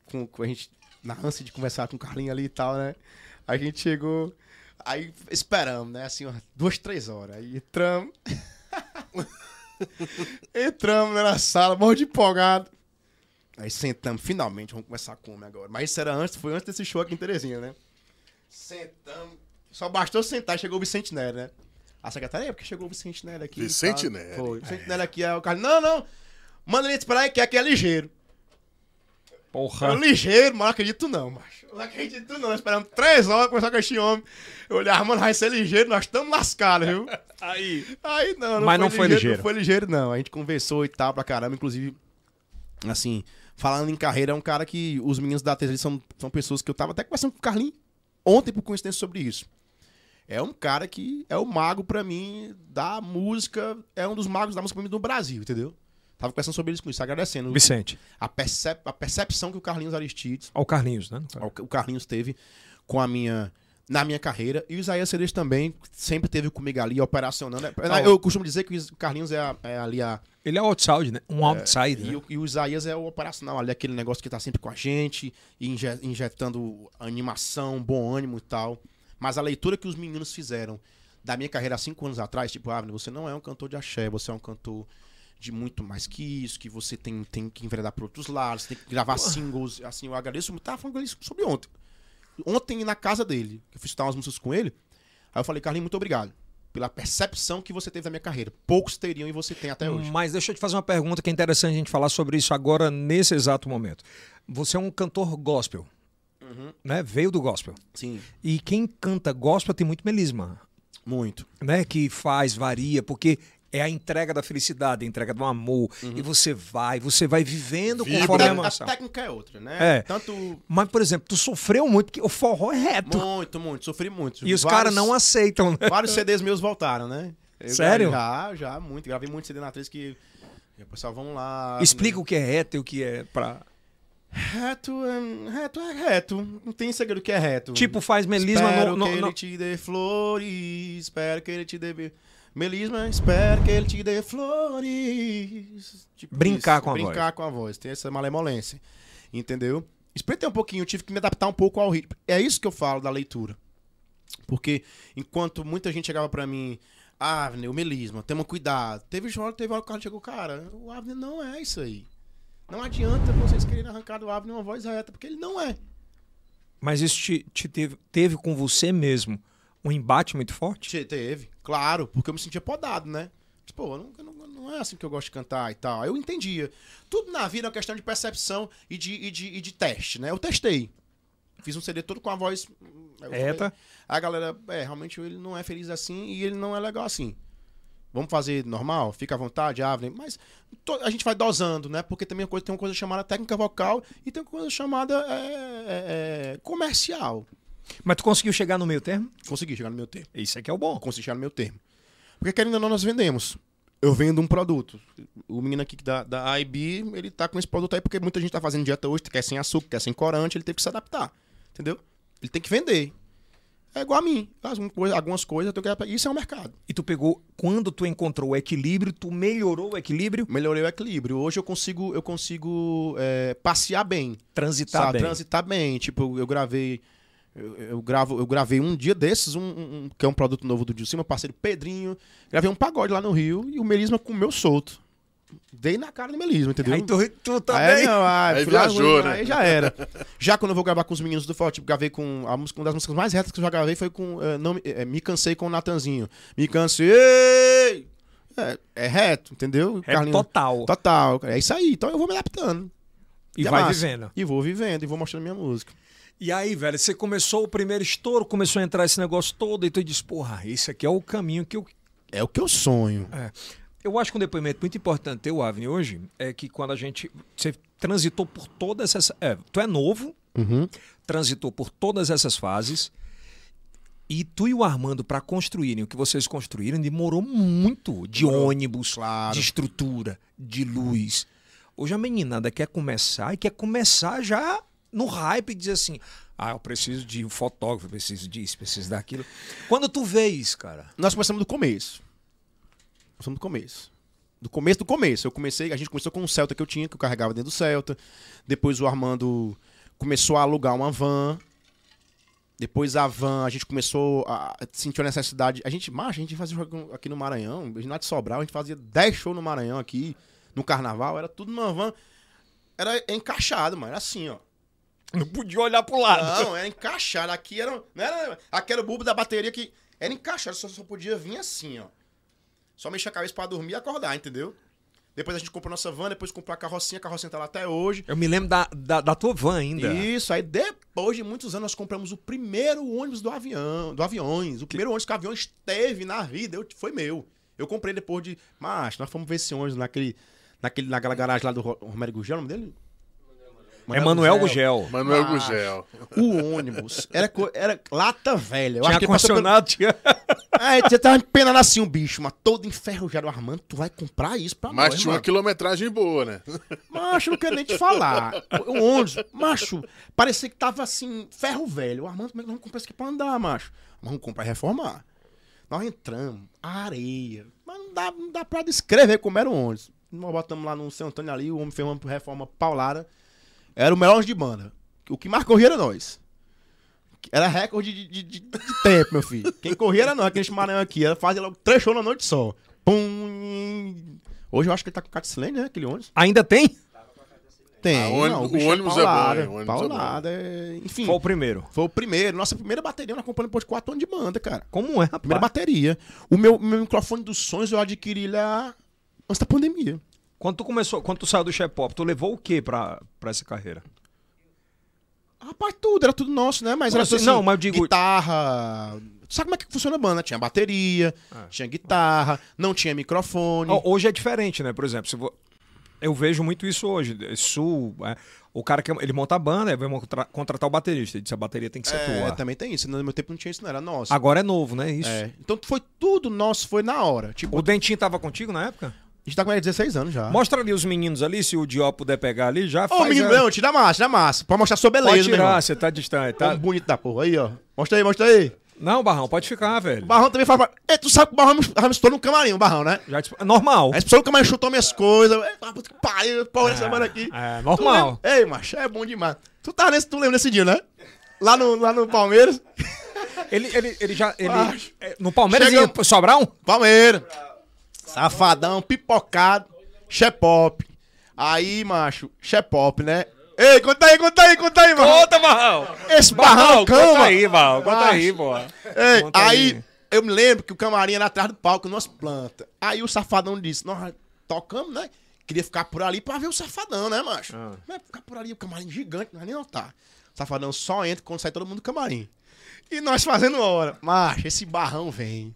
[SPEAKER 3] Com, com a gente na ânsia de conversar com o Carlinho ali e tal, né? A gente chegou. Aí esperamos, né? Assim, umas duas, três horas. Aí entramos. entramos né, na sala, morro de empolgado. Aí sentamos, finalmente, vamos começar a comer agora. Mas isso era antes, foi antes desse show aqui em Terezinha, né? Sentamos. Só bastou sentar, chegou o Vicente Nery, né? A secretária, é porque chegou o Vicente Nery aqui. e
[SPEAKER 2] Vicente
[SPEAKER 3] tal.
[SPEAKER 2] Nery. É.
[SPEAKER 3] Foi. Vicente Nery aqui, aí o cara, não, não. Manda ele esperar aí, que aqui é ligeiro.
[SPEAKER 1] Porra. Tá.
[SPEAKER 3] Eu, ligeiro, mas não acredito não, macho. Não acredito não. Nós esperamos três horas pra conversar com esse homem. Eu olhava, mano, vai ser ligeiro, nós estamos lascados, viu?
[SPEAKER 1] Aí.
[SPEAKER 3] Aí não, não
[SPEAKER 1] Mas não foi ligeiro.
[SPEAKER 3] Não foi ligeiro, não. A gente conversou e tal pra caramba. Inclusive, assim, falando em carreira, é um cara que os meninos da TZ são, são pessoas que eu tava até conversando com o Carlinhos ontem, por coincidência, sobre isso. É um cara que é o mago pra mim da música, é um dos magos da música pra mim do Brasil, entendeu? Tava conversando sobre isso com isso, agradecendo
[SPEAKER 1] Vicente.
[SPEAKER 3] a, percep a percepção que o Carlinhos Aristides
[SPEAKER 1] Ó, o Carlinhos, né?
[SPEAKER 3] ao que o Carlinhos teve com a minha na minha carreira e o Isaías Cereja também sempre teve comigo ali operacionando. É,
[SPEAKER 1] Ah,
[SPEAKER 3] Eu costumo dizer que o Is- o Carlinhos é, a- é ali a
[SPEAKER 1] Ele é outside, né? Um outside.
[SPEAKER 3] e,
[SPEAKER 1] né?
[SPEAKER 3] o, e o Isaías é o operacional ali aquele negócio que tá sempre com a gente e inje- injetando animação, bom ânimo e tal. Mas a leitura que os meninos fizeram da minha carreira há cinco anos atrás, tipo, Avner, você não é um cantor de axé, você é um cantor de muito mais que isso, que você tem, tem que enveredar por outros lados, tem que gravar singles, assim, eu agradeço muito. Tava falando com ele sobre ontem. Ontem na casa dele, que eu fui citar umas músicas com ele, aí eu falei, Carlinhos, muito obrigado pela percepção que você teve da minha carreira. Poucos teriam e você tem até É hoje.
[SPEAKER 1] Mas deixa eu te fazer uma pergunta que é interessante a gente falar sobre isso agora, nesse exato momento. Você é um cantor gospel,
[SPEAKER 3] Uhum.
[SPEAKER 1] né? Veio do gospel.
[SPEAKER 3] Sim.
[SPEAKER 1] E quem canta gospel tem muito melisma,
[SPEAKER 3] Muito.
[SPEAKER 1] né? Que faz, varia, porque é a entrega da felicidade, a entrega do amor.
[SPEAKER 3] Uhum.
[SPEAKER 1] E você vai, você vai vivendo
[SPEAKER 2] Vibra.
[SPEAKER 1] conforme a
[SPEAKER 3] A- a,
[SPEAKER 1] emoção.
[SPEAKER 3] técnica é outra, né?
[SPEAKER 1] É.
[SPEAKER 3] Tanto.
[SPEAKER 1] Mas, por exemplo, tu sofreu muito, porque o forró é reto.
[SPEAKER 3] Muito, muito. Sofri muito.
[SPEAKER 1] E os
[SPEAKER 3] Vários-
[SPEAKER 1] caras não aceitam, né?
[SPEAKER 3] Vários CDs meus voltaram, né? Eu
[SPEAKER 1] Sério?
[SPEAKER 3] Já, já, muito. Gravei muito CD na atriz que. e o Pessoal, vamos lá.
[SPEAKER 1] Explica o que é reto e o que é pra...
[SPEAKER 3] Reto é reto, é reto. Não tem segredo que é reto.
[SPEAKER 1] Tipo, faz melisma
[SPEAKER 3] espero
[SPEAKER 1] no... no-
[SPEAKER 3] que ele
[SPEAKER 1] no-
[SPEAKER 3] te dê flores. Espero que ele te dê. be- Melisma, espero que ele te dê flores. Tipo
[SPEAKER 1] Brincar
[SPEAKER 3] isso,
[SPEAKER 1] com a voz.
[SPEAKER 3] Brincar com a voz. Tem essa malemolência. Entendeu? Espreitei um pouquinho, eu tive que me adaptar um pouco ao ritmo. É isso que eu falo da leitura. Porque enquanto muita gente chegava pra mim, Avner, o melisma, toma cuidado. Teve hora, teve hora que o cara chegou, cara, o Avner não é isso aí. Não adianta vocês quererem arrancar do Avner uma voz reta, porque ele não é.
[SPEAKER 1] Mas isso te, te teve, teve com você mesmo um embate muito forte?
[SPEAKER 3] Te- Teve, claro, porque eu me sentia podado, né? Tipo, pô, não, não, não é assim que eu gosto de cantar e tal. Aí Eu entendia. Tudo na vida é uma questão de percepção e de, e de, e de teste, né? Eu testei. Fiz um CD todo com a voz. hum, eu falei,
[SPEAKER 1] Reta.
[SPEAKER 3] A galera, é, realmente ele não é feliz assim e ele não é legal assim. Vamos fazer normal? Fica à vontade, Avner. Mas to- a gente vai dosando, né? Porque também a coisa, tem uma coisa chamada técnica vocal e tem uma coisa chamada é, é, é, comercial.
[SPEAKER 1] Mas tu conseguiu chegar no meio termo?
[SPEAKER 3] Consegui chegar no meu tempo
[SPEAKER 1] Isso aqui é o bom.
[SPEAKER 3] consegui chegar no meu termo. Porque querendo ou não, nós vendemos. Eu vendo um produto. O menino aqui da, da IB, ele tá com esse produto aí porque muita gente tá fazendo dieta hoje, quer sem açúcar, quer sem corante, ele teve que se adaptar. Entendeu? Ele tem que vender. É igual a mim. Algumas coisas, algumas coisas eu tenho que... Isso é um mercado.
[SPEAKER 1] E tu pegou, quando tu encontrou o equilíbrio, tu melhorou o equilíbrio,
[SPEAKER 3] Melhorei o equilíbrio. Hoje eu consigo, eu consigo é, passear bem.
[SPEAKER 1] transitar
[SPEAKER 3] sabe?
[SPEAKER 1] Tá bem.
[SPEAKER 3] Transitar bem. Tipo, eu- eu gravei. Eu, eu gravo, eu gravei um dia desses, um, um- um- que é um produto novo do Dio Silva, parceiro Pedrinho. Gravei um pagode lá no Rio e o Melisma comeu solto. Dei na cara do Melisma, entendeu?
[SPEAKER 1] Aí tu, tu
[SPEAKER 3] Aí,
[SPEAKER 1] também.
[SPEAKER 3] não, aí,
[SPEAKER 2] Aí
[SPEAKER 3] fui lá,
[SPEAKER 2] viajou,
[SPEAKER 3] fui
[SPEAKER 2] né?
[SPEAKER 3] lá, aí já era. Já quando eu vou gravar com os meninos do Forte, tipo, gravei com a música, uma das músicas mais retas que eu já gravei foi com eh, não, Me- eh, Me Cansei com o Natanzinho. Me cansei! É, é reto, entendeu?
[SPEAKER 1] é
[SPEAKER 3] Carlinhos?
[SPEAKER 1] total.
[SPEAKER 3] Total, cara. É isso aí. Então eu vou me adaptando.
[SPEAKER 1] E
[SPEAKER 3] é
[SPEAKER 1] vai
[SPEAKER 3] massa.
[SPEAKER 1] vivendo.
[SPEAKER 3] E vou vivendo, e vou mostrando minha música.
[SPEAKER 1] tá E aí, velho, você começou o primeiro estouro, começou a entrar esse negócio todo, e tu disse, porra, esse aqui é o caminho que eu
[SPEAKER 3] É o que eu sonho.
[SPEAKER 1] Eu acho que um depoimento muito importante teu, Avni, hoje, é que quando a gente. Você transitou por todas essas. É, tu é novo,
[SPEAKER 3] Uhum.
[SPEAKER 1] transitou por todas essas fases. E tu e o Armando, para construírem o que vocês construíram, demorou muito de ônibus,
[SPEAKER 3] claro.
[SPEAKER 1] de estrutura, de luz. Hoje a meninada quer começar e quer começar já no hype e dizer assim: Ah, eu preciso de um fotógrafo, preciso disso, preciso daquilo. Quando tu vê isso, cara?
[SPEAKER 3] Nós começamos do começo. Começamos do começo. Do começo do começo. Eu comecei, a gente começou com um Celta que eu tinha, que eu carregava dentro do Celta. Depois o Armando começou a alugar uma van. Depois a van, a gente começou a sentir a necessidade. A gente, mas a gente fazia jogo aqui no Maranhão, na de Sobral, a gente fazia 10 shows no Maranhão aqui, no carnaval, era tudo numa van. Era encaixado, mano, era assim, ó.
[SPEAKER 1] Não podia olhar pro lado.
[SPEAKER 3] Não, era encaixado. Aqui era. um, Não era aqui era o bulbo da bateria que. Era encaixado, só, só podia vir assim, ó. Só mexer a cabeça pra dormir e acordar, entendeu? Depois a gente comprou nossa van, depois comprou a carrocinha, a carrocinha tá lá até hoje.
[SPEAKER 1] Eu me lembro da, da, da tua van ainda.
[SPEAKER 3] Isso, aí depois de muitos anos nós compramos o primeiro ônibus do avião, do aviões, o primeiro ônibus que o aviões teve na vida, eu, foi meu. Eu comprei depois de, mas nós fomos ver esse ônibus naquele, naquele naquela garagem lá do Ro- Romero Gugel, o nome dele?
[SPEAKER 1] É Manuel Gugel.
[SPEAKER 2] Manuel
[SPEAKER 3] Mas-
[SPEAKER 2] Gugel.
[SPEAKER 3] O ônibus era co- era lata velha. Eu
[SPEAKER 1] Tinha
[SPEAKER 3] acho que é ele passou pelo-
[SPEAKER 1] ar-condicionado, tinha...
[SPEAKER 3] Aí você tava empenando assim o bicho, mas todo enferrujado. Armando, tu vai comprar isso pra
[SPEAKER 2] Mas
[SPEAKER 3] nós,
[SPEAKER 2] tinha uma
[SPEAKER 3] mano.
[SPEAKER 2] quilometragem boa, né?
[SPEAKER 3] Macho, não quero nem te falar. O ônibus, macho, parecia que tava assim, ferro velho. O Armando, como é que nós vamos comprar isso aqui pra andar, macho? Nós vamos comprar e reformar. Nós entramos, areia. Mas não dá, não dá pra descrever como era o ônibus. Nós botamos lá no São Antônio ali, o homem fez uma reforma paulada. Era o melhor ônibus de banda. O que mais corria era nós. Era recorde de, de- de- de tempo, meu filho. Quem corria era nós, aquele Maranhão aqui. Era fazer logo três shows na noite só. Pum. Hoje eu acho que ele tá com Catsilene, né? Aquele ônibus.
[SPEAKER 1] Ainda tem?
[SPEAKER 3] Tem.
[SPEAKER 2] Ah, o ônibus- o
[SPEAKER 3] bicho
[SPEAKER 2] ônibus é
[SPEAKER 3] paulada,
[SPEAKER 2] bom, hein? O ônibus é bom.
[SPEAKER 3] paulada, é- Enfim,
[SPEAKER 1] Foi o primeiro.
[SPEAKER 3] foi o primeiro. Nossa primeira bateria na companhia depois de quatro anos de banda, cara.
[SPEAKER 1] Como é, rapaz?
[SPEAKER 3] Primeira bateria. O meu, meu microfone dos sonhos eu adquiri lá antes da pandemia.
[SPEAKER 1] Quando tu começou, quando tu saiu do Chef Pop, tu levou o que pra, pra essa carreira?
[SPEAKER 3] Rapaz, tudo, era tudo nosso, né? Mas,
[SPEAKER 1] Mas
[SPEAKER 3] era
[SPEAKER 1] assim,
[SPEAKER 3] assim,
[SPEAKER 1] não, mas eu digo-
[SPEAKER 3] Guitarra. Sabe como é que funciona a banda? Tinha bateria, tinha guitarra, não tinha microfone.
[SPEAKER 1] Ah. Ó, Hoje é diferente, né? Por exemplo, se vo- eu vejo muito isso hoje. eh, Sul, eh, o cara que ele monta a banda, ele vai montra- contratar o baterista. Ele diz, a bateria tem que ser
[SPEAKER 3] é,
[SPEAKER 1] tua.
[SPEAKER 3] também tem isso. No meu tempo não tinha isso, não era nosso.
[SPEAKER 1] Agora é novo, né? Isso.
[SPEAKER 3] É. Então foi tudo nosso, foi na hora. Tipo,
[SPEAKER 1] O Dentinho tava contigo na época?
[SPEAKER 3] a gente tá com 16 anos já.
[SPEAKER 1] Mostra ali os meninos ali, se o Dió puder pegar ali, já
[SPEAKER 3] Ô,
[SPEAKER 1] faz.
[SPEAKER 3] menino,
[SPEAKER 1] a-
[SPEAKER 3] não, tira a massa, tira a massa. Pra mostrar sua beleza,
[SPEAKER 1] Pode
[SPEAKER 3] meu irmão.
[SPEAKER 1] tirar, você tá distante,
[SPEAKER 3] Tá
[SPEAKER 1] tá?
[SPEAKER 3] bonito da porra. Aí, ó. Mostra aí, mostra aí.
[SPEAKER 1] Não, Barrão, pode ficar, velho.
[SPEAKER 3] O Barrão também faz. Ei, tu sabe que o Barrão me- Barrão me estou no camarim, o Barrão, né?
[SPEAKER 1] Já te- é Normal.
[SPEAKER 3] Aí as pessoas no camarim chutou minhas coisas. Ei, tá, puta que pariu, porra, essa semana aqui.
[SPEAKER 1] é,
[SPEAKER 3] Tu
[SPEAKER 1] normal.
[SPEAKER 3] lembra- Ei, macho, é bom demais. Tu tá nesse, tu lembra desse dia, né? Lá no, lá no Palmeiras.
[SPEAKER 1] Ele, ele, ele já. Ele,
[SPEAKER 3] Ah.
[SPEAKER 1] é, no Palmeiras
[SPEAKER 3] Chegamos.
[SPEAKER 1] ia sobrar um?
[SPEAKER 3] Palmeiras. Safadão, pipocado, xepop. Aí, macho, xepop, né? Ei, conta aí, conta aí, conta aí, mano.
[SPEAKER 1] Conta, Barrão!
[SPEAKER 3] Esse barrão, é
[SPEAKER 1] Conta
[SPEAKER 3] cama. Ah,
[SPEAKER 1] aí, Barrão, conta aí, pô.
[SPEAKER 3] Ei,
[SPEAKER 1] Conta
[SPEAKER 3] aí, eu me lembro que o camarim era atrás do palco, nós planta. Aí o safadão disse: Nós tocamos, né? Queria ficar por ali pra ver o safadão, né, macho?
[SPEAKER 5] Ah.
[SPEAKER 3] Mas ficar por ali, o camarim gigante, nós nem notar. O safadão só entra quando sai todo mundo do camarim. E nós fazendo hora. Macho, esse barrão vem.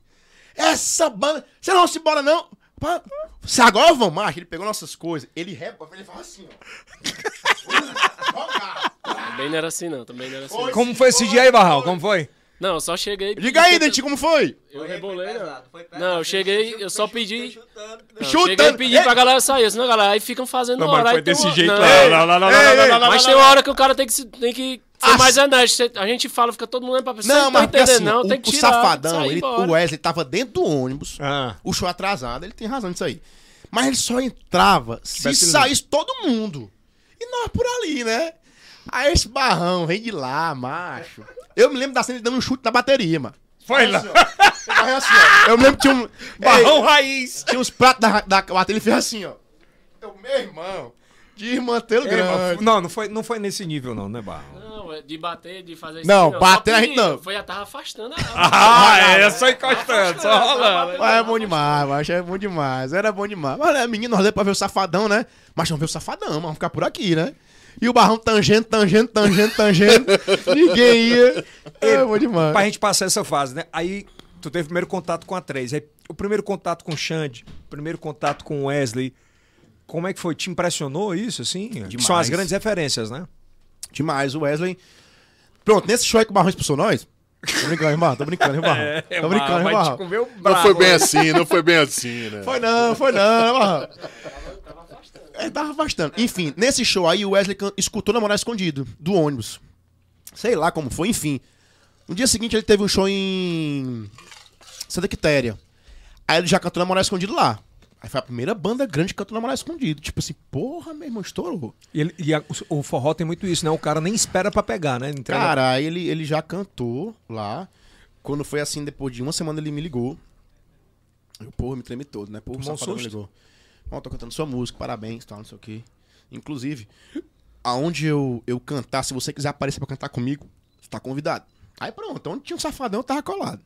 [SPEAKER 3] Essa banda. Você não se embora, não? Pá, Se agora vão, macho. Ele pegou nossas coisas. Ele reba, ele fala assim, ó. Jogar.
[SPEAKER 5] Também não era assim, não. Também não era assim.
[SPEAKER 3] Oi.
[SPEAKER 1] Como foi esse dia aí, Barrão? Como foi?
[SPEAKER 5] Não, eu só cheguei.
[SPEAKER 3] Diga aí, Dentinho, como foi?
[SPEAKER 5] Eu rebolei, não. Não, eu cheguei, eu só pedi. Não,
[SPEAKER 3] Chutando.
[SPEAKER 5] Cheguei e pedi
[SPEAKER 3] Ei.
[SPEAKER 5] pra galera sair. Senão, galera, aí ficam fazendo um
[SPEAKER 1] Não, mas
[SPEAKER 5] hora.
[SPEAKER 1] foi
[SPEAKER 5] aí tem
[SPEAKER 1] desse
[SPEAKER 5] uma-
[SPEAKER 1] jeito,
[SPEAKER 5] não,
[SPEAKER 1] não,
[SPEAKER 5] não, não, não,
[SPEAKER 3] Ei, ei, não,
[SPEAKER 5] Mas tem uma hora que o cara tem que, se- tem que ser
[SPEAKER 3] Ah,
[SPEAKER 5] mais honesto. A gente fala, fica todo mundo olhando pra pessoa.
[SPEAKER 3] Não,
[SPEAKER 5] não tá
[SPEAKER 3] mas porque
[SPEAKER 5] entendendo,
[SPEAKER 3] assim,
[SPEAKER 5] não.
[SPEAKER 3] o,
[SPEAKER 5] Tem que
[SPEAKER 3] o
[SPEAKER 5] tirar.
[SPEAKER 3] safadão,
[SPEAKER 5] sair,
[SPEAKER 3] ele,
[SPEAKER 5] bora.
[SPEAKER 3] o é- Wesley tava dentro do ônibus,
[SPEAKER 1] Ah.
[SPEAKER 3] o show atrasado, ele tem razão nisso aí. Mas ele só entrava se
[SPEAKER 1] Tivesse
[SPEAKER 3] saísse todo mundo. E nós por ali, né? Aí esse barrão vem de lá, macho. Eu me lembro da cena de dando um chute na bateria, mano.
[SPEAKER 1] Foi lá.
[SPEAKER 3] Ele fazia assim, ó. Eu me lembro que tinha um.
[SPEAKER 1] Barrão
[SPEAKER 3] Ei,
[SPEAKER 1] Raiz.
[SPEAKER 3] tinha uns pratos da, da bateria, ele fez assim, ó. Eu, meu irmão, desmantelo
[SPEAKER 1] É, mas-
[SPEAKER 3] grande.
[SPEAKER 1] não, não foi, não foi nesse nível, não, né, Barrão?
[SPEAKER 5] Não, é de bater, de fazer
[SPEAKER 3] Não,
[SPEAKER 5] só
[SPEAKER 3] bater a gente
[SPEAKER 5] pedi.
[SPEAKER 3] não.
[SPEAKER 5] Foi, já tava afastando a
[SPEAKER 1] Ah, é, só encostando, só rolando.
[SPEAKER 3] Mas é bom demais, macho. É bom demais. Era bom demais. Mas né, menino, nós lemos pra ver o safadão, né? Mas não ver o safadão, mas vamos ficar por aqui, né? E o barrão tangendo, tangendo, tangendo, tangendo. Ninguém ia. É bom demais.
[SPEAKER 1] Pra gente passar essa fase, né? Aí tu teve primeiro contato com a 3, aí o primeiro contato com o Xande, o primeiro contato com o Wesley. Como é que foi? Te impressionou isso, assim? Que São as
[SPEAKER 3] Demais.
[SPEAKER 1] grandes referências, né?
[SPEAKER 3] Demais, o Wesley. Pronto, nesse show aí que o barrão expulsou nós. Tô brincando, irmão. Tô brincando, irmão.
[SPEAKER 1] É,
[SPEAKER 3] Tô brincando, irmão.
[SPEAKER 2] Não foi bem assim, não foi bem assim, né?
[SPEAKER 3] Foi não, foi não, mano. É, tava afastando. Enfim, nesse show aí, o Wesley can- escutou Namorar Escondido, do ônibus. Sei lá como foi, enfim. No dia seguinte ele teve um show em Santa Quitéria. Aí ele já cantou Namorar Escondido lá. Aí foi a primeira banda grande que cantou Namorar Escondido. Tipo assim, porra, meu irmão, estourou.
[SPEAKER 1] E, ele- e a- o o forró tem muito isso, né? O cara nem espera pra pegar, né? Entrega-
[SPEAKER 3] Cara, aí ele, ele já cantou lá. Quando foi assim, depois de uma semana ele me ligou. Eu, porra, me tremi todo, né? Porra, o
[SPEAKER 1] Tomou um
[SPEAKER 3] safadão me
[SPEAKER 1] susto.
[SPEAKER 3] ligou. Ó, tô cantando sua música, parabéns, tal, não sei o quê. Inclusive, aonde eu, eu cantar, se você quiser aparecer pra cantar comigo, você tá convidado. Aí pronto, onde tinha um safadão, eu tava colado.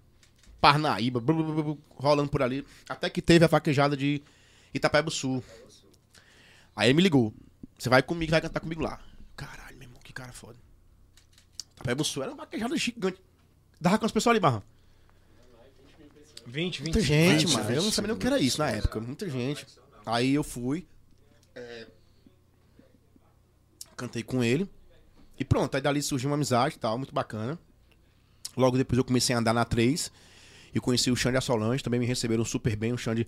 [SPEAKER 3] Parnaíba, blu, blu, blu, blu, rolando por ali. Até que teve a vaquejada de Itapeba Sul. Aí ele me ligou. Você vai comigo, vai cantar comigo lá. Caralho, meu irmão, que cara foda. Itapeba Sul era uma vaquejada gigante. Dava com as pessoas ali, barra.
[SPEAKER 1] 20, 20.
[SPEAKER 3] Muita gente,
[SPEAKER 2] Vinte,
[SPEAKER 3] mano. eu não
[SPEAKER 2] vinte.
[SPEAKER 3] sabia nem o que era isso na época. Muita gente. Aí eu fui. é, Cantei com ele. E pronto, aí dali surgiu uma amizade e tal, muito bacana. Logo depois eu comecei a andar na 3. E conheci o Xande e a Solange, também me receberam super bem. O Xande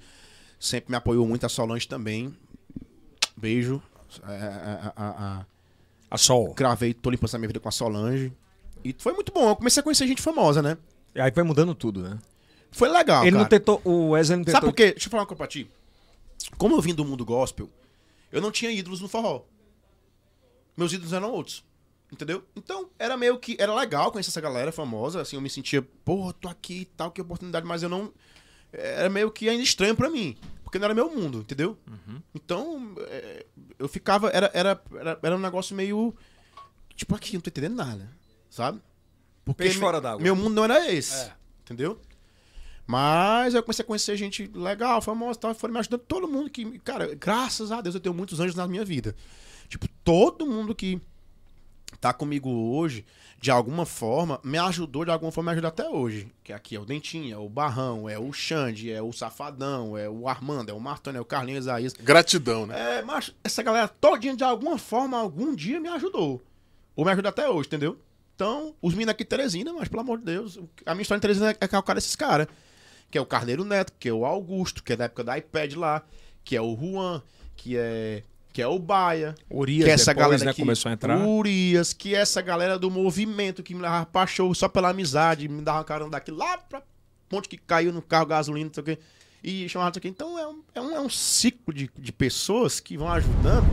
[SPEAKER 3] sempre me apoiou muito, a Solange também. Beijo. É, a- a- a- a-
[SPEAKER 1] A sol.
[SPEAKER 3] Gravei Tô Limpando Essa Minha Vida com a Solange. E foi muito bom. Eu comecei a conhecer gente famosa, né?
[SPEAKER 1] Aí vai mudando tudo, né?
[SPEAKER 3] Foi legal.
[SPEAKER 1] ele não
[SPEAKER 3] cara.
[SPEAKER 1] tentou. O Wesley não tentou.
[SPEAKER 3] Sabe por quê? Deixa eu falar uma coisa pra ti. Como eu vim do mundo gospel, eu não tinha ídolos no forró. Meus ídolos eram outros. Entendeu? Então, era meio que. Era legal conhecer essa galera famosa, assim, eu me sentia, porra, tô aqui e tal, que oportunidade, mas eu não. Era meio que ainda estranho pra mim. Porque não era meu mundo, entendeu?
[SPEAKER 1] Uhum.
[SPEAKER 3] Então, é, eu ficava. Era, era, era, era um negócio meio. Tipo, aqui, não tô entendendo nada. Sabe? Porque
[SPEAKER 1] Peixe
[SPEAKER 3] me-
[SPEAKER 1] fora d'água. É.
[SPEAKER 3] Meu mundo não era esse. Entendeu? Mas eu comecei a conhecer gente legal, famosa e tal, e foram me ajudando todo mundo que. Cara, graças a Deus eu tenho muitos anjos na minha vida. Tipo, todo mundo que tá comigo hoje, de alguma forma, me ajudou, de alguma forma me ajuda até hoje. Que aqui é o Dentinho, é o Barrão, é o Xande, é o Safadão, é o Armando, é o Martoni, é o Carlinhos, Isaías.
[SPEAKER 2] Gratidão, né?
[SPEAKER 3] É, mas essa galera todinha, de alguma forma, algum dia me ajudou. Ou me ajuda até hoje, entendeu? Então, os meninos aqui de Teresina, mas pelo amor de Deus, o- a minha história em Teresina é calcada esses caras. Que é o Carneiro Neto, que é o Augusto, que é da época da iPad lá, que é o Juan, que é, que é o Baia.
[SPEAKER 1] Urias
[SPEAKER 3] que é essa
[SPEAKER 1] depois,
[SPEAKER 3] galera Uh.
[SPEAKER 1] né,
[SPEAKER 3] que,
[SPEAKER 1] começou a entrar.
[SPEAKER 3] Urias, que é essa galera do movimento que me levava pra show só pela amizade, me dava carona daqui lá pra ponte que caiu no carro, gasolina, não sei o quê. E chamava não sei o quê. Então é um, é um, é um ciclo de, de pessoas que vão ajudando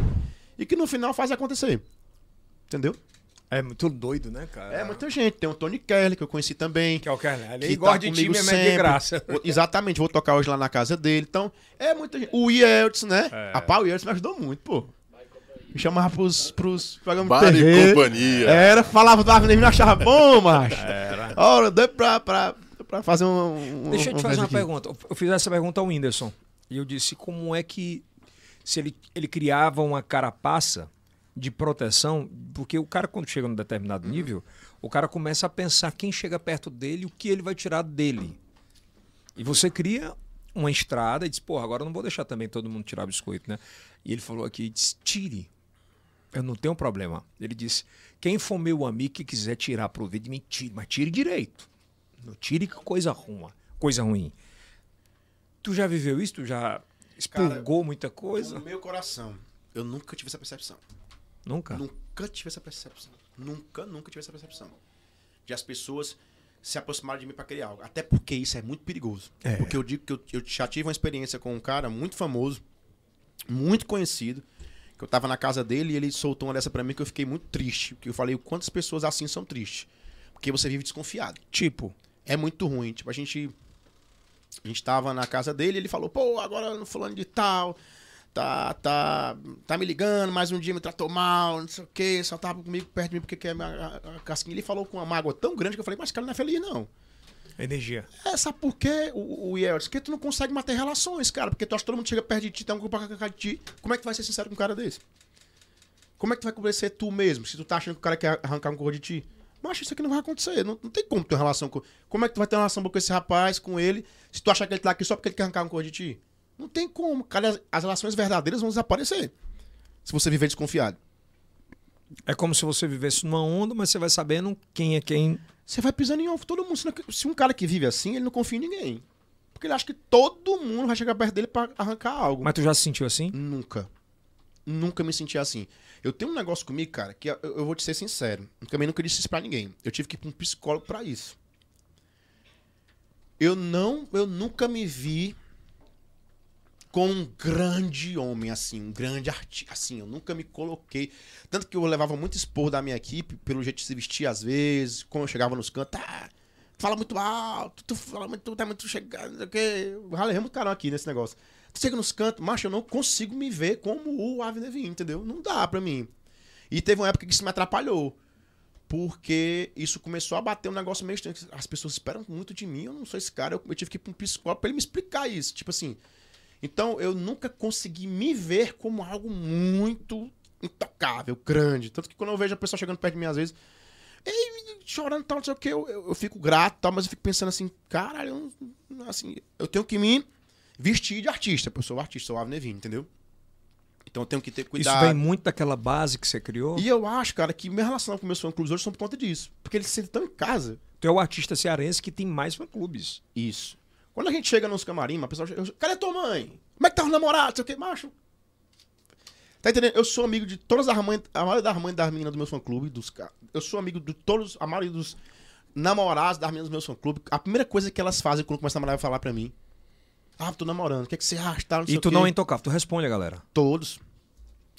[SPEAKER 3] e que no final faz acontecer. Entendeu?
[SPEAKER 1] É muito doido, né, cara?
[SPEAKER 3] É muita gente. Tem o Tony Kelly, que eu conheci também.
[SPEAKER 1] Que é o Carlinhos. Ele
[SPEAKER 3] que
[SPEAKER 1] gosta
[SPEAKER 3] tá
[SPEAKER 1] de
[SPEAKER 3] comigo
[SPEAKER 1] time, mas é de
[SPEAKER 3] sempre.
[SPEAKER 1] graça.
[SPEAKER 3] O- Exatamente, vou tocar hoje lá na casa dele. Então, é muita gente. O Yeltsin, né?
[SPEAKER 1] É.
[SPEAKER 3] Rapaz, o Yeltsin me ajudou muito, pô. Me chamava pros, pros programas
[SPEAKER 2] Bar
[SPEAKER 3] de TV.
[SPEAKER 2] e companhia.
[SPEAKER 3] Era, falava do Armin, me achava bom, macho. Era. Ora, deu pra, pra, pra fazer um, um-
[SPEAKER 1] Deixa eu te fazer
[SPEAKER 3] vez
[SPEAKER 1] uma
[SPEAKER 3] aqui.
[SPEAKER 1] pergunta. Eu fiz essa pergunta ao Whindersson. E eu disse como é que. Se ele, ele criava uma carapaça de proteção, porque o cara, quando chega num determinado nível, o cara começa a pensar quem chega perto dele, o que ele vai tirar dele. E você cria uma estrada e diz, porra, agora eu não vou deixar também todo mundo tirar biscoito, né? E ele falou aqui, disse, tire. Eu não tenho problema. Ele disse, quem for meu amigo que quiser tirar proveito de mim, tire, mas tire direito. Não tire coisa ruim. Coisa ruim. Tu já viveu isso? Tu já expurgou muita coisa?
[SPEAKER 3] No meu coração, eu nunca tive essa percepção.
[SPEAKER 1] Nunca.
[SPEAKER 3] Nunca tive essa percepção. Nunca, nunca tive essa percepção. De as pessoas se aproximarem de mim pra criar algo. Até porque isso é muito perigoso. Porque eu digo que eu, eu já tive uma experiência com um cara muito famoso, muito conhecido, que eu tava na casa dele e ele soltou uma dessa pra mim que eu fiquei muito triste. Porque eu falei o quantas pessoas assim são tristes. Porque você vive desconfiado.
[SPEAKER 1] Tipo,
[SPEAKER 3] É muito ruim. Tipo, a gente. A gente tava na casa dele, ele falou, pô, agora no fulano de tal, tá, tá, tá me ligando, mais um dia me tratou mal, não sei o quê, só tava comigo perto de mim porque quer minha- a, a casquinha. Ele falou com uma mágoa tão grande que eu falei, mas esse cara não é feliz, não.
[SPEAKER 1] energia.
[SPEAKER 3] É, sabe por quê, o, o Yeltsin? Porque tu não consegue manter relações, cara. Porque tu acha que todo mundo chega perto de ti, tem um grupo pra cá de ti. Como é que tu vai ser sincero com um cara desse? Como é que tu vai convencer tu mesmo se tu tá achando que o cara quer arrancar um corpo de ti? Macho, isso aqui não vai acontecer. Não, não tem como ter uma relação com. Como é que tu vai ter uma relação boa com esse rapaz, com ele, se tu achar que ele tá aqui só porque ele quer arrancar um corpo de ti? Não tem como. Cara, as, as relações verdadeiras vão desaparecer. Se você viver desconfiado.
[SPEAKER 1] É como se você vivesse numa onda, mas você vai sabendo quem é quem.
[SPEAKER 3] Você vai pisando em ovo todo mundo. senão que- Se um cara que vive assim, ele não confia em ninguém. Porque ele acha que todo mundo vai chegar perto dele pra arrancar algo.
[SPEAKER 1] Mas tu já se sentiu assim?
[SPEAKER 3] Nunca. nunca me senti assim. Eu tenho um negócio comigo, cara, que eu, eu vou te ser sincero. Eu também nunca disse isso pra ninguém. Eu tive que ir pra um psicólogo pra isso. Eu não, eu nunca me vi como um grande homem, assim, um grande artista, assim, eu nunca me coloquei. Tanto que eu levava muito expor da minha equipe, pelo jeito de se vestir às vezes, como eu chegava nos cantos, ah, tu fala muito alto, tu fala muito, tu tá muito chegado, não sei o quê. Ralei muito carão aqui nesse negócio. Tu chega nos cantos, macho, eu não consigo me ver como o Ave Nevin, entendeu? Não dá pra mim. E teve uma época que isso me atrapalhou. Porque isso começou a bater um negócio meio estranho. As pessoas esperam muito de mim, eu não sou esse cara. Eu, eu tive que ir pra um psicólogo pra ele me explicar isso. Tipo assim, então eu nunca consegui me ver como algo muito intocável, grande. Tanto que quando eu vejo a pessoa chegando perto de mim às vezes, ei, chorando e tal, não sei o que, eu, eu, eu fico grato e tal, mas eu fico pensando assim, caralho, eu, não- assim, eu tenho que me vestir de artista, porque eu sou artista, sou o Avnevin, entendeu? Então eu tenho que ter cuidado.
[SPEAKER 1] Isso vem muito daquela base que você criou.
[SPEAKER 3] E eu acho, cara, que minha relação com meus fã-clubes hoje são por conta disso. Porque eles se sentem tão em casa.
[SPEAKER 1] Tu é o artista cearense que tem mais fã-clubes.
[SPEAKER 3] Isso. Quando a gente chega nos camarim, a pessoa chega, eu- cadê tua mãe? Como é que tá os namorados? Sei o que, macho. Tá entendendo? Eu sou amigo de todas as mães, a maioria das mães das meninas do meu fã-clube, dos ca- Eu sou amigo de todos, a maioria dos namorados das meninas do meu fã-clube. A primeira coisa que elas fazem quando começam a namorar é falar pra mim. Ah, tô namorando, o que é que você acha? Tá, não sei
[SPEAKER 1] E
[SPEAKER 3] o
[SPEAKER 1] tu
[SPEAKER 3] quê."
[SPEAKER 1] não é intocável, tu responde a galera.
[SPEAKER 3] Todos.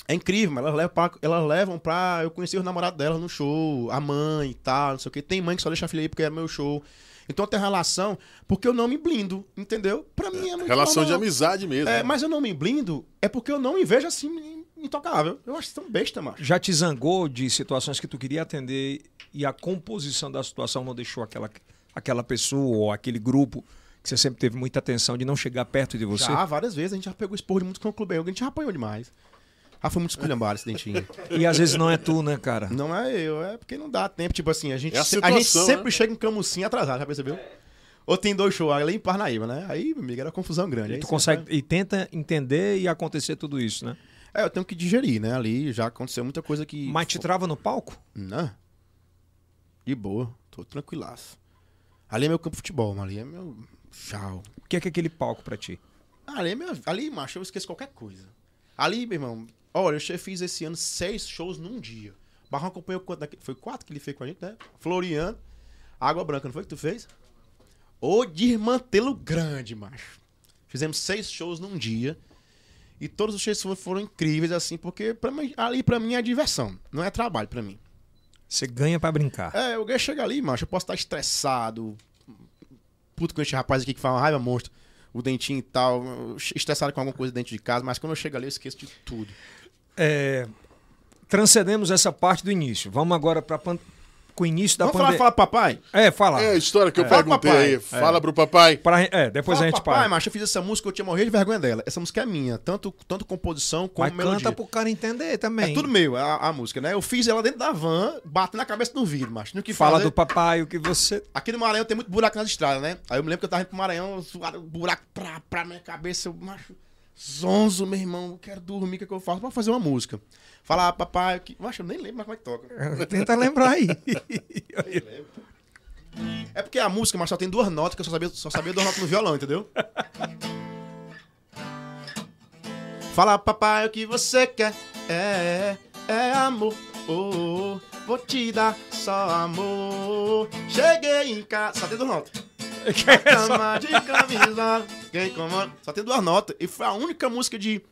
[SPEAKER 3] É incrível, mas elas levam pra, elas levam pra eu conhecer os namorados delas no show, a mãe e tal, não sei o que. Tem mãe que só deixa a filha aí porque era meu show. Então tem relação, porque eu não me blindo, entendeu? Pra mim é muito
[SPEAKER 2] Relação de
[SPEAKER 3] normal.
[SPEAKER 2] amizade mesmo.
[SPEAKER 3] É,
[SPEAKER 2] né?
[SPEAKER 3] mas eu não me blindo é porque eu não me vejo assim intocável. Eu acho tão besta, macho.
[SPEAKER 1] Já te zangou de situações que tu queria atender e a composição da situação não deixou aquela, aquela pessoa ou aquele grupo que você sempre teve muita atenção de não chegar perto de você?
[SPEAKER 3] Já, várias vezes, a gente já pegou esporro de muito com o clube, a gente já apanhou demais. Ah, foi muito esculhambado esse dentinho.
[SPEAKER 1] E às vezes não é tu, né, cara?
[SPEAKER 3] Não é eu, é porque não dá tempo. Tipo assim, a gente,
[SPEAKER 2] É a
[SPEAKER 3] se- a
[SPEAKER 2] situação,
[SPEAKER 3] gente sempre
[SPEAKER 2] né?
[SPEAKER 3] chega em camucinha atrasado, já percebeu? Ou tem dois shows ali em Parnaíba, né? Aí, meu amigo, era confusão grande.
[SPEAKER 1] E
[SPEAKER 3] Aí
[SPEAKER 1] tu
[SPEAKER 3] você vai-
[SPEAKER 1] consegue e tenta entender e acontecer tudo isso, né?
[SPEAKER 3] É, eu tenho que digerir, né? Ali já aconteceu muita coisa que.
[SPEAKER 1] Mas te trava no palco?
[SPEAKER 3] Não. De boa, tô tranquilaço. Ali é meu campo de futebol, mano. Ali é meu. Tchau.
[SPEAKER 1] O que é, que é aquele palco pra ti?
[SPEAKER 3] Ali, é minha... ali, macho, eu esqueço qualquer coisa. Ali, meu irmão, olha, eu che- fiz esse ano seis shows num dia. Barrão acompanhou quanto daqui? Foi quatro que ele fez com a gente, né? Floriano, Água Branca, não foi que tu fez? Ô, Dirmantelo Grande, macho. Fizemos seis shows num dia. E todos os shows fo- foram incríveis, assim, porque pra mim- ali pra mim é diversão, não é trabalho pra mim.
[SPEAKER 1] Você ganha pra brincar.
[SPEAKER 3] É, alguém chega ali, macho, eu posso estar estressado, puto com esse rapaz aqui que fala uma raiva monstro, o dentinho e tal, estressado com alguma coisa dentro de casa, mas quando eu chego ali eu esqueço de tudo.
[SPEAKER 1] É, transcendemos essa parte do início. Vamos agora para com o início da
[SPEAKER 3] Vamos falar,
[SPEAKER 1] pandemia.
[SPEAKER 3] fala papai?
[SPEAKER 1] É, fala.
[SPEAKER 2] É a história que eu
[SPEAKER 3] Fala,
[SPEAKER 2] perguntei
[SPEAKER 3] papai.
[SPEAKER 2] aí.
[SPEAKER 3] É.
[SPEAKER 2] Fala pro papai.
[SPEAKER 1] Pra- é, depois
[SPEAKER 3] fala
[SPEAKER 1] a gente
[SPEAKER 3] papai,
[SPEAKER 1] para.
[SPEAKER 3] macho, eu fiz essa música, eu tinha morrido de vergonha dela. Essa música é minha, tanto, tanto composição como
[SPEAKER 1] Mas
[SPEAKER 3] melodia.
[SPEAKER 1] canta pro cara entender também.
[SPEAKER 3] É tudo meu, a, a música, né? Eu fiz ela dentro da van, batendo na cabeça no vidro, macho. No que
[SPEAKER 1] Fala
[SPEAKER 3] fazer.
[SPEAKER 1] do papai, o que você.
[SPEAKER 3] Aqui no Maranhão tem muito buraco nas estradas, né? Aí eu me lembro que eu tava indo pro Maranhão, zoado, buraco pra, pra minha cabeça, eu macho. Zonzo, meu irmão, eu quero dormir, o que, é que eu faço? Vou fazer uma música. Falar, "Ah, papai, que... macho, eu nem lembro mais como é que toca.
[SPEAKER 1] Tenta lembrar aí.
[SPEAKER 3] É porque a música, mas só tem duas notas, que eu só sabia, só sabia duas notas no violão, entendeu? Fala, papai, o que você quer? É, é, é amor. Oh, oh, vou te dar só amor. Cheguei em casa. Só tem duas notas. Cama de camisa. Quem comanda? Só tem duas notas. E foi a única música de.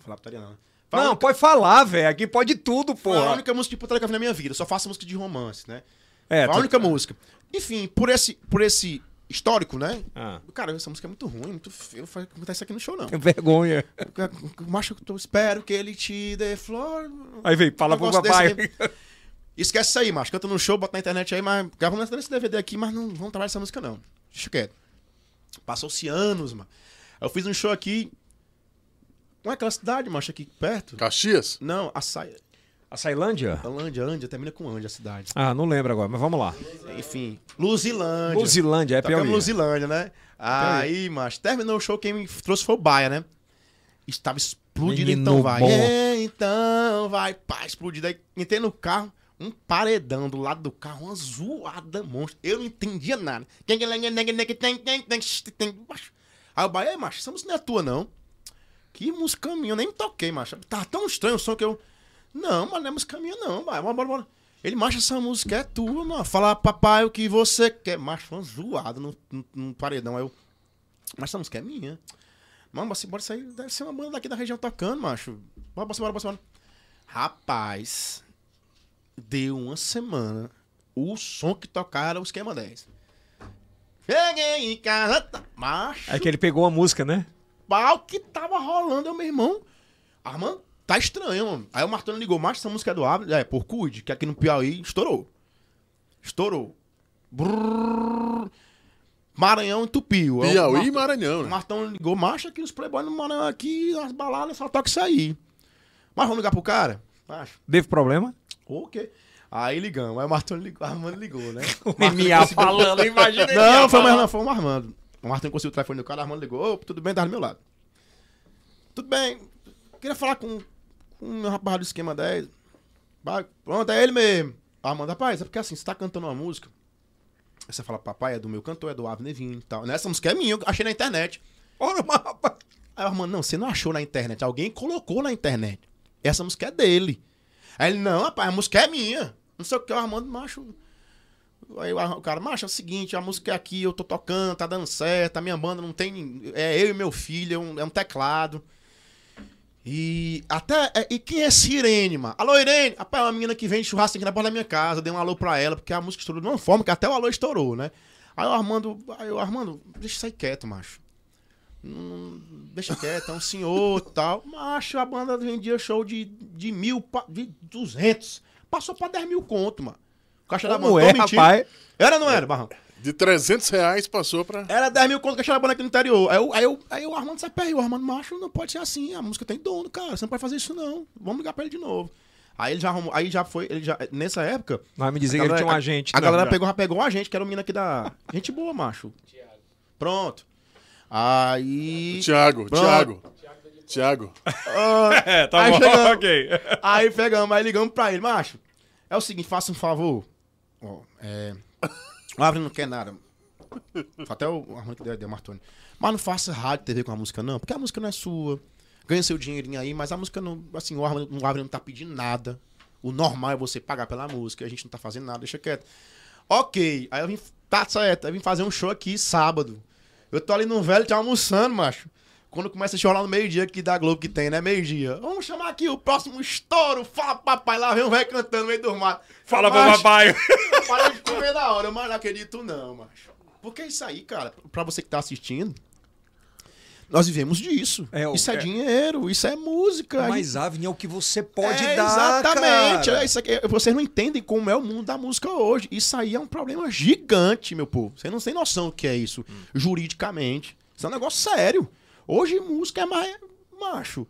[SPEAKER 3] Falar putaria não. né? Foi a
[SPEAKER 1] Não, pode falar, velho. Aqui pode tudo,
[SPEAKER 3] foi a
[SPEAKER 1] porra.
[SPEAKER 3] única música de putaria que eu fiz na minha vida. Eu só faço música de romance, né?
[SPEAKER 1] É,
[SPEAKER 3] Foi a
[SPEAKER 1] tu-
[SPEAKER 3] única música. Enfim, por esse, por esse histórico, né?
[SPEAKER 1] Ah.
[SPEAKER 3] Cara, essa música é muito ruim, muito feio. Não acontece isso aqui no show, não.
[SPEAKER 1] Tem vergonha.
[SPEAKER 3] Macho, eu espero que ele te dê flor.
[SPEAKER 1] Aí vem, fala
[SPEAKER 3] Eu
[SPEAKER 1] pro
[SPEAKER 3] gosto
[SPEAKER 1] papai.
[SPEAKER 3] desse Esquece isso aí, macho. Canta no show, bota na internet aí, mas gravamos esse DVD aqui, mas não vamos trabalhar essa música, não. Deixa quieto. Passou-se anos, mano. Eu fiz um show aqui. Não é aquela cidade, macho, aqui perto?
[SPEAKER 2] Caxias?
[SPEAKER 3] Não, a Saia.
[SPEAKER 1] A Sailândia?
[SPEAKER 3] Ândia, Ândia, termina com Ândia a cidade.
[SPEAKER 1] Ah, não lembro agora, mas vamos lá.
[SPEAKER 3] Enfim, Luzilândia.
[SPEAKER 1] Luzilândia, é
[SPEAKER 3] Tocamos
[SPEAKER 1] Piauí.
[SPEAKER 3] Tá Luzilândia, né? Aí, macho, terminou o show, quem me trouxe foi o Baia, né? Estava explodido,
[SPEAKER 1] Menino
[SPEAKER 3] então vai.
[SPEAKER 1] bom.
[SPEAKER 3] É, então vai, pá, explodido. Aí entrei no carro, um paredão do lado do carro, uma zoada monstro. Eu não entendia nada. Aí o Baia, "Ei, macho, essa música não é tua, não. Que música minha, eu nem me toquei, macho. Tá tão estranho o som que eu. Não, mas não é música minha, não, vai, bora, bora, bora. Ele, macho, essa música é tua, mano. Fala, papai, o que você quer. Macho, uma zoada no, no, no paredão. Aí eu. Mas essa música é minha. Mano, mas bora sair, deve ser uma banda daqui da região tocando, macho. Bora, bora, bora, bora, bora. Rapaz, deu uma semana. O som que tocaram era o esquema 10. Cheguei em casa, tá- macho
[SPEAKER 1] É que ele pegou a música, né?
[SPEAKER 3] pau que tava rolando. Eu, meu irmão, ah, mano, tá estranho, mano. Aí o Martoni ligou, macho, essa música é do Abner, é, por Cuide, que aqui no Piauí estourou. Estourou. Brrr. Maranhão entupiu. Aí o
[SPEAKER 2] Piauí e
[SPEAKER 3] Martoni-
[SPEAKER 2] Maranhão,
[SPEAKER 3] o
[SPEAKER 2] né?
[SPEAKER 3] Martão ligou, macho, aqui os playboys no Maranhão, aqui as baladas só toca isso aí. Mas vamos ligar pro cara? Macho,
[SPEAKER 1] Teve problema?
[SPEAKER 3] o quê? Aí ligamos, aí o Martão ligou, o Armando ligou, né?
[SPEAKER 1] O MA
[SPEAKER 5] Falando, imagina ele
[SPEAKER 3] Não,
[SPEAKER 5] ia
[SPEAKER 3] foi o
[SPEAKER 5] falar.
[SPEAKER 3] Armando, foi o Armando. O Martin conseguiu o telefone do cara, o Armando ligou, ô, tudo bem, tá do meu lado. Tudo bem, queria falar com, com um rapaz do Esquema 10. Ba- Pronto, é ele mesmo. O Armando, rapaz, é porque assim, você tá cantando uma música, aí você fala, papai, é do meu cantor, é do Avner Vinho e tal. Essa música é minha, eu achei na internet.
[SPEAKER 1] Olha o mapa.
[SPEAKER 3] Aí o Armando, não, você não achou na internet, alguém colocou na internet. Essa música é dele. Aí ele, não, rapaz, a música é minha. Não sei o que, o Armando, macho. Aí o Ar- o cara, macho, é o seguinte, a música é aqui, eu tô tocando, tá dando certo, a minha banda não tem. É eu e meu filho, é um, é um teclado. E até. é, E quem é Sirene, mano? Alô, Irene! Rapaz, é uma menina que vende churrasco aqui na porta da minha casa, dei um alô pra ela, porque a música estourou de uma forma que até o alô estourou, né? Aí o Armando, aí o Armando, deixa isso aí quieto, macho deixa quieto, é um senhor e tal. Macho, a banda vendia show de, de mil, pa- de 200. Passou pra 10 mil conto, mano. Caixa da
[SPEAKER 1] Como
[SPEAKER 3] banda,
[SPEAKER 1] é,
[SPEAKER 3] tô mentindo.
[SPEAKER 1] rapaz?
[SPEAKER 3] Era, não era, Barrão?
[SPEAKER 2] De 300 reais passou pra...
[SPEAKER 3] Era 10 mil conto caixa da banda aqui no interior. Aí, eu, aí, eu, aí o Armando sai, peraí, o Armando Macho não pode ser assim. A música tem dono, cara. Você não pode fazer isso, não. Vamos ligar pra ele de novo. Aí ele já arrumou, aí já foi, ele já, nessa época,
[SPEAKER 1] Não vai me dizer que ele
[SPEAKER 3] galera-
[SPEAKER 1] tinha um agente.
[SPEAKER 3] a
[SPEAKER 1] não.
[SPEAKER 3] galera pegou, já pegou um agente, que era o menino aqui da. Gente boa, macho. Pronto. Aí.
[SPEAKER 2] Tiago,
[SPEAKER 3] Pronto.
[SPEAKER 2] Tiago. Tiago.
[SPEAKER 1] É, tá
[SPEAKER 3] Aí
[SPEAKER 1] bom,
[SPEAKER 3] chegamos.
[SPEAKER 1] ok.
[SPEAKER 3] Aí pegamos, aí ligamos pra ele, macho. É o seguinte, faça um favor. Ó, é. O Avni não quer nada. Foi Até o Armando que deu a ideia, o Martoni. Mas não faça rádio e TV com a música, não, porque a música não é sua. Ganha seu dinheirinho aí, mas a música não. Assim, o Avni o Avni não tá pedindo nada. O normal é você pagar pela música, a gente não tá fazendo nada, deixa quieto. Ok, aí eu vim. Tá certo, aí eu vim fazer um show aqui sábado. Eu tô ali no velho, tá almoçando, macho. Quando começa a chorar no meio-dia que da Globo que tem, né? Meio-dia. Vamos chamar aqui o próximo estouro. Fala, papai. Lá vem um velho cantando no meio do mato.
[SPEAKER 1] Fala pro
[SPEAKER 3] Macho,
[SPEAKER 1] papai.
[SPEAKER 3] eu parei de comer na hora, mas não acredito não, macho. Porque é isso aí, cara, pra você que tá assistindo, nós vivemos disso.
[SPEAKER 1] É, o-
[SPEAKER 3] isso é,
[SPEAKER 1] é-
[SPEAKER 3] dinheiro, isso é música. a
[SPEAKER 1] Mas Avni é o que você pode
[SPEAKER 3] é,
[SPEAKER 1] dar,
[SPEAKER 3] Exatamente.
[SPEAKER 1] cara.
[SPEAKER 3] É isso aqui. Vocês não entendem como é o mundo da música hoje. Isso aí é um problema gigante, meu povo. Vocês não têm noção do que é isso
[SPEAKER 1] Hum.
[SPEAKER 3] juridicamente. Isso é um negócio sério. Hoje música é mais macho.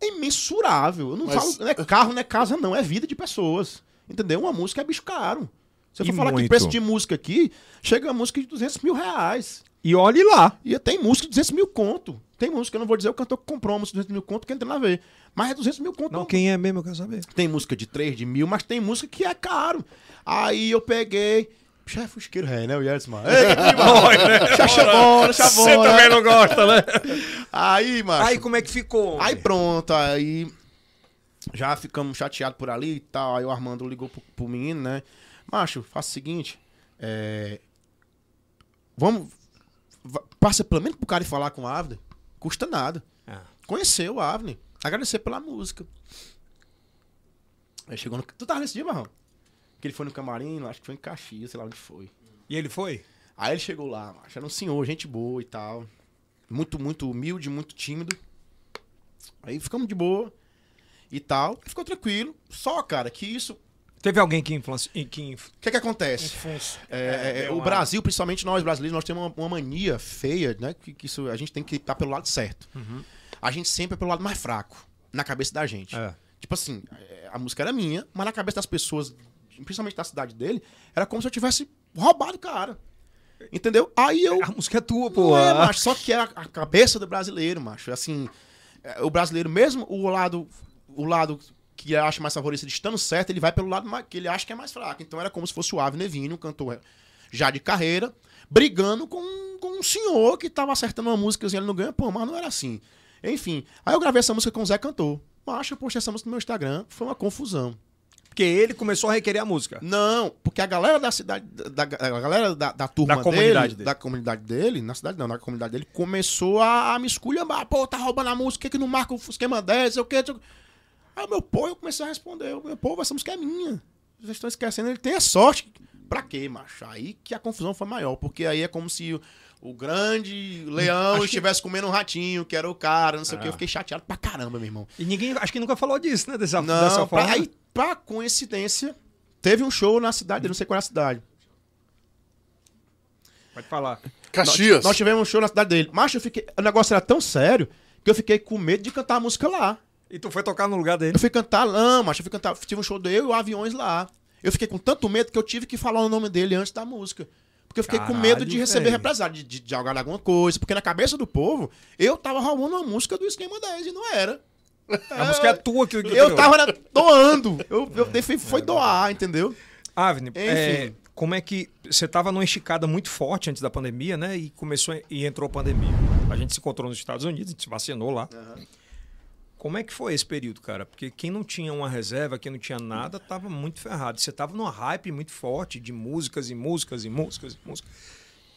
[SPEAKER 3] É imensurável. Eu não
[SPEAKER 2] Mas-
[SPEAKER 3] falo, não é carro, não é casa, não. É vida de pessoas. Entendeu? Uma música é bicho caro. Se eu
[SPEAKER 1] E
[SPEAKER 3] for falar que
[SPEAKER 1] muito.
[SPEAKER 3] preço de música aqui, chega a música de 200 mil reais.
[SPEAKER 1] E olhe lá.
[SPEAKER 3] E tem música de 200 mil conto. Tem música, eu não vou dizer o cantor que comprou uma música de 200 mil conto, que entra na ver. Mas é 200 mil conto.
[SPEAKER 1] Não,
[SPEAKER 3] uma
[SPEAKER 1] quem é mesmo, eu quero saber.
[SPEAKER 3] tem música de 3, de mil, mas tem música que é caro. Aí eu peguei. Já é fusqueiro ré, né? O Yeltsin, mano. Ei, que
[SPEAKER 1] né?
[SPEAKER 3] mano. Já chamou, já chamou. né?
[SPEAKER 1] não gosta, né?
[SPEAKER 3] Aí, macho.
[SPEAKER 1] Aí
[SPEAKER 3] Aí,
[SPEAKER 1] como é que ficou?
[SPEAKER 3] pronto, aí. Já ficamos chateados por ali e tal. Aí o Armando ligou pro, pro menino, né? Macho, faça o seguinte. é, Vamos. va- Passa pelo menos pro cara ir falar com a Avner. Custa nada
[SPEAKER 1] Ah.
[SPEAKER 3] conhecer o Avni, agradecer pela música. Aí chegou no. Tu tava nesse dia, Marrão? Que ele foi no camarim, acho que foi em Caxias, sei lá onde foi.
[SPEAKER 1] E ele foi?
[SPEAKER 3] Aí ele chegou lá, macho, era um senhor, gente boa e tal. Muito, muito humilde, muito tímido. Aí ficamos de boa e tal. Ficou tranquilo. Só, cara, que isso. O
[SPEAKER 1] Teve alguém que influenciou? Que inf...
[SPEAKER 3] que que acontece?
[SPEAKER 1] influenciou-
[SPEAKER 3] É, é,
[SPEAKER 1] deu
[SPEAKER 3] o
[SPEAKER 1] uma-
[SPEAKER 3] Brasil, principalmente nós brasileiros, nós temos uma, uma mania feia, né? Que, que isso, a gente tem que estar pelo lado certo. A gente sempre é pelo lado mais fraco, na cabeça da gente.
[SPEAKER 1] É.
[SPEAKER 3] Tipo assim, é, a música era minha, mas na cabeça das pessoas, principalmente da cidade dele, era como se eu tivesse roubado o cara. Entendeu? Aí eu.
[SPEAKER 1] A música é tua,
[SPEAKER 3] Não
[SPEAKER 1] pô.
[SPEAKER 3] é, macho, só que é a, a cabeça do brasileiro, macho. Assim, é, o brasileiro, mesmo o lado, o lado que acha mais favorecido estando certo, ele vai pelo lado ma- que ele acha que é mais fraco. Então era como se fosse o Avner Vini, um cantor já de carreira, brigando com, com um senhor que tava acertando uma música e ele não ganha, pô, mas não era assim. Enfim, aí eu gravei essa música com o Zé Cantor. Mas eu postei essa música no meu Instagram, foi uma confusão.
[SPEAKER 6] Porque ele começou a requerer a música.
[SPEAKER 3] Não, porque a galera da cidade, da, da- a galera da, da turma
[SPEAKER 6] Da comunidade
[SPEAKER 3] dele,
[SPEAKER 6] dele.
[SPEAKER 3] da comunidade dele, na cidade não, na comunidade dele, começou a, a me esculhambar. Pô, tá roubando a música, que, que não marca o esquema 10, sei o quê. sei o quê. Aí meu povo, eu comecei a responder, eu, meu povo, essa música é minha. Vocês estão esquecendo, ele tem a sorte. Pra quê, macho? Aí que a confusão foi maior, porque aí é como se o, o grande leão estivesse comendo um ratinho, que era o cara, não sei o quê. Eu fiquei chateado pra caramba, meu irmão.
[SPEAKER 1] E ninguém, acho que nunca falou disso, né? Dessa,
[SPEAKER 3] Não,
[SPEAKER 1] dessa
[SPEAKER 3] pra,
[SPEAKER 1] forma.
[SPEAKER 3] aí, pra coincidência, teve um show na cidade, dele, não sei qual é a cidade.
[SPEAKER 1] Pode falar.
[SPEAKER 2] Caxias.
[SPEAKER 3] Nós tivemos um show na cidade dele. Mas eu fiquei. O negócio era tão sério que eu fiquei com medo de cantar a música lá.
[SPEAKER 1] E tu foi tocar no lugar dele.
[SPEAKER 3] Eu fui cantar lá, mas eu fui cantar. Tive um show do eu e o Aviões lá. Eu fiquei com tanto medo que eu tive que falar o nome dele antes da música. Porque eu fiquei com
[SPEAKER 1] Caralho,
[SPEAKER 3] medo de receber
[SPEAKER 1] véi.
[SPEAKER 3] represália, de, de, de jogar alguma coisa. Porque na cabeça do povo, eu tava roubando uma música do Esquema 10 e não era.
[SPEAKER 1] A música é tua que que tu
[SPEAKER 3] Eu
[SPEAKER 1] criou.
[SPEAKER 3] tava era, doando. Eu, eu dei- foi doar, entendeu?
[SPEAKER 1] Avni, é,
[SPEAKER 3] Enfim.
[SPEAKER 1] como é que. Você tava numa esticada muito forte antes da pandemia, né? E começou e entrou a pandemia. A gente se encontrou nos Estados Unidos, a gente se vacinou lá. Como é que foi esse período, cara? Porque quem não tinha uma reserva, quem não tinha nada, tava muito ferrado. Você tava numa hype muito forte de músicas e músicas e músicas e músicas,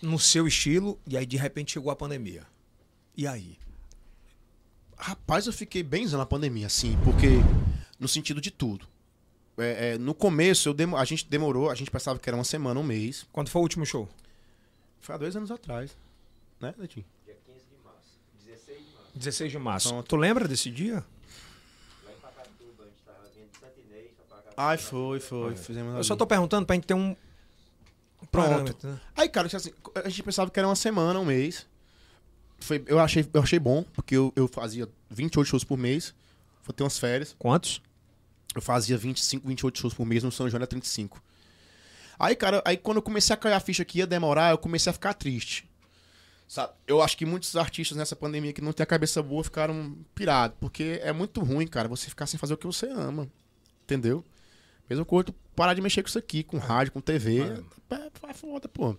[SPEAKER 1] no seu estilo, e aí de repente chegou a pandemia. E aí?
[SPEAKER 3] Rapaz, eu fiquei bem na pandemia, assim, porque no sentido de tudo. É, é, no começo, eu demo- a gente demorou, a gente pensava que era uma semana, um mês.
[SPEAKER 1] Quando foi o último show?
[SPEAKER 3] Foi há dois anos atrás. Né, Netinho?
[SPEAKER 1] 16 de março. Tu lembra desse dia?
[SPEAKER 3] Ai, foi, foi. Fizemos
[SPEAKER 1] Eu só tô perguntando pra gente ter um.
[SPEAKER 3] Pronto.
[SPEAKER 1] parâmetro, né?
[SPEAKER 3] Aí, cara, assim, a gente pensava que era uma semana, um mês. Foi, eu, achei, eu achei bom, porque eu, eu fazia 28 shows por mês. Vou ter umas férias.
[SPEAKER 1] Quantos?
[SPEAKER 3] Eu fazia 25, 28 shows por mês, no São João era 35. Aí, cara, aí quando eu comecei a cair a ficha que ia demorar, eu comecei a ficar triste. Sabe? Eu acho que muitos artistas nessa pandemia que não tem a cabeça boa ficaram pirados, porque é muito ruim, cara, você ficar sem fazer o que você ama. Entendeu? Mesmo coisa, tu parar de mexer com isso aqui, com rádio, com TV. É, é foda, pô.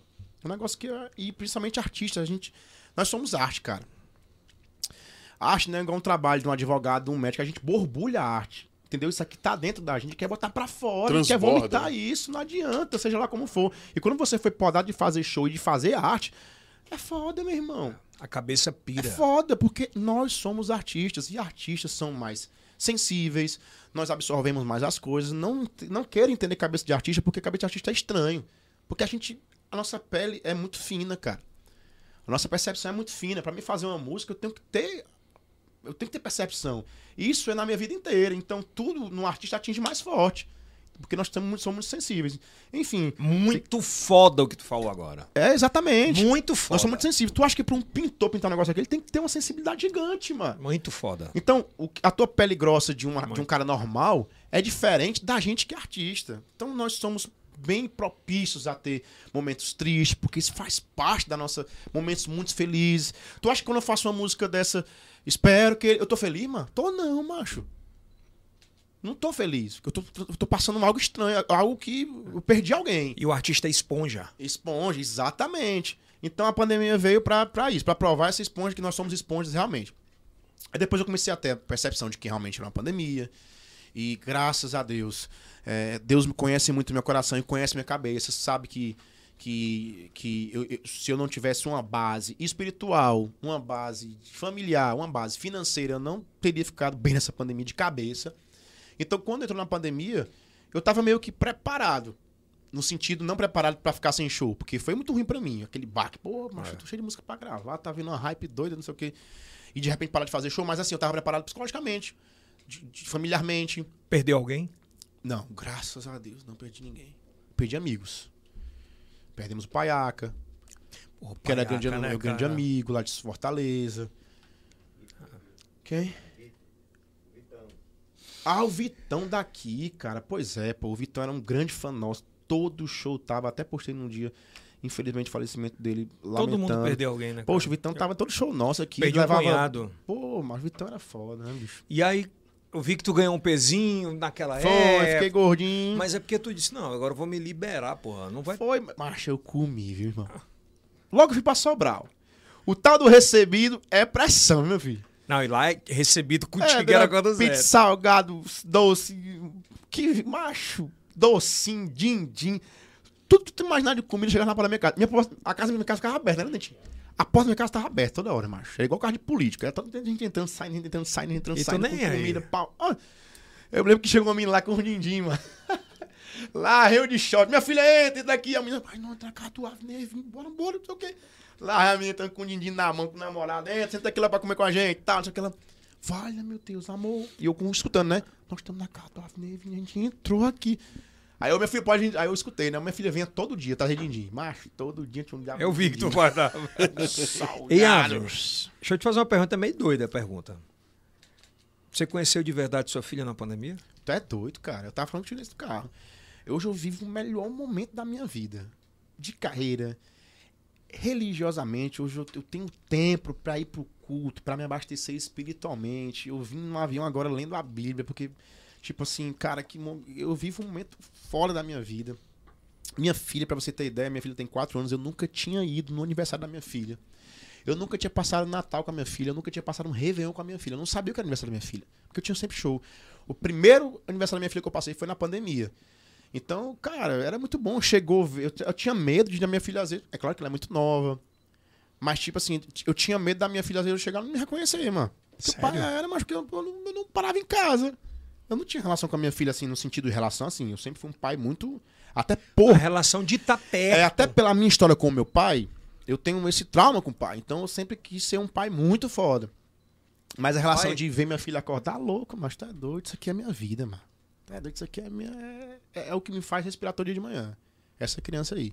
[SPEAKER 3] É um negócio que. é- E principalmente artistas, a gente. Nós somos arte, cara. Arte não é igual um trabalho de um advogado, de um médico, a gente borbulha a arte. Entendeu? Isso aqui tá dentro da gente, quer botar pra fora, quer
[SPEAKER 2] Transborda,
[SPEAKER 3] vomitar isso, não adianta, seja lá como for. E quando você foi podado de fazer show e de fazer arte, é foda, meu irmão.
[SPEAKER 1] A cabeça
[SPEAKER 3] É
[SPEAKER 1] pira.
[SPEAKER 3] foda, porque nós somos artistas e artistas são mais sensíveis, nós absorvemos mais as coisas. Não, ent- não quero entender cabeça de artista porque cabeça de artista é estranho. Porque a gente. A nossa pele é muito fina, cara. A nossa percepção é muito fina. Pra mim fazer uma música, eu tenho que ter. Eu tenho que ter percepção. Isso é na minha vida inteira. Então tudo no artista atinge mais forte. Porque nós tamo muito- somos muito sensíveis. Enfim.
[SPEAKER 1] Muito foda o que tu falou agora.
[SPEAKER 3] É exatamente.
[SPEAKER 1] Muito foda.
[SPEAKER 3] Nós somos muito sensíveis. Tu acha que pra um pintor pintar um negócio aqui, ele tem que ter uma sensibilidade gigante, mano.
[SPEAKER 1] Muito foda.
[SPEAKER 3] Então, o que- a tua pele grossa de, uma- de um cara normal é diferente da gente que é artista. Então, nós somos bem propícios a ter momentos tristes, porque isso faz parte da nossa. momentos muito felizes. Tu acha que quando eu faço uma música dessa, espero que. Eu tô feliz, mano? Tô não, macho. Não tô feliz. porque Eu tô, eu tô passando algo estranho, algo que eu perdi alguém.
[SPEAKER 1] E o artista é esponja.
[SPEAKER 3] Esponja, exatamente. Então a pandemia veio pra pra isso, pra provar essa esponja que nós somos esponjas realmente. Aí depois eu comecei a ter a percepção de que realmente era uma pandemia. E graças a Deus, é, Deus me conhece muito meu coração e conhece minha cabeça, sabe que que, que eu- eu- se eu não tivesse uma base espiritual, uma base familiar, uma base financeira, eu não teria ficado bem nessa pandemia de cabeça. Então, quando entrou na pandemia, eu tava meio que preparado no sentido não preparado pra ficar sem show, porque foi muito ruim pra mim, aquele baque, pô, macho, eu tô cheio de música pra gravar, tá vindo uma hype doida, não sei o quê. E de repente parar de fazer show, mas assim, eu tava preparado psicologicamente, de- de- familiarmente.
[SPEAKER 1] Perdeu alguém?
[SPEAKER 3] Não, graças a Deus, não perdi ninguém. Perdi amigos. Perdemos o Paiaca,
[SPEAKER 1] Porra,
[SPEAKER 3] que era
[SPEAKER 1] paiaca,
[SPEAKER 3] grande,
[SPEAKER 1] né,
[SPEAKER 3] meu grande
[SPEAKER 1] cara?
[SPEAKER 3] amigo lá de Fortaleza. Quem? Ah, o Vitão daqui, cara. Pois é, pô. O Vitão era um grande fã nosso. Todo show tava. Até postei num dia, infelizmente, o falecimento dele. Lamentando.
[SPEAKER 1] Todo mundo perdeu alguém, né? cara?
[SPEAKER 3] Poxa, o Vitão tava todo show nosso aqui.
[SPEAKER 1] Perdi um
[SPEAKER 3] levava...
[SPEAKER 1] cunhado.
[SPEAKER 3] Pô, mas o Vitão era foda, né, bicho?
[SPEAKER 1] E aí, eu vi que tu ganhou um pezinho naquela
[SPEAKER 3] Foi,
[SPEAKER 1] época.
[SPEAKER 3] fiquei gordinho.
[SPEAKER 1] Ah, é, Mas é porque tu disse, não, agora eu vou me liberar, porra. Não vai.
[SPEAKER 3] Foi, macho, eu comi, viu, irmão? Logo fui pra Sobral. O tal do recebido é pressão, meu filho.
[SPEAKER 1] Não, e lá é recebido
[SPEAKER 3] É,
[SPEAKER 1] contigo era quando
[SPEAKER 3] pizza,
[SPEAKER 1] zero.
[SPEAKER 3] salgado, doce, que macho, docinho, din-din. Tudo que tu imaginar de comida chegava na porta da minha casa. Minha porta- a casa da minha casa ficava aberta, né, Dentinho? A porta da minha casa tava aberta toda hora, macho. Era igual casa de político. é Era toda gente entrando, saindo, gente entrando, saindo, gente entrando,
[SPEAKER 1] E tu
[SPEAKER 3] saindo.
[SPEAKER 1] nem é
[SPEAKER 3] com
[SPEAKER 1] aí.
[SPEAKER 3] comida, pau. Ó, Eu lembro que chegou um menino lá com um din-din, mano. Lá, reio de short. Minha filha, entra, entra aqui. A menina, pai, não, entra cá, tu avne, bora, bora, não sei o quê. Lá, a menina tá com o dindinho na mão, com o namorado. Entra, senta aqui lá pra comer com a gente, tal, não sei o que lá. Valha, meu Deus, amor. E eu com- escutando, né? Nós estamos na casa do avne, a gente entrou aqui. Aí eu, minha filha, pode... Aí eu escutei, né? Minha filha vinha todo dia, tá dindim. Macho, todo dia tinha um diabo.
[SPEAKER 1] Eu vi que tu guardava. Ei, Ávila, deixa eu te fazer uma pergunta meio doida a pergunta. Você conheceu de verdade sua filha na pandemia?
[SPEAKER 3] Tu é doido, cara. Eu tava falando que nesse carro. Hoje eu vivo o melhor momento da minha vida. De carreira. Religiosamente, hoje eu, eu tenho tempo pra ir pro culto, pra me abastecer espiritualmente. Eu vim num avião agora lendo a Bíblia, porque, tipo assim, cara, que mo- eu vivo um momento fora da minha vida. Minha filha, pra você ter ideia, minha filha tem 4 anos, eu nunca tinha ido no aniversário da minha filha. Eu nunca tinha passado Natal com a minha filha, eu nunca tinha passado um Réveillon com a minha filha. Eu não sabia o que era aniversário da minha filha, porque eu tinha sempre show. O primeiro aniversário da minha filha que eu passei foi na pandemia. Então, cara, era muito bom. Chegou, eu, eu tinha medo de da minha filha, às vezes. É claro que ela é muito nova. Mas, tipo assim, eu tinha medo da minha filha, às vezes, eu chegar e não me reconhecer, mano. Porque o pai era, mas porque eu, eu não, eu não parava em casa. Eu não tinha relação com a minha filha, assim, no sentido de relação, assim. Eu sempre fui um pai muito. Até
[SPEAKER 1] A
[SPEAKER 3] porra.
[SPEAKER 1] relação de tá
[SPEAKER 3] É,
[SPEAKER 1] perto.
[SPEAKER 3] até pela minha história com o meu pai, eu tenho esse trauma com o pai. Então eu sempre quis ser um pai muito foda. Mas a relação
[SPEAKER 1] Pai-
[SPEAKER 3] de ver minha filha acordar louca, mas tá doido, isso aqui é minha vida, mano. Tá doido, isso aqui é minha. É, é o que me faz respirar todo dia de manhã. Essa criança aí.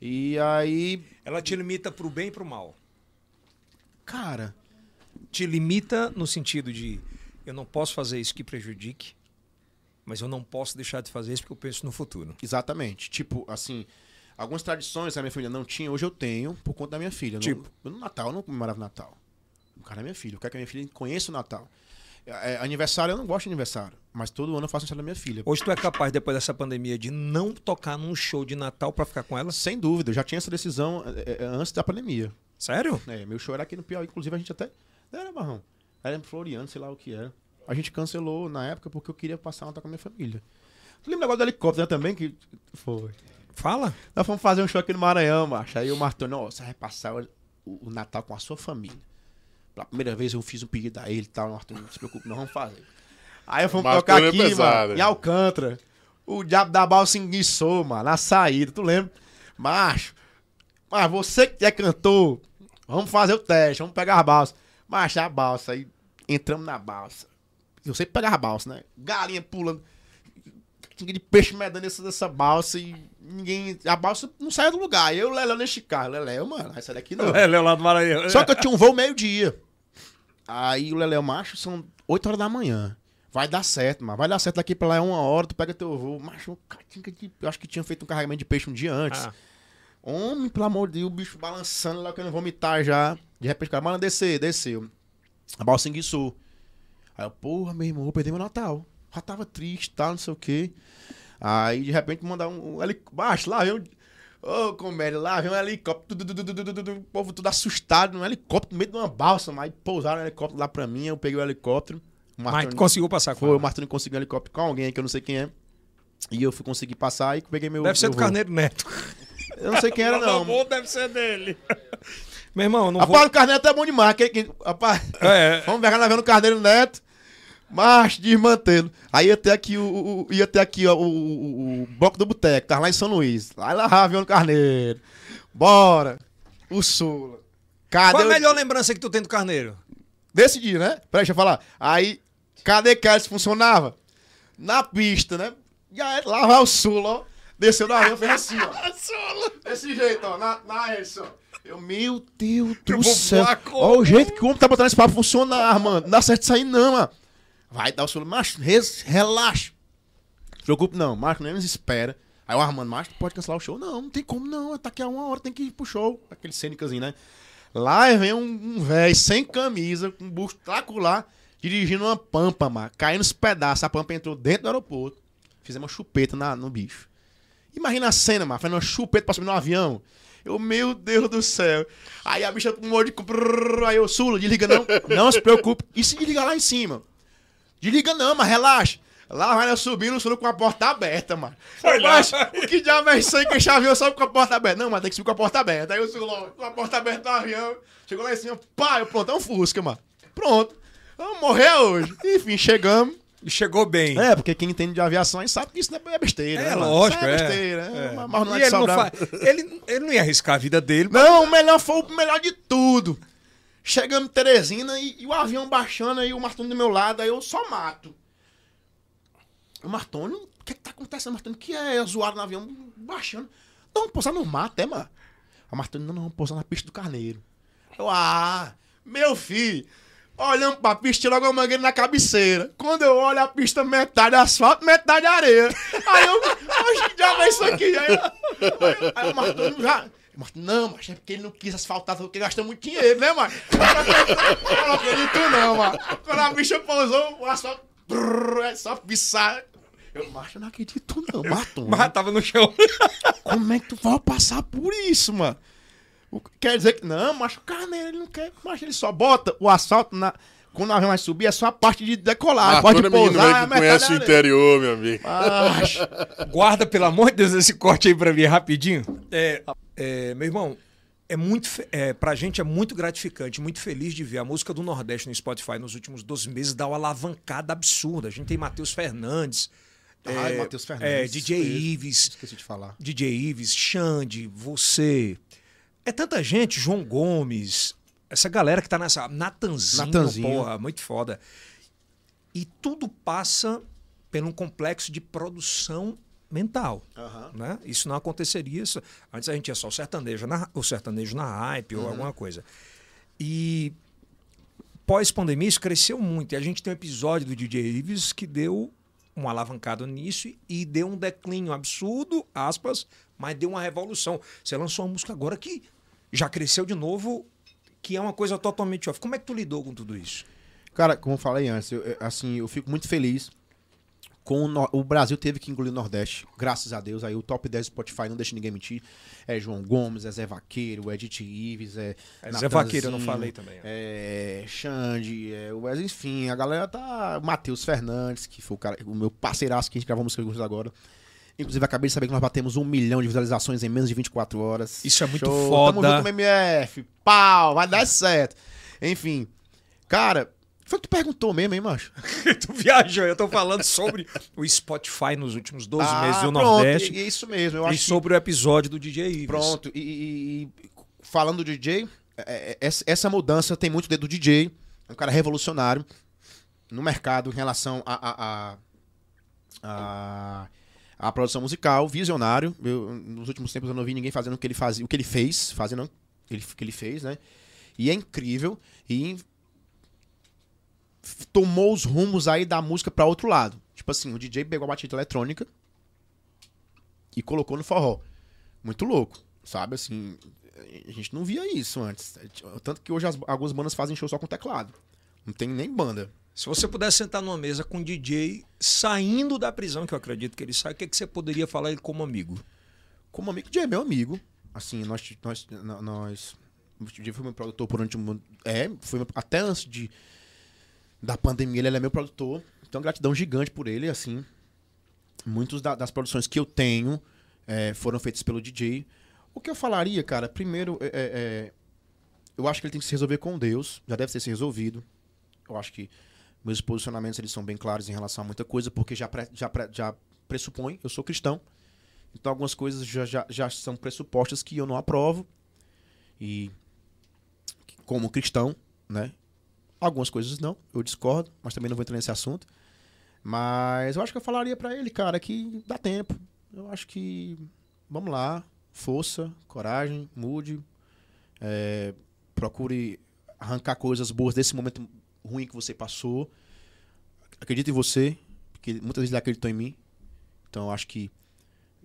[SPEAKER 3] E aí,
[SPEAKER 1] Ela te limita pro bem e pro mal.
[SPEAKER 3] cara,
[SPEAKER 1] Te limita no sentido de eu não posso fazer isso que prejudique, mas eu não posso deixar de fazer isso porque eu penso no futuro.
[SPEAKER 3] exatamente. Tipo, assim, algumas tradições a minha família não tinha, hoje eu tenho, por conta da minha filha. Eu não-
[SPEAKER 1] Tipo?
[SPEAKER 3] eu no Natal eu não comemorava Natal. O cara é minha filha. Eu quero que a minha filha conheça o Natal. É, é, aniversário, eu não gosto de aniversário. Mas todo ano eu faço aniversário da minha filha.
[SPEAKER 1] Hoje tu é capaz, depois dessa pandemia, de não tocar num show de Natal pra ficar com ela?
[SPEAKER 3] Sem dúvida, eu já tinha essa decisão é, é, antes da pandemia.
[SPEAKER 1] Sério?
[SPEAKER 3] É, meu show era aqui no Piauí, inclusive a gente até. Não era Barrão. Era em Floriano, sei lá o que era. A gente cancelou na época porque eu queria passar Natal com a minha família. Tu lembra agora do helicóptero né, também? Que foi.
[SPEAKER 1] Fala.
[SPEAKER 3] Nós fomos fazer um show aqui no Maranhão, macho. Aí o Martoni, ó, você vai passar o, o Natal com a sua família. Pela primeira vez eu fiz um pedido a ele e tal. Martoni, não se preocupe, nós vamos fazer. Aí eu fomos
[SPEAKER 2] Martoni
[SPEAKER 3] tocar
[SPEAKER 2] é
[SPEAKER 3] aqui,
[SPEAKER 2] pesado,
[SPEAKER 3] mano,
[SPEAKER 2] hein?
[SPEAKER 3] em Alcântara. O diabo da bala se enguiçou, mano, na saída, tu lembra? Macho, mas você que é cantor, vamos fazer o teste, vamos pegar a balsa. Macho, a balsa, aí entramos na balsa. Eu sempre pegava a balsa, né? Galinha pulando tinha de peixe medando essa, essa balsa e ninguém. A balsa não saia do lugar. Eu, Lelé, neste carro. Lelé, mano, essa daqui não.
[SPEAKER 1] Léo lá do É, Maranhão.
[SPEAKER 3] Só que eu tinha um voo meio-dia. Aí o Lelé, o macho, são 8 horas da manhã. Vai dar certo, mano. Vai dar certo daqui pra lá é uma hora, tu pega teu voo. Macho, catinga de. Eu acho que tinha feito um carregamento de peixe um dia antes.
[SPEAKER 1] Ah.
[SPEAKER 3] Homem, pelo amor de Deus, o bicho balançando lá, querendo vomitar já. De repente, o cara, mano, descer, desceu. A balsa enguiçou. Aí eu, porra, meu irmão, eu perdi meu Natal. Já tava triste, tal, não sei o quê. Aí, de repente, mandar um, um helicóptero. Baixo, lá vem um. Ô, comédia, lá vem um helicóptero. Du, du, du, du, du, du, du, du, o povo tudo assustado num helicóptero, no meio de uma balsa. Mas aí pousaram o helicóptero lá pra mim. Eu peguei o helicóptero. O
[SPEAKER 1] Mas
[SPEAKER 3] Martoni-
[SPEAKER 1] tu conseguiu passar com
[SPEAKER 3] Foi, o
[SPEAKER 1] ela.
[SPEAKER 3] Martoni conseguiu um helicóptero com alguém que eu não sei quem é. E eu fui conseguir passar e peguei meu.
[SPEAKER 1] Deve ser
[SPEAKER 3] meu
[SPEAKER 1] do
[SPEAKER 3] voo.
[SPEAKER 1] Carneiro Neto.
[SPEAKER 3] Eu não sei quem era, não.
[SPEAKER 1] deve ser dele. Meu irmão, eu não
[SPEAKER 3] Rapaz, o Carneiro é bom demais. Que, que, rapaz,
[SPEAKER 1] vou... É,
[SPEAKER 3] vamos pegar na vendo o Carneiro Neto. Mas desmantendo. Aí ia ter aqui o, o- o- ia ter aqui ó, o, o, o Banco do Boteco, tava lá em São Luís. Lá lá, Raviano Carneiro. Bora. O Sula. Cadê
[SPEAKER 1] Qual a
[SPEAKER 3] o-
[SPEAKER 1] melhor lembrança que tu tem do Carneiro?
[SPEAKER 3] Desse dia, né? Peraí, deixa eu falar. Aí, cadê que eles funcionava? Na pista, né? E aí, lá vai o Sula, ó. Desceu do avião, fez assim, ó. Sula! Desse jeito, ó. Na, na rede, ó. Eu, meu Deus do céu. Ó o jeito que o homem tá botando esse papo funcionar, mano. Não dá certo isso aí, não, mano. Vai dar o Sula. Macho, res- relaxa. Não se preocupe, não. Marco nem nos espera. Aí o Armando, Macho, tu pode cancelar o show? Não, não tem como, não. Tá aqui há uma hora, tem que ir pro show. Aquele cênicazinho, né? Lá vem um, um velho sem camisa, com um busto tracular, dirigindo uma pampa, mano. Caindo os pedaços. A pampa entrou dentro do aeroporto. Fizemos uma chupeta na- no bicho. Imagina a cena, mano. Fazendo uma chupeta pra subir no avião. Eu, meu Deus do céu. Aí a bicha com um monte de. brrr, Aí eu, Sula, desliga não. Não se preocupe. E se desliga lá em cima? Desliga não, mas relaxa. Lá vai nós subindo, o Sula com a porta aberta, mano. Eu, mas, o que diabo é isso aí que o avião sobe com a porta aberta? Não, mas tem que subir com a porta aberta. Aí o Sula, com a porta aberta do avião. Chegou lá em cima, pá, eu pronto, é um Fusca, mano. Pronto. Vamos morrer hoje. Enfim, chegamos.
[SPEAKER 1] E chegou bem.
[SPEAKER 3] É, porque quem entende de aviação aí sabe que isso não é besteira.
[SPEAKER 1] É,
[SPEAKER 3] né, mano?
[SPEAKER 1] lógico,
[SPEAKER 3] Isso
[SPEAKER 1] é.
[SPEAKER 3] besteira. É. Mas mas não é
[SPEAKER 1] E
[SPEAKER 3] que
[SPEAKER 1] ele, não
[SPEAKER 3] sobrava.
[SPEAKER 1] fa- ele, ele não ia arriscar a vida dele. mas-
[SPEAKER 3] Não, o melhor foi o melhor de tudo. Chegamos em Teresina e, e o avião baixando aí, o Martoni do meu lado, aí eu só mato. O Martoni, o que que tá acontecendo, Martoni? Que é zoado no avião baixando. Não, vamos pousar no mato, é, mano? A Martoni, não, não, vamos pousar na pista do Carneiro. Eu, ah, meu filho. Olhando pra pista, tirou alguma mangueira na cabeceira. Quando eu olho a pista, metade é asfalto, metade areia. Aí eu, hoje que diabo é isso aqui? Aí, eu- aí, eu- aí o Martoni já. Martoni, não, mas é porque ele não quis asfaltar, porque gastou muito dinheiro, né, mano? Eu não acredito, não, mano. Quando a bicha pousou, o asfalto. brrr, é só pisar. Eu, macho, eu não acredito, não, Martoni.
[SPEAKER 1] Mas tava no chão.
[SPEAKER 3] Como é que tu vai passar por isso, mano? O- Quer dizer que. Não, macho, o carneiro ele não quer. Macho, ele só bota o assalto na. Quando o avião vai subir, é só a parte de decolar. pode
[SPEAKER 2] todo Ah, menino
[SPEAKER 3] pousar,
[SPEAKER 2] velho
[SPEAKER 3] é
[SPEAKER 2] que conhece o interior, meu amigo.
[SPEAKER 1] Guarda, pelo amor de Deus, esse corte aí pra mim rapidinho. É, é, meu irmão, é muito, fe- é, pra gente é muito gratificante, muito feliz de ver a música do Nordeste no Spotify nos últimos 12 meses dar uma alavancada absurda. A gente tem Matheus Fernandes,
[SPEAKER 3] Ai,
[SPEAKER 1] é,
[SPEAKER 3] Matheus
[SPEAKER 1] é,
[SPEAKER 3] Fernandes.
[SPEAKER 1] DJ Ives,
[SPEAKER 3] Esqueci de falar.
[SPEAKER 1] DJ Ives, Xande, você. É tanta gente, João Gomes, essa galera que tá nessa. Natanzinho,
[SPEAKER 3] Natanzinho.
[SPEAKER 1] porra, muito foda. E tudo passa pelo um complexo de produção mental. Né? Isso não aconteceria. Isso... Antes a gente ia só o sertanejo na, o sertanejo na hype ou alguma coisa. E pós-pandemia isso cresceu muito. E a gente tem um episódio do DJ Ives que deu uma alavancada nisso e deu um declínio absurdo, aspas, mas deu uma revolução. Você lançou uma música agora que já cresceu de novo, que é uma coisa totalmente off. Como é que tu lidou com tudo isso?
[SPEAKER 3] Cara, como eu falei antes, eu, eu- assim, eu fico muito feliz com o, Nor- o Brasil teve que engolir o Nordeste, graças a Deus. Aí o top 10 do Spotify, não deixa ninguém mentir. É João Gomes, é Zé Vaqueiro, é Edith Ives, é.
[SPEAKER 1] É Zé Vaqueiro, eu não falei também, ó.
[SPEAKER 3] É Xande, é o Wes, enfim, a galera tá. Matheus Fernandes, que foi o, cara, o meu parceiraço que a gente gravou a música juntos agora. Inclusive, acabei de saber que nós batemos um milhão de visualizações em menos de 24 horas.
[SPEAKER 1] Isso é muito
[SPEAKER 3] Tamo
[SPEAKER 1] foda.
[SPEAKER 3] junto, MF. Pau, vai dar certo. Enfim, cara, foi o que tu perguntou mesmo, hein, macho?
[SPEAKER 1] tu viajou, eu tô falando sobre o Spotify nos últimos 12 meses do
[SPEAKER 3] Ah, pronto,
[SPEAKER 1] Nordeste
[SPEAKER 3] e- e isso mesmo. Eu
[SPEAKER 1] e,
[SPEAKER 3] acho que-
[SPEAKER 1] sobre o episódio do DJ Ives.
[SPEAKER 3] Pronto, e, e- e falando do DJ, é- é- essa- essa mudança tem muito dedo do DJ, é um cara revolucionário no mercado em relação à a, a, a, a produção musical, visionário. Eu, nos últimos tempos eu não vi ninguém fazendo o que ele fazia, o que ele fez, fazendo o que ele, o que ele fez, né? E é incrível e f- tomou os rumos aí da música pra outro lado. Tipo assim, o DJ pegou a batida eletrônica e colocou no forró muito louco, sabe? Assim, a gente não via isso antes. Tanto que hoje as- algumas bandas fazem show só com teclado. Não tem nem banda.
[SPEAKER 1] Se você pudesse sentar numa mesa com um DJ saindo da prisão, que eu acredito que ele sai, o que, é que você poderia falar ele como amigo?
[SPEAKER 3] Como amigo, DJ é meu amigo. Assim, nós. t- nós, nó- nós o DJ foi meu produtor por onde. É, foi meu- até antes de, da pandemia, ele era meu produtor. Então, gratidão gigante por ele, assim. Muitas das produções que eu tenho é, foram feitas pelo DJ. O que eu falaria, cara? Primeiro, é- é- é, eu acho que ele tem que se resolver com Deus. Já deve ter se resolvido. Eu acho que meus posicionamentos eles são bem claros em relação a muita coisa, porque já, pre- já, pre- já pressupõe, eu sou cristão. Então algumas coisas já, já, já são pressupostas que eu não aprovo. E como cristão, né? Algumas coisas não, eu discordo, mas também não vou entrar nesse assunto. Mas eu acho que eu falaria pra ele, cara, que dá tempo. Eu acho que vamos lá, força, coragem, mude, É, procure arrancar coisas boas desse momento ruim que você passou. Acredito em você, porque muitas vezes ele acreditou em mim. Então eu acho que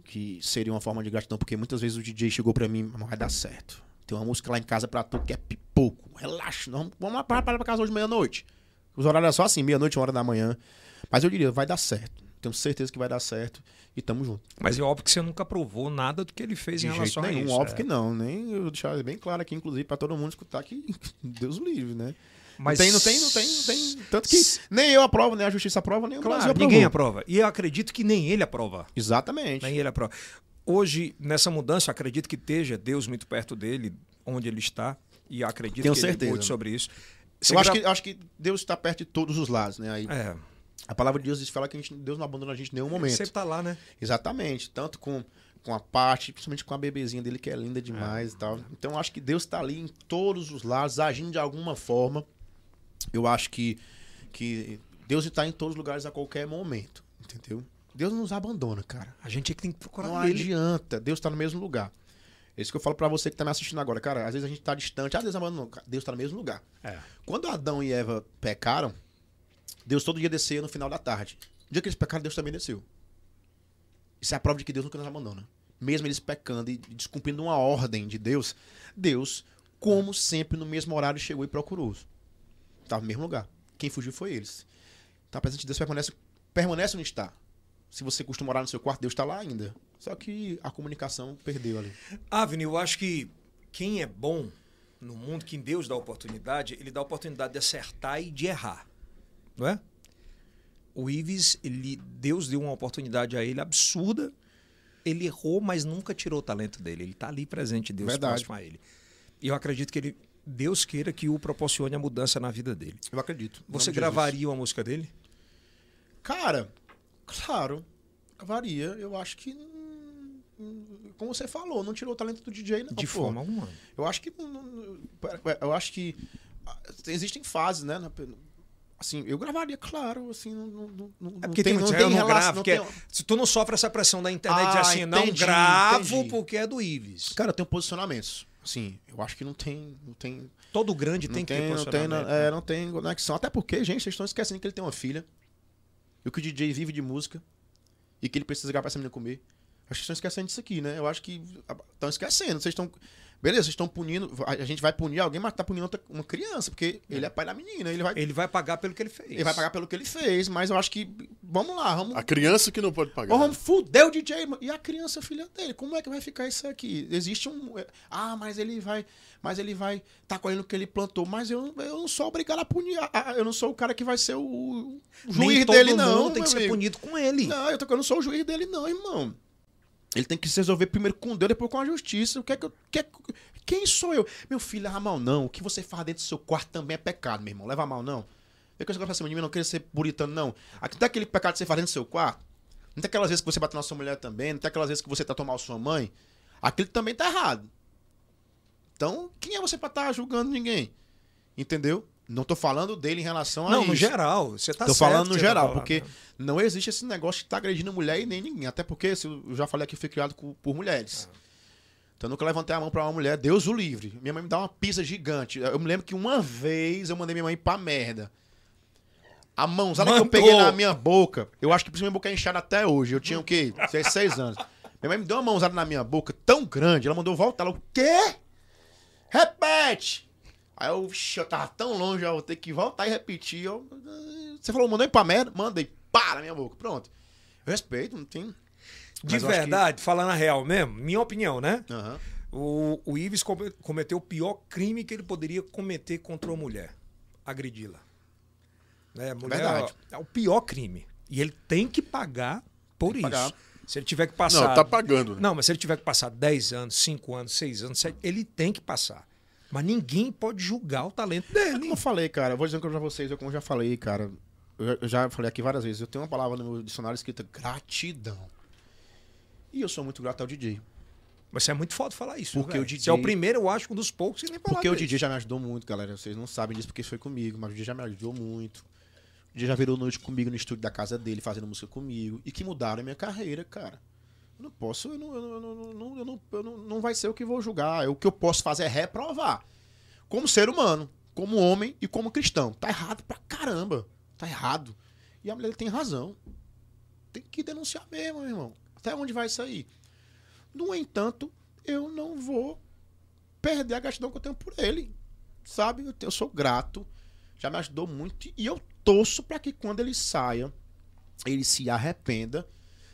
[SPEAKER 3] que seria uma forma de gratidão, porque muitas vezes o DJ chegou pra mim, não vai dar certo. Tem uma música lá em casa pra tu que é pipoco. Relaxa, não, vamos lá parar pra casa hoje meia-noite. Os horários é só assim, meia-noite, uma hora da manhã. Mas eu diria, vai dar certo. Tenho certeza que vai dar certo e tamo junto.
[SPEAKER 1] Mas é óbvio que você nunca provou nada do que ele fez em
[SPEAKER 3] De jeito
[SPEAKER 1] relação
[SPEAKER 3] nenhum,
[SPEAKER 1] a isso.
[SPEAKER 3] óbvio
[SPEAKER 1] é.
[SPEAKER 3] que não. Nem eu vou deixar bem claro aqui, inclusive, pra todo mundo escutar que Deus o livre, né?
[SPEAKER 1] Mas
[SPEAKER 3] Não tem, não tem, não tem, não tem. Tanto que nem eu aprovo, nem a justiça aprova, nem o Brasil
[SPEAKER 1] Claro,
[SPEAKER 3] aprovou.
[SPEAKER 1] ninguém aprova. E eu acredito que nem ele aprova.
[SPEAKER 3] Exatamente.
[SPEAKER 1] Nem ele aprova. Hoje, nessa mudança, eu acredito que esteja Deus muito perto dele, onde ele está, e eu acredito
[SPEAKER 3] Tenho
[SPEAKER 1] que
[SPEAKER 3] certeza.
[SPEAKER 1] ele muito sobre isso. Você
[SPEAKER 3] Eu acho,
[SPEAKER 1] gra-
[SPEAKER 3] que, acho que Deus está perto de todos os lados, né? Aí,
[SPEAKER 1] É,
[SPEAKER 3] A palavra de Deus diz- fala que a gente- Deus não abandona a gente em nenhum
[SPEAKER 1] ele
[SPEAKER 3] momento.
[SPEAKER 1] sempre tá lá, né?
[SPEAKER 3] Exatamente. Tanto com, com a parte, principalmente com a bebezinha dele, que é linda demais e tal. Então, eu acho que Deus está ali em todos os lados, agindo de alguma forma. Eu acho que, que Deus está em todos os lugares a qualquer momento, entendeu? Deus não nos abandona, cara.
[SPEAKER 1] A gente é que tem que procurar
[SPEAKER 3] Não
[SPEAKER 1] ele.
[SPEAKER 3] adianta. Deus tá no mesmo lugar. É isso que eu falo pra você que tá me assistindo agora. Cara, às vezes a gente tá distante. Ah, Deus abandonou. Cara, Deus tá no mesmo lugar.
[SPEAKER 1] É.
[SPEAKER 3] Quando Adão e Eva pecaram, Deus todo dia descia no final da tarde. No dia que eles pecaram, Deus também desceu. Isso é a prova de que Deus nunca nos abandona. Mesmo eles pecando e descumprindo uma ordem de Deus, Deus, como sempre, no mesmo horário, chegou e procurou. Tava no mesmo lugar. Quem fugiu foi eles. Então a presença de Deus permanece, permanece onde está. Se você costuma morar no seu quarto, Deus está lá ainda. Só que a comunicação perdeu ali.
[SPEAKER 1] Avni, eu acho que quem é bom no mundo, quem Deus dá oportunidade, ele dá a oportunidade de acertar e de errar. Não é? O Ives, ele, Deus deu uma oportunidade a ele absurda. Ele errou, mas nunca tirou o talento dele. Ele está ali presente, Deus
[SPEAKER 3] Verdade.
[SPEAKER 1] próximo a ele. E eu acredito que ele, Deus queira que o proporcione a mudança na vida dele.
[SPEAKER 3] Eu acredito.
[SPEAKER 1] Você
[SPEAKER 3] Em nome de Jesus.
[SPEAKER 1] gravaria uma música dele?
[SPEAKER 3] Cara, claro, varia. Eu acho que. hum, hum, Como você falou, não tirou o talento do DJ, não.
[SPEAKER 1] De
[SPEAKER 3] Ah, pô.
[SPEAKER 1] forma alguma.
[SPEAKER 3] Eu acho que. não- não- Eu acho que. ah, Existem fases, né? na- Assim, eu gravaria, claro, assim, não, não, não, não
[SPEAKER 1] É porque tem,
[SPEAKER 3] tem,
[SPEAKER 1] muitos,
[SPEAKER 3] não tem
[SPEAKER 1] eu não
[SPEAKER 3] relação-
[SPEAKER 1] gravo,
[SPEAKER 3] não
[SPEAKER 1] que é-
[SPEAKER 3] tem-
[SPEAKER 1] se tu não sofre essa pressão da internet de
[SPEAKER 3] Ah,
[SPEAKER 1] assim, não
[SPEAKER 3] entendi,
[SPEAKER 1] gravo
[SPEAKER 3] entendi.
[SPEAKER 1] porque é do Ives.
[SPEAKER 3] Cara, eu tenho posicionamentos. Assim, eu acho que não tem. Não tem,
[SPEAKER 1] Todo grande
[SPEAKER 3] não
[SPEAKER 1] tem,
[SPEAKER 3] tem,
[SPEAKER 1] que ter
[SPEAKER 3] não, tem
[SPEAKER 1] posicionamento. né?
[SPEAKER 3] é, não tem conexão. Até porque, gente, vocês estão esquecendo que ele tem uma filha. E que o DJ vive de música. E que ele precisa gravar pra essa menina comer. Acho que vocês estão esquecendo disso aqui, né? Eu acho que. Estão esquecendo. Vocês estão. Beleza, vocês estão punindo. A a gente vai punir alguém, mas tá punindo outra- uma criança, porque ele é pai da menina. Ele vai,
[SPEAKER 1] Ele vai pagar pelo que ele fez.
[SPEAKER 3] ele vai pagar pelo que ele fez, mas eu acho que. Vamos lá, vamos.
[SPEAKER 2] A criança que não pode pagar.
[SPEAKER 3] Ô, Rom, fudeu o DJ, mano. E a criança, filha dele, como é que vai ficar isso aqui? Existe um. é, Ah, mas ele vai. Mas ele vai tá colhendo o que ele plantou. Mas eu, eu não sou obrigado a punir. a- a- Eu não sou o cara que vai ser o, o juiz
[SPEAKER 1] Nem todo
[SPEAKER 3] dele,
[SPEAKER 1] mundo
[SPEAKER 3] não.
[SPEAKER 1] tem
[SPEAKER 3] meu
[SPEAKER 1] que ser
[SPEAKER 3] amigo.
[SPEAKER 1] punido com ele.
[SPEAKER 3] Não, é eu, tô, eu não sou o juiz dele, não, irmão. Ele tem que se resolver primeiro com Deus, depois com a justiça. O que é que eu, que é que- quem sou eu? Meu filho, leva a mal não. O que você faz dentro do seu quarto também é pecado, meu irmão. Leva a mal não. Eu quero pra cima de mim, não quero ser puritano, não. Aqui não tem aquele pecado que você faz dentro do seu quarto. Não tem aquelas vezes que você bateu na sua mulher também. Não tem aquelas vezes que você tratou mal sua mãe. Aquilo também tá errado. Então, quem é você pra estar julgando ninguém? Entendeu? Não tô falando dele em relação a
[SPEAKER 1] Não,
[SPEAKER 3] isso.
[SPEAKER 1] no geral. Você tá
[SPEAKER 3] Tô
[SPEAKER 1] certo
[SPEAKER 3] falando
[SPEAKER 1] que
[SPEAKER 3] no
[SPEAKER 1] você tá
[SPEAKER 3] geral,
[SPEAKER 1] falando.
[SPEAKER 3] porque não existe esse negócio de estar agredindo mulher e nem ninguém. Até porque se eu eu já falei aqui, eu fui criado com- por mulheres.
[SPEAKER 1] Ah.
[SPEAKER 3] Então eu nunca levantei a mão pra uma mulher, Deus o livre. Minha mãe me dá uma pizza gigante. Eu me lembro que uma vez eu mandei minha mãe pra merda. A mãozada que eu
[SPEAKER 1] Mandou.
[SPEAKER 3] peguei na minha boca, eu acho que por isso minha boca é inchada até hoje. Eu tinha o quê? Seis, seis anos. Minha mãe me deu uma mãozada na minha boca tão grande, ela mandou eu voltar. Ela, o quê? Repete! Aí eu, vixi, eu tava tão longe, eu vou ter que voltar e repetir. Eu, você falou, mandei pra merda? Mandei, pá, na minha boca. Pronto. Eu respeito, não tem.
[SPEAKER 1] De
[SPEAKER 3] Mas eu acho que-
[SPEAKER 1] verdade, falando a real mesmo, minha opinião, né?
[SPEAKER 3] Aham.
[SPEAKER 1] O, o Ives come- cometeu o pior crime que ele poderia cometer contra uma mulher. Agredi-la. Né, mulher,
[SPEAKER 3] verdade.
[SPEAKER 1] É o pior crime. E ele tem que pagar por
[SPEAKER 3] Tem
[SPEAKER 1] isso.
[SPEAKER 3] que pagar.
[SPEAKER 1] Se ele tiver que passar...
[SPEAKER 2] Não, tá pagando, né?
[SPEAKER 1] Não, mas se ele tiver que passar 10 anos, 5 anos, 6 anos, 7, ele tem que passar. Mas ninguém pode julgar o talento dele.
[SPEAKER 3] É Como eu falei, cara, eu vou dizer uma coisa pra vocês, eu como eu já falei, cara. Eu já- eu já falei aqui várias vezes. Eu tenho uma palavra no meu dicionário escrita gratidão. E eu sou muito grato ao DJ.
[SPEAKER 1] Mas você é muito foda falar isso.
[SPEAKER 3] Porque
[SPEAKER 1] velho.
[SPEAKER 3] o DJ
[SPEAKER 1] Você é o primeiro, eu acho, um dos poucos que nem falar
[SPEAKER 3] Porque o
[SPEAKER 1] dele.
[SPEAKER 3] DJ já me ajudou muito, galera. Vocês não sabem disso porque foi comigo, mas o DJ já me ajudou muito. O DJ já virou noite comigo no estúdio da casa dele, fazendo música comigo. E que mudaram a minha carreira, cara. Eu não posso, eu não, eu não, eu não, eu não, eu não, eu não, não vai ser o que eu vou julgar. O que eu posso fazer é reprovar. Como ser humano, como homem e como cristão. Tá errado pra caramba. Tá errado. E a mulher tem razão. Tem que denunciar mesmo, meu irmão. Até onde vai sair? No entanto, eu não vou perder a gratidão que eu tenho por ele. Sabe? Eu, te- eu sou grato. Já me ajudou muito. E eu torço pra que quando ele saia, ele se arrependa,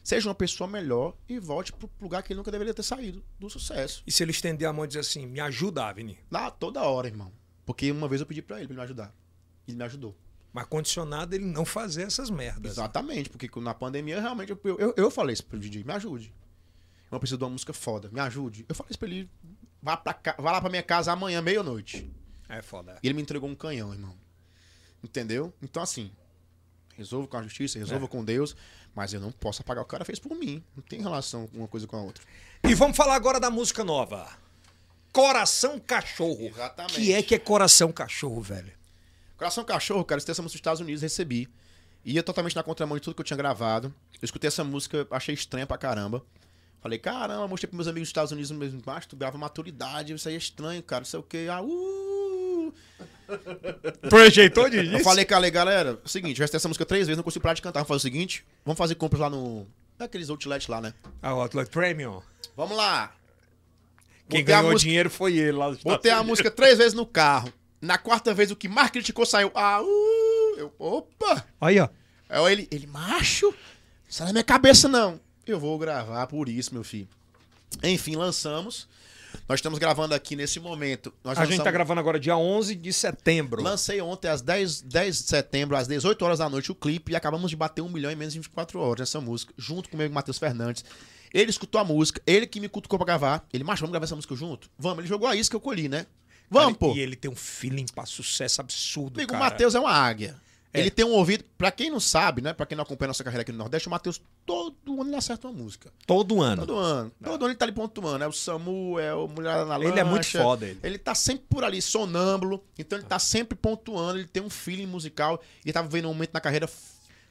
[SPEAKER 3] seja uma pessoa melhor e volte pro lugar que ele nunca deveria ter saído, do sucesso.
[SPEAKER 1] E se ele estender a mão e dizer assim, me ajuda, Avni?
[SPEAKER 3] Lá toda hora, irmão. Porque uma vez eu pedi pra ele, pra ele me ajudar. Ele me ajudou.
[SPEAKER 1] Mas condicionado ele não fazer essas merdas.
[SPEAKER 3] Exatamente, porque na pandemia realmente eu, eu, eu falei isso pro DJ, me ajude. Eu preciso de uma música foda, me ajude. Eu falei isso pra ele, vá, pra ca- vá lá pra minha casa amanhã, meia-noite.
[SPEAKER 1] É foda.
[SPEAKER 3] E ele me entregou um canhão, irmão. Entendeu? Então, assim, resolvo com a justiça, resolvo com Deus, mas eu não posso apagar o que o cara fez por mim. Não tem relação uma coisa com a outra.
[SPEAKER 1] E vamos falar agora da música nova. Coração Cachorro.
[SPEAKER 3] Exatamente.
[SPEAKER 1] Que é que é Coração Cachorro, velho?
[SPEAKER 3] Coração Cachorro, cara, isso tem essa música dos Estados Unidos, recebi. Ia totalmente na contramão de tudo que eu tinha gravado. Eu escutei essa música, achei estranha pra caramba. Falei, caramba, mostrei pros meus amigos dos Estados Unidos no mesmo baixo, tu grava maturidade, isso aí é estranho, cara, não sei o que. Ah, uh!
[SPEAKER 1] Projeitou de
[SPEAKER 3] Eu falei, cara, galera, é o seguinte, eu já testei essa música três vezes, não consigo parar de cantar. Vamos fazer o seguinte, vamos fazer compras lá no. Naqueles outlets lá, né?
[SPEAKER 1] Ah, o Outlet Premium.
[SPEAKER 3] Vamos lá!
[SPEAKER 1] Quem
[SPEAKER 3] Botei a
[SPEAKER 1] ganhou
[SPEAKER 3] música-
[SPEAKER 1] dinheiro foi ele lá.
[SPEAKER 3] Botei a música três vezes no carro. Na quarta vez, o que mais criticou saiu. Ah, uh! Eu, opa!
[SPEAKER 1] Aí, ó.
[SPEAKER 3] Aí eu, ele, ele, macho, não sai da minha cabeça não. Eu vou gravar por isso, meu filho. Enfim, lançamos. Nós estamos gravando aqui nesse momento. Nós
[SPEAKER 1] A gente tá
[SPEAKER 3] lançamos-
[SPEAKER 1] gravando agora dia 11 de setembro.
[SPEAKER 3] Lancei ontem às 10, 10 de setembro, às 18 horas da noite, o clipe e acabamos de bater um milhão em menos de 24 horas essa música, junto comigo e Matheus Fernandes. Ele escutou a música, ele que me cutucou pra gravar. Ele, macho, vamos gravar essa música junto? Vamos, ele jogou a isca que eu colhi, né? Vamos, pô.
[SPEAKER 1] E ele tem um feeling pra sucesso absurdo,
[SPEAKER 3] Amigo, o
[SPEAKER 1] cara.
[SPEAKER 3] Matheus é uma águia.
[SPEAKER 1] É.
[SPEAKER 3] Ele tem um ouvido, pra quem não sabe, né? Pra quem não acompanha nossa carreira aqui no Nordeste, o Matheus todo ano ele acerta uma música.
[SPEAKER 1] Todo ano.
[SPEAKER 3] Todo ano. Todo ano ele tá ali pontuando. É o Samuel, Mulher na Lancha.
[SPEAKER 1] Ele é muito foda, ele.
[SPEAKER 3] Ele tá sempre por ali, sonâmbulo. Então ele tá sempre pontuando, ele tem um feeling musical. E tava vivendo um momento na carreira. f-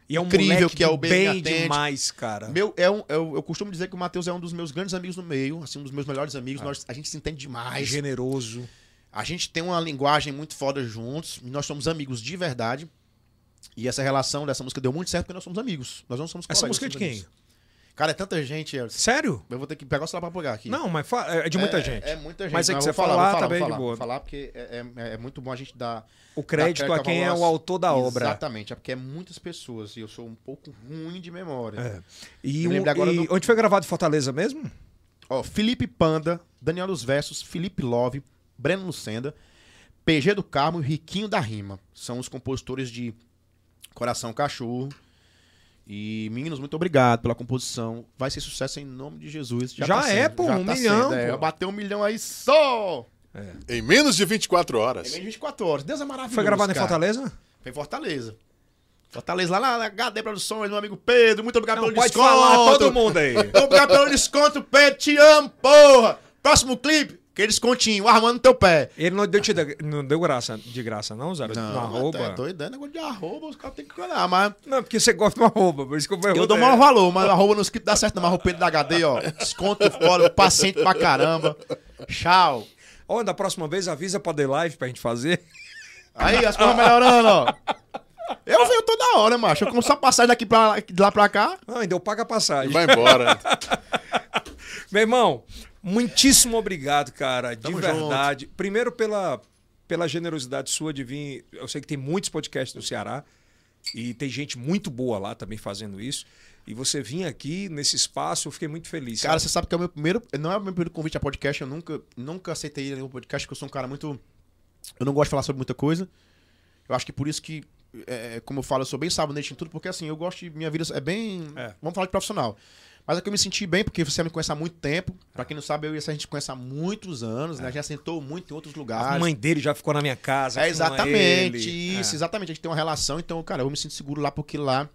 [SPEAKER 1] E é um
[SPEAKER 3] Incrível
[SPEAKER 1] moleque
[SPEAKER 3] que é o
[SPEAKER 1] do
[SPEAKER 3] Ben
[SPEAKER 1] bem
[SPEAKER 3] Atende.
[SPEAKER 1] demais, cara.
[SPEAKER 3] Meu, é um, eu, eu costumo dizer que o Matheus é um dos meus grandes amigos no meio, assim, um dos meus melhores amigos.
[SPEAKER 1] Ah.
[SPEAKER 3] Nós, a gente se entende demais.
[SPEAKER 1] É Generoso.
[SPEAKER 3] A gente tem uma linguagem muito foda juntos, e nós somos amigos de verdade. E essa relação dessa música deu muito certo porque nós somos amigos. Nós não somos
[SPEAKER 1] Essa
[SPEAKER 3] colegas,
[SPEAKER 1] música é
[SPEAKER 3] somos
[SPEAKER 1] de quem?
[SPEAKER 3] amigos. Cara, é tanta gente, Elson.
[SPEAKER 1] Sério?
[SPEAKER 3] Eu vou ter que pegar o celular pra apagar aqui.
[SPEAKER 1] Não, mas fa- é de muita
[SPEAKER 3] É-
[SPEAKER 1] gente.
[SPEAKER 3] É muita gente.
[SPEAKER 1] Mas é que
[SPEAKER 3] eu
[SPEAKER 1] você
[SPEAKER 3] vou vou
[SPEAKER 1] falar,
[SPEAKER 3] vou
[SPEAKER 1] tá bem de
[SPEAKER 3] falar,
[SPEAKER 1] boa.
[SPEAKER 3] vou falar porque é, é- é muito bom a gente dar...
[SPEAKER 1] O crédito
[SPEAKER 3] dar
[SPEAKER 1] a quem é
[SPEAKER 3] ao
[SPEAKER 1] o autor da obra.
[SPEAKER 3] Exatamente, é porque é muitas pessoas e eu sou um pouco ruim de memória.
[SPEAKER 1] É. E,
[SPEAKER 3] Eu
[SPEAKER 1] o-
[SPEAKER 3] lembrei agora
[SPEAKER 1] e
[SPEAKER 3] do-
[SPEAKER 1] onde foi gravado em Fortaleza mesmo?
[SPEAKER 3] Ó, Felipe Panda, Daniel dos Versos, Felipe Love, Breno Lucenda, PG do Carmo e Riquinho da Rima. São os compositores de Coração Cachorro. E, meninos, muito obrigado pela composição. Vai ser sucesso em nome de Jesus.
[SPEAKER 1] Já
[SPEAKER 3] tá
[SPEAKER 1] é,
[SPEAKER 3] sendo,
[SPEAKER 1] pô,
[SPEAKER 3] já
[SPEAKER 1] um
[SPEAKER 3] tá
[SPEAKER 1] milhão,
[SPEAKER 3] sendo, é.
[SPEAKER 1] pô.
[SPEAKER 3] Bateu um milhão aí só!
[SPEAKER 2] Em menos de 24 horas.
[SPEAKER 3] Tem menos de 24 horas. Deus é maravilhoso.
[SPEAKER 1] Foi gravado em
[SPEAKER 3] cara.
[SPEAKER 1] Fortaleza?
[SPEAKER 3] Foi em Fortaleza. Fortaleza, lá na- na HD Produções, meu amigo Pedro. Muito obrigado
[SPEAKER 1] Não,
[SPEAKER 3] pelo
[SPEAKER 1] pode
[SPEAKER 3] desconto.
[SPEAKER 1] falar, todo mundo aí.
[SPEAKER 3] Muito obrigado pelo desconto, Pedro. Te amo, porra. Próximo clipe, aquele descontinho, armando teu pé.
[SPEAKER 1] Ele não deu, te, não deu graça, de graça, não, Zara? Não,
[SPEAKER 3] É
[SPEAKER 1] arroba.
[SPEAKER 3] doido, é negócio de arroba, os caras têm que olhar, mas...
[SPEAKER 1] Não, porque você gosta de uma arroba, por isso que eu perguntei.
[SPEAKER 3] Eu dou maior valor, mas arroba nos clipes dá certo, não. Mas o Pedro da HD, ó, desconto fora, paciente pra caramba. Tchau.
[SPEAKER 1] Ó, da próxima vez avisa pra The Live pra gente fazer.
[SPEAKER 3] Aí, as coisas melhorando, ó. Eu venho toda hora, macho. Eu compro só passagem daqui pra lá, de lá pra cá.
[SPEAKER 1] Não, ainda eu pago a passagem.
[SPEAKER 2] Vai embora.
[SPEAKER 1] Meu irmão, muitíssimo obrigado, cara, de
[SPEAKER 3] Tamo
[SPEAKER 1] verdade. Primeiro pela, pela generosidade sua de vir. Eu sei que tem muitos podcasts no Ceará e tem gente muito boa lá também fazendo isso. E você vir aqui nesse espaço, eu fiquei muito feliz.
[SPEAKER 3] Cara, você sabe que é o meu primeiro. Não é o meu primeiro convite a podcast, eu nunca, nunca aceitei nenhum podcast, porque eu sou um cara muito. Eu não gosto de falar sobre muita coisa. Eu acho que por isso que. é, como eu falo, eu sou bem sabonete em tudo, porque assim, eu gosto de. Minha vida é bem.
[SPEAKER 1] É.
[SPEAKER 3] Vamos falar de profissional. Mas é que eu me senti bem, porque você me conhece há muito tempo. Pra quem não sabe, eu e essa gente conhece há muitos anos, né? Já sentou muito em outros
[SPEAKER 1] a
[SPEAKER 3] lugares.
[SPEAKER 1] mãe dele já ficou na minha casa.
[SPEAKER 3] É
[SPEAKER 1] com
[SPEAKER 3] exatamente
[SPEAKER 1] Assim, ele. É.
[SPEAKER 3] isso, exatamente. A gente tem uma relação, então, cara, eu me sinto seguro lá porque lá,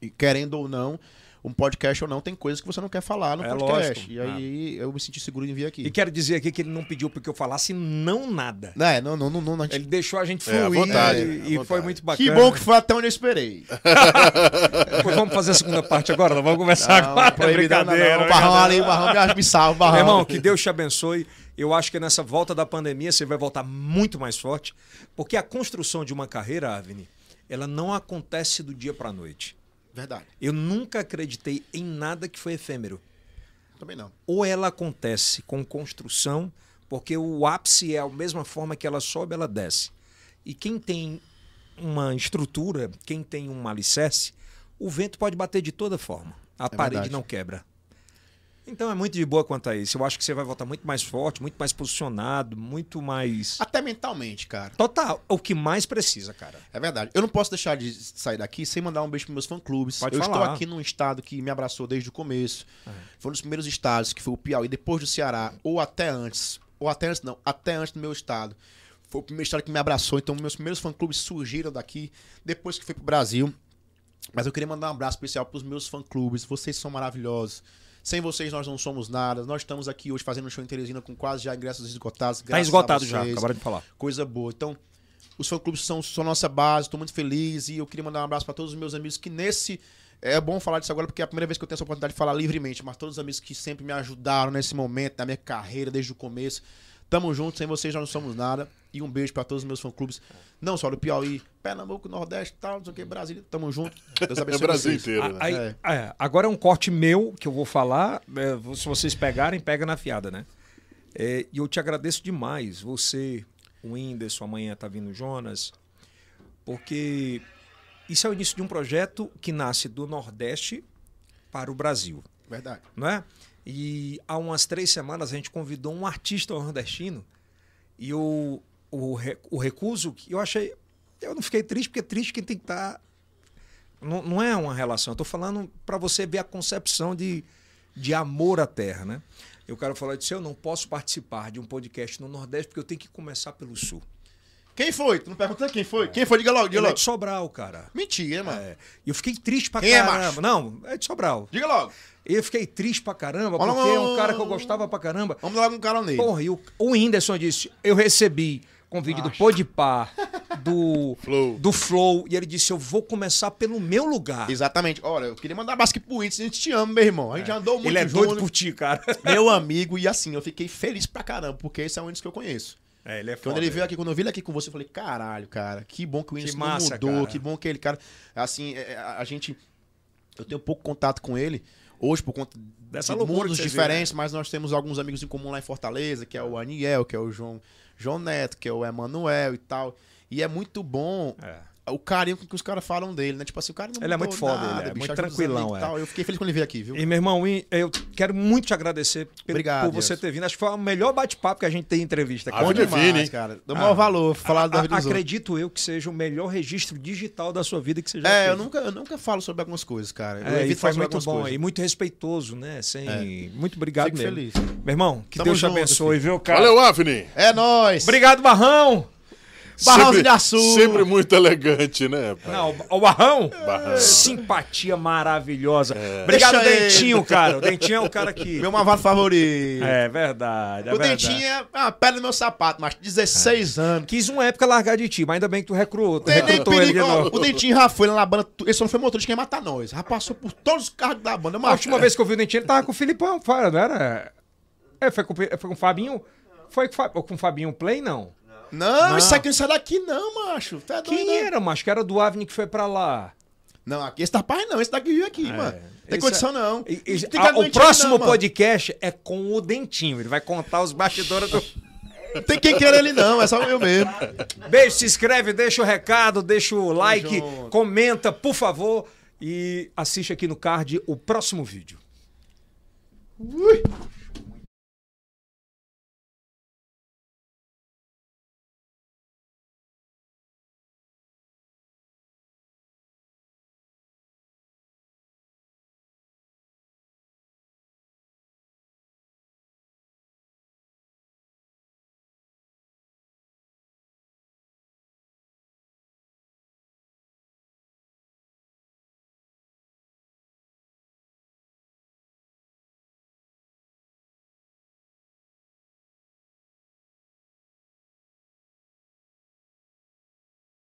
[SPEAKER 3] e querendo ou não, um podcast ou não, tem coisas que você não quer falar no
[SPEAKER 1] É,
[SPEAKER 3] podcast.
[SPEAKER 1] lógico. Ah.
[SPEAKER 3] E aí eu me senti seguro em vir
[SPEAKER 1] E
[SPEAKER 3] aqui.
[SPEAKER 1] quero dizer aqui que ele não pediu porque eu falasse não nada.
[SPEAKER 3] Não, é, não, não, não, não, a gente-
[SPEAKER 1] Ele deixou a gente
[SPEAKER 2] É, à
[SPEAKER 1] fluir
[SPEAKER 2] vontade,
[SPEAKER 1] e,
[SPEAKER 2] à
[SPEAKER 1] e
[SPEAKER 2] vontade.
[SPEAKER 1] foi muito bacana.
[SPEAKER 3] Que bom que foi até onde eu esperei.
[SPEAKER 1] Pois vamos fazer a segunda parte agora? Vamos começar
[SPEAKER 3] Não,
[SPEAKER 1] agora? é
[SPEAKER 3] proibidão, não, não.
[SPEAKER 1] Brincadeira, né?
[SPEAKER 3] O Barrão ali, o Barrão me, acha- me salva, o Barrão.
[SPEAKER 1] Meu irmão, que Deus te abençoe. Eu acho que nessa volta da pandemia você vai voltar muito mais forte, porque a construção de uma carreira, Avni, ela não acontece do dia para a noite.
[SPEAKER 3] Verdade,
[SPEAKER 1] Eu nunca acreditei em nada que foi efêmero.
[SPEAKER 3] também não.
[SPEAKER 1] Ou ela acontece com construção, porque o ápice é a mesma forma que ela sobe, ela desce. E quem tem uma estrutura, quem tem um alicerce, O vento pode bater de toda forma. A parede
[SPEAKER 3] verdade.
[SPEAKER 1] não quebra. Então é muito de boa quanto a isso. Eu acho que você vai voltar muito mais forte, muito mais posicionado, muito mais.
[SPEAKER 3] Até mentalmente, cara.
[SPEAKER 1] Total, é o que mais precisa, cara.
[SPEAKER 3] É verdade. Eu não posso deixar de sair daqui sem mandar um beijo pros meus fã-clubes.
[SPEAKER 1] Pode
[SPEAKER 3] Eu estou
[SPEAKER 1] falar. É.
[SPEAKER 3] aqui num estado que me abraçou desde o começo. Foi um dos primeiros estados, que foi o Piauí, depois do Ceará, ou até antes. Ou até antes, não. Até antes do meu estado. Foi o primeiro estado que me abraçou. Então, meus primeiros fã-clubes surgiram daqui, depois que fui pro Brasil. Mas eu queria mandar um abraço especial pros meus fã-clubes. Vocês são maravilhosos. Sem vocês nós não somos nada. Nós estamos aqui hoje fazendo um show em Teresina com quase já ingressos esgotados.
[SPEAKER 1] tá
[SPEAKER 3] graças a
[SPEAKER 1] esgotado já,
[SPEAKER 3] vocês
[SPEAKER 1] acabaram de falar.
[SPEAKER 3] coisa boa. Então, os fã-clubes são, são nossa base, estou muito feliz e eu queria mandar um abraço para todos os meus amigos que nesse... É bom falar disso agora porque é a primeira vez que eu tenho essa oportunidade de falar livremente, mas todos os amigos que sempre me ajudaram nesse momento, na minha carreira, desde o começo. Tamo junto, sem vocês nós não somos nada. E um beijo para todos os meus fã-clubes, não só do Piauí, Pernambuco, Nordeste, tal, não sei o que, Brasília. Tamo junto. Deus abençoe
[SPEAKER 2] É o Brasil
[SPEAKER 3] vocês.
[SPEAKER 2] inteiro, né?
[SPEAKER 1] A- aí- é, agora é um corte meu que eu vou falar. é, se vocês pegarem, pega na fiada, né? É, E eu te agradeço demais. Você, o Whindersson, amanhã tá vindo o Jonas. Porque isso é o início de um projeto que nasce do Nordeste para o Brasil,
[SPEAKER 3] Verdade.
[SPEAKER 1] não é? E há umas três semanas a gente convidou um artista nordestino e eu, o, re- o recuso, eu achei. Eu não fiquei triste, porque triste quem tem que estar. Não, não é uma relação. Eu tô falando para você ver a concepção de, de amor à terra, né? Eu quero falar disso. Eu não posso participar de um podcast no Nordeste porque eu tenho que começar pelo Sul.
[SPEAKER 3] Quem foi? Tu não perguntou quem foi? Quem foi? Diga logo, diga
[SPEAKER 1] Ele é
[SPEAKER 3] logo.
[SPEAKER 1] de Sobral, cara.
[SPEAKER 3] Mentira, mano.
[SPEAKER 1] É. E eu fiquei triste pra
[SPEAKER 3] Quem é macho?
[SPEAKER 1] caramba. não, é de Sobral.
[SPEAKER 3] Diga logo.
[SPEAKER 1] E Eu fiquei triste pra caramba
[SPEAKER 3] Olha,
[SPEAKER 1] porque é um
[SPEAKER 3] olha,
[SPEAKER 1] cara que eu
[SPEAKER 3] olha.
[SPEAKER 1] gostava pra caramba.
[SPEAKER 3] Vamos dar logo um cara nele.
[SPEAKER 1] Porra, e o, o Whindersson disse: Eu recebi convite do Podpar, do
[SPEAKER 2] Flow.
[SPEAKER 1] do Flow, e ele disse: Eu vou começar pelo meu lugar.
[SPEAKER 3] Exatamente. Olha, eu queria mandar um abraço aqui pro Whindersson, a gente te ama, meu irmão. A gente já andou muito
[SPEAKER 1] Ele é
[SPEAKER 3] junto,
[SPEAKER 1] doido por ti, cara.
[SPEAKER 3] meu amigo, e assim, eu fiquei feliz pra caramba, porque esse é o Whindersson que eu conheço.
[SPEAKER 1] É, ele é
[SPEAKER 3] Quando ele veio aqui, quando eu vi ele aqui com você, eu falei, caralho, cara, que bom que o Whindersson não
[SPEAKER 1] massa,
[SPEAKER 3] mudou,
[SPEAKER 1] cara.
[SPEAKER 3] que bom que ele, cara, assim, é, é, a, a gente, eu tenho pouco contato com ele, hoje por conta
[SPEAKER 1] Dessa
[SPEAKER 3] de
[SPEAKER 1] loucura
[SPEAKER 3] mundos
[SPEAKER 1] que né? vocês
[SPEAKER 3] diferentes, mas nós temos alguns amigos em comum lá em Fortaleza, que é o Aniel, que é o João, João Neto, que é o Emanuel e tal, e é muito bom
[SPEAKER 1] É.
[SPEAKER 3] o carinho com que os caras falam dele, né? Tipo assim, o cara não
[SPEAKER 1] Ele é
[SPEAKER 3] mudou
[SPEAKER 1] muito foda,
[SPEAKER 3] nada,
[SPEAKER 1] ele é muito
[SPEAKER 3] ajuda os
[SPEAKER 1] tranquilão,
[SPEAKER 3] amigos e
[SPEAKER 1] é.
[SPEAKER 3] tal. Eu fiquei feliz quando ele veio aqui, viu?
[SPEAKER 1] E, meu irmão, Whin, eu quero muito te agradecer pelo-
[SPEAKER 3] Obrigado,
[SPEAKER 1] por você
[SPEAKER 3] Edson.
[SPEAKER 1] ter vindo. Acho que foi o melhor bate-papo que a gente tem em entrevista.
[SPEAKER 2] Ah, Onde
[SPEAKER 3] Bom
[SPEAKER 2] é Vini, hein?
[SPEAKER 3] cara. Dá o maior valor falar da
[SPEAKER 1] A-
[SPEAKER 3] vida dos outros.
[SPEAKER 1] Ah, acredito eu que seja o melhor registro digital da sua vida que você já
[SPEAKER 3] É,
[SPEAKER 1] fez.
[SPEAKER 3] eu nunca, eu nunca falo sobre algumas coisas, cara. Eu
[SPEAKER 1] É, e
[SPEAKER 3] evito
[SPEAKER 1] foi
[SPEAKER 3] falar sobre
[SPEAKER 1] muito
[SPEAKER 3] algumas
[SPEAKER 1] bom
[SPEAKER 3] coisas. É.
[SPEAKER 1] e muito respeitoso, né? Sem... Muito obrigado
[SPEAKER 3] Fico
[SPEAKER 1] mesmo.
[SPEAKER 3] feliz.
[SPEAKER 1] Meu irmão, que
[SPEAKER 3] Tamo
[SPEAKER 1] Deus te
[SPEAKER 3] junto,
[SPEAKER 1] abençoe, viu, cara?
[SPEAKER 2] Valeu, Avni.
[SPEAKER 3] É nóis!
[SPEAKER 1] Obrigado, Barrão!
[SPEAKER 3] Barrãozinho
[SPEAKER 2] Sempre-
[SPEAKER 3] de açúcar.
[SPEAKER 2] Sempre muito elegante, né, pai?
[SPEAKER 1] Não, o Barrão,
[SPEAKER 2] Barrão.
[SPEAKER 1] simpatia maravilhosa. Obrigado,
[SPEAKER 3] Deixa ele.
[SPEAKER 1] Dentinho, cara. O Dentinho é o cara que.
[SPEAKER 3] É. Meu mavado favorito.
[SPEAKER 1] É verdade. É
[SPEAKER 3] o
[SPEAKER 1] verdade.
[SPEAKER 3] Dentinho é a pedra no meu sapato, mas 16 anos.
[SPEAKER 1] Quis uma época largar de ti, mas ainda bem que tu recrutou, tu
[SPEAKER 3] Tem nem
[SPEAKER 1] recrutou ele de
[SPEAKER 3] perigo. Ó,
[SPEAKER 1] novo.
[SPEAKER 3] O Dentinho já foi lá na banda. tu- Ele só não foi motorista quem matar nós. Já passou por todos os carros da banda.
[SPEAKER 1] A
[SPEAKER 3] Mas
[SPEAKER 1] última vez que eu vi o Dentinho, ele tava com o Filipão, fora, não era? É, foi com, o Pe- foi com o Fabinho? Foi com, o Fa- com o Fabinho Play, não?
[SPEAKER 3] Não,
[SPEAKER 1] Não.
[SPEAKER 3] isso aqui não sai daqui, não, macho. Tu é doido,
[SPEAKER 1] Quem
[SPEAKER 3] não.
[SPEAKER 1] era, macho? Que era do Avni que foi pra lá.
[SPEAKER 3] Não, aqui, esse rapaz não. Esse daqui veio aqui, mano. Tem
[SPEAKER 1] Esse
[SPEAKER 3] condição,
[SPEAKER 1] é-
[SPEAKER 3] não.
[SPEAKER 1] E- e-
[SPEAKER 3] Não tem
[SPEAKER 1] a-
[SPEAKER 3] cara do
[SPEAKER 1] o
[SPEAKER 3] Dentinho, não,
[SPEAKER 1] próximo
[SPEAKER 3] mano.
[SPEAKER 1] podcast é com o Dentinho. Ele vai contar os bastidores do.
[SPEAKER 3] Não tem quem queira ele, não. É só eu mesmo.
[SPEAKER 1] Beijo, se inscreve, deixa o recado, deixa o like,
[SPEAKER 3] junto.
[SPEAKER 1] comenta, por favor. E assiste aqui no card o próximo vídeo.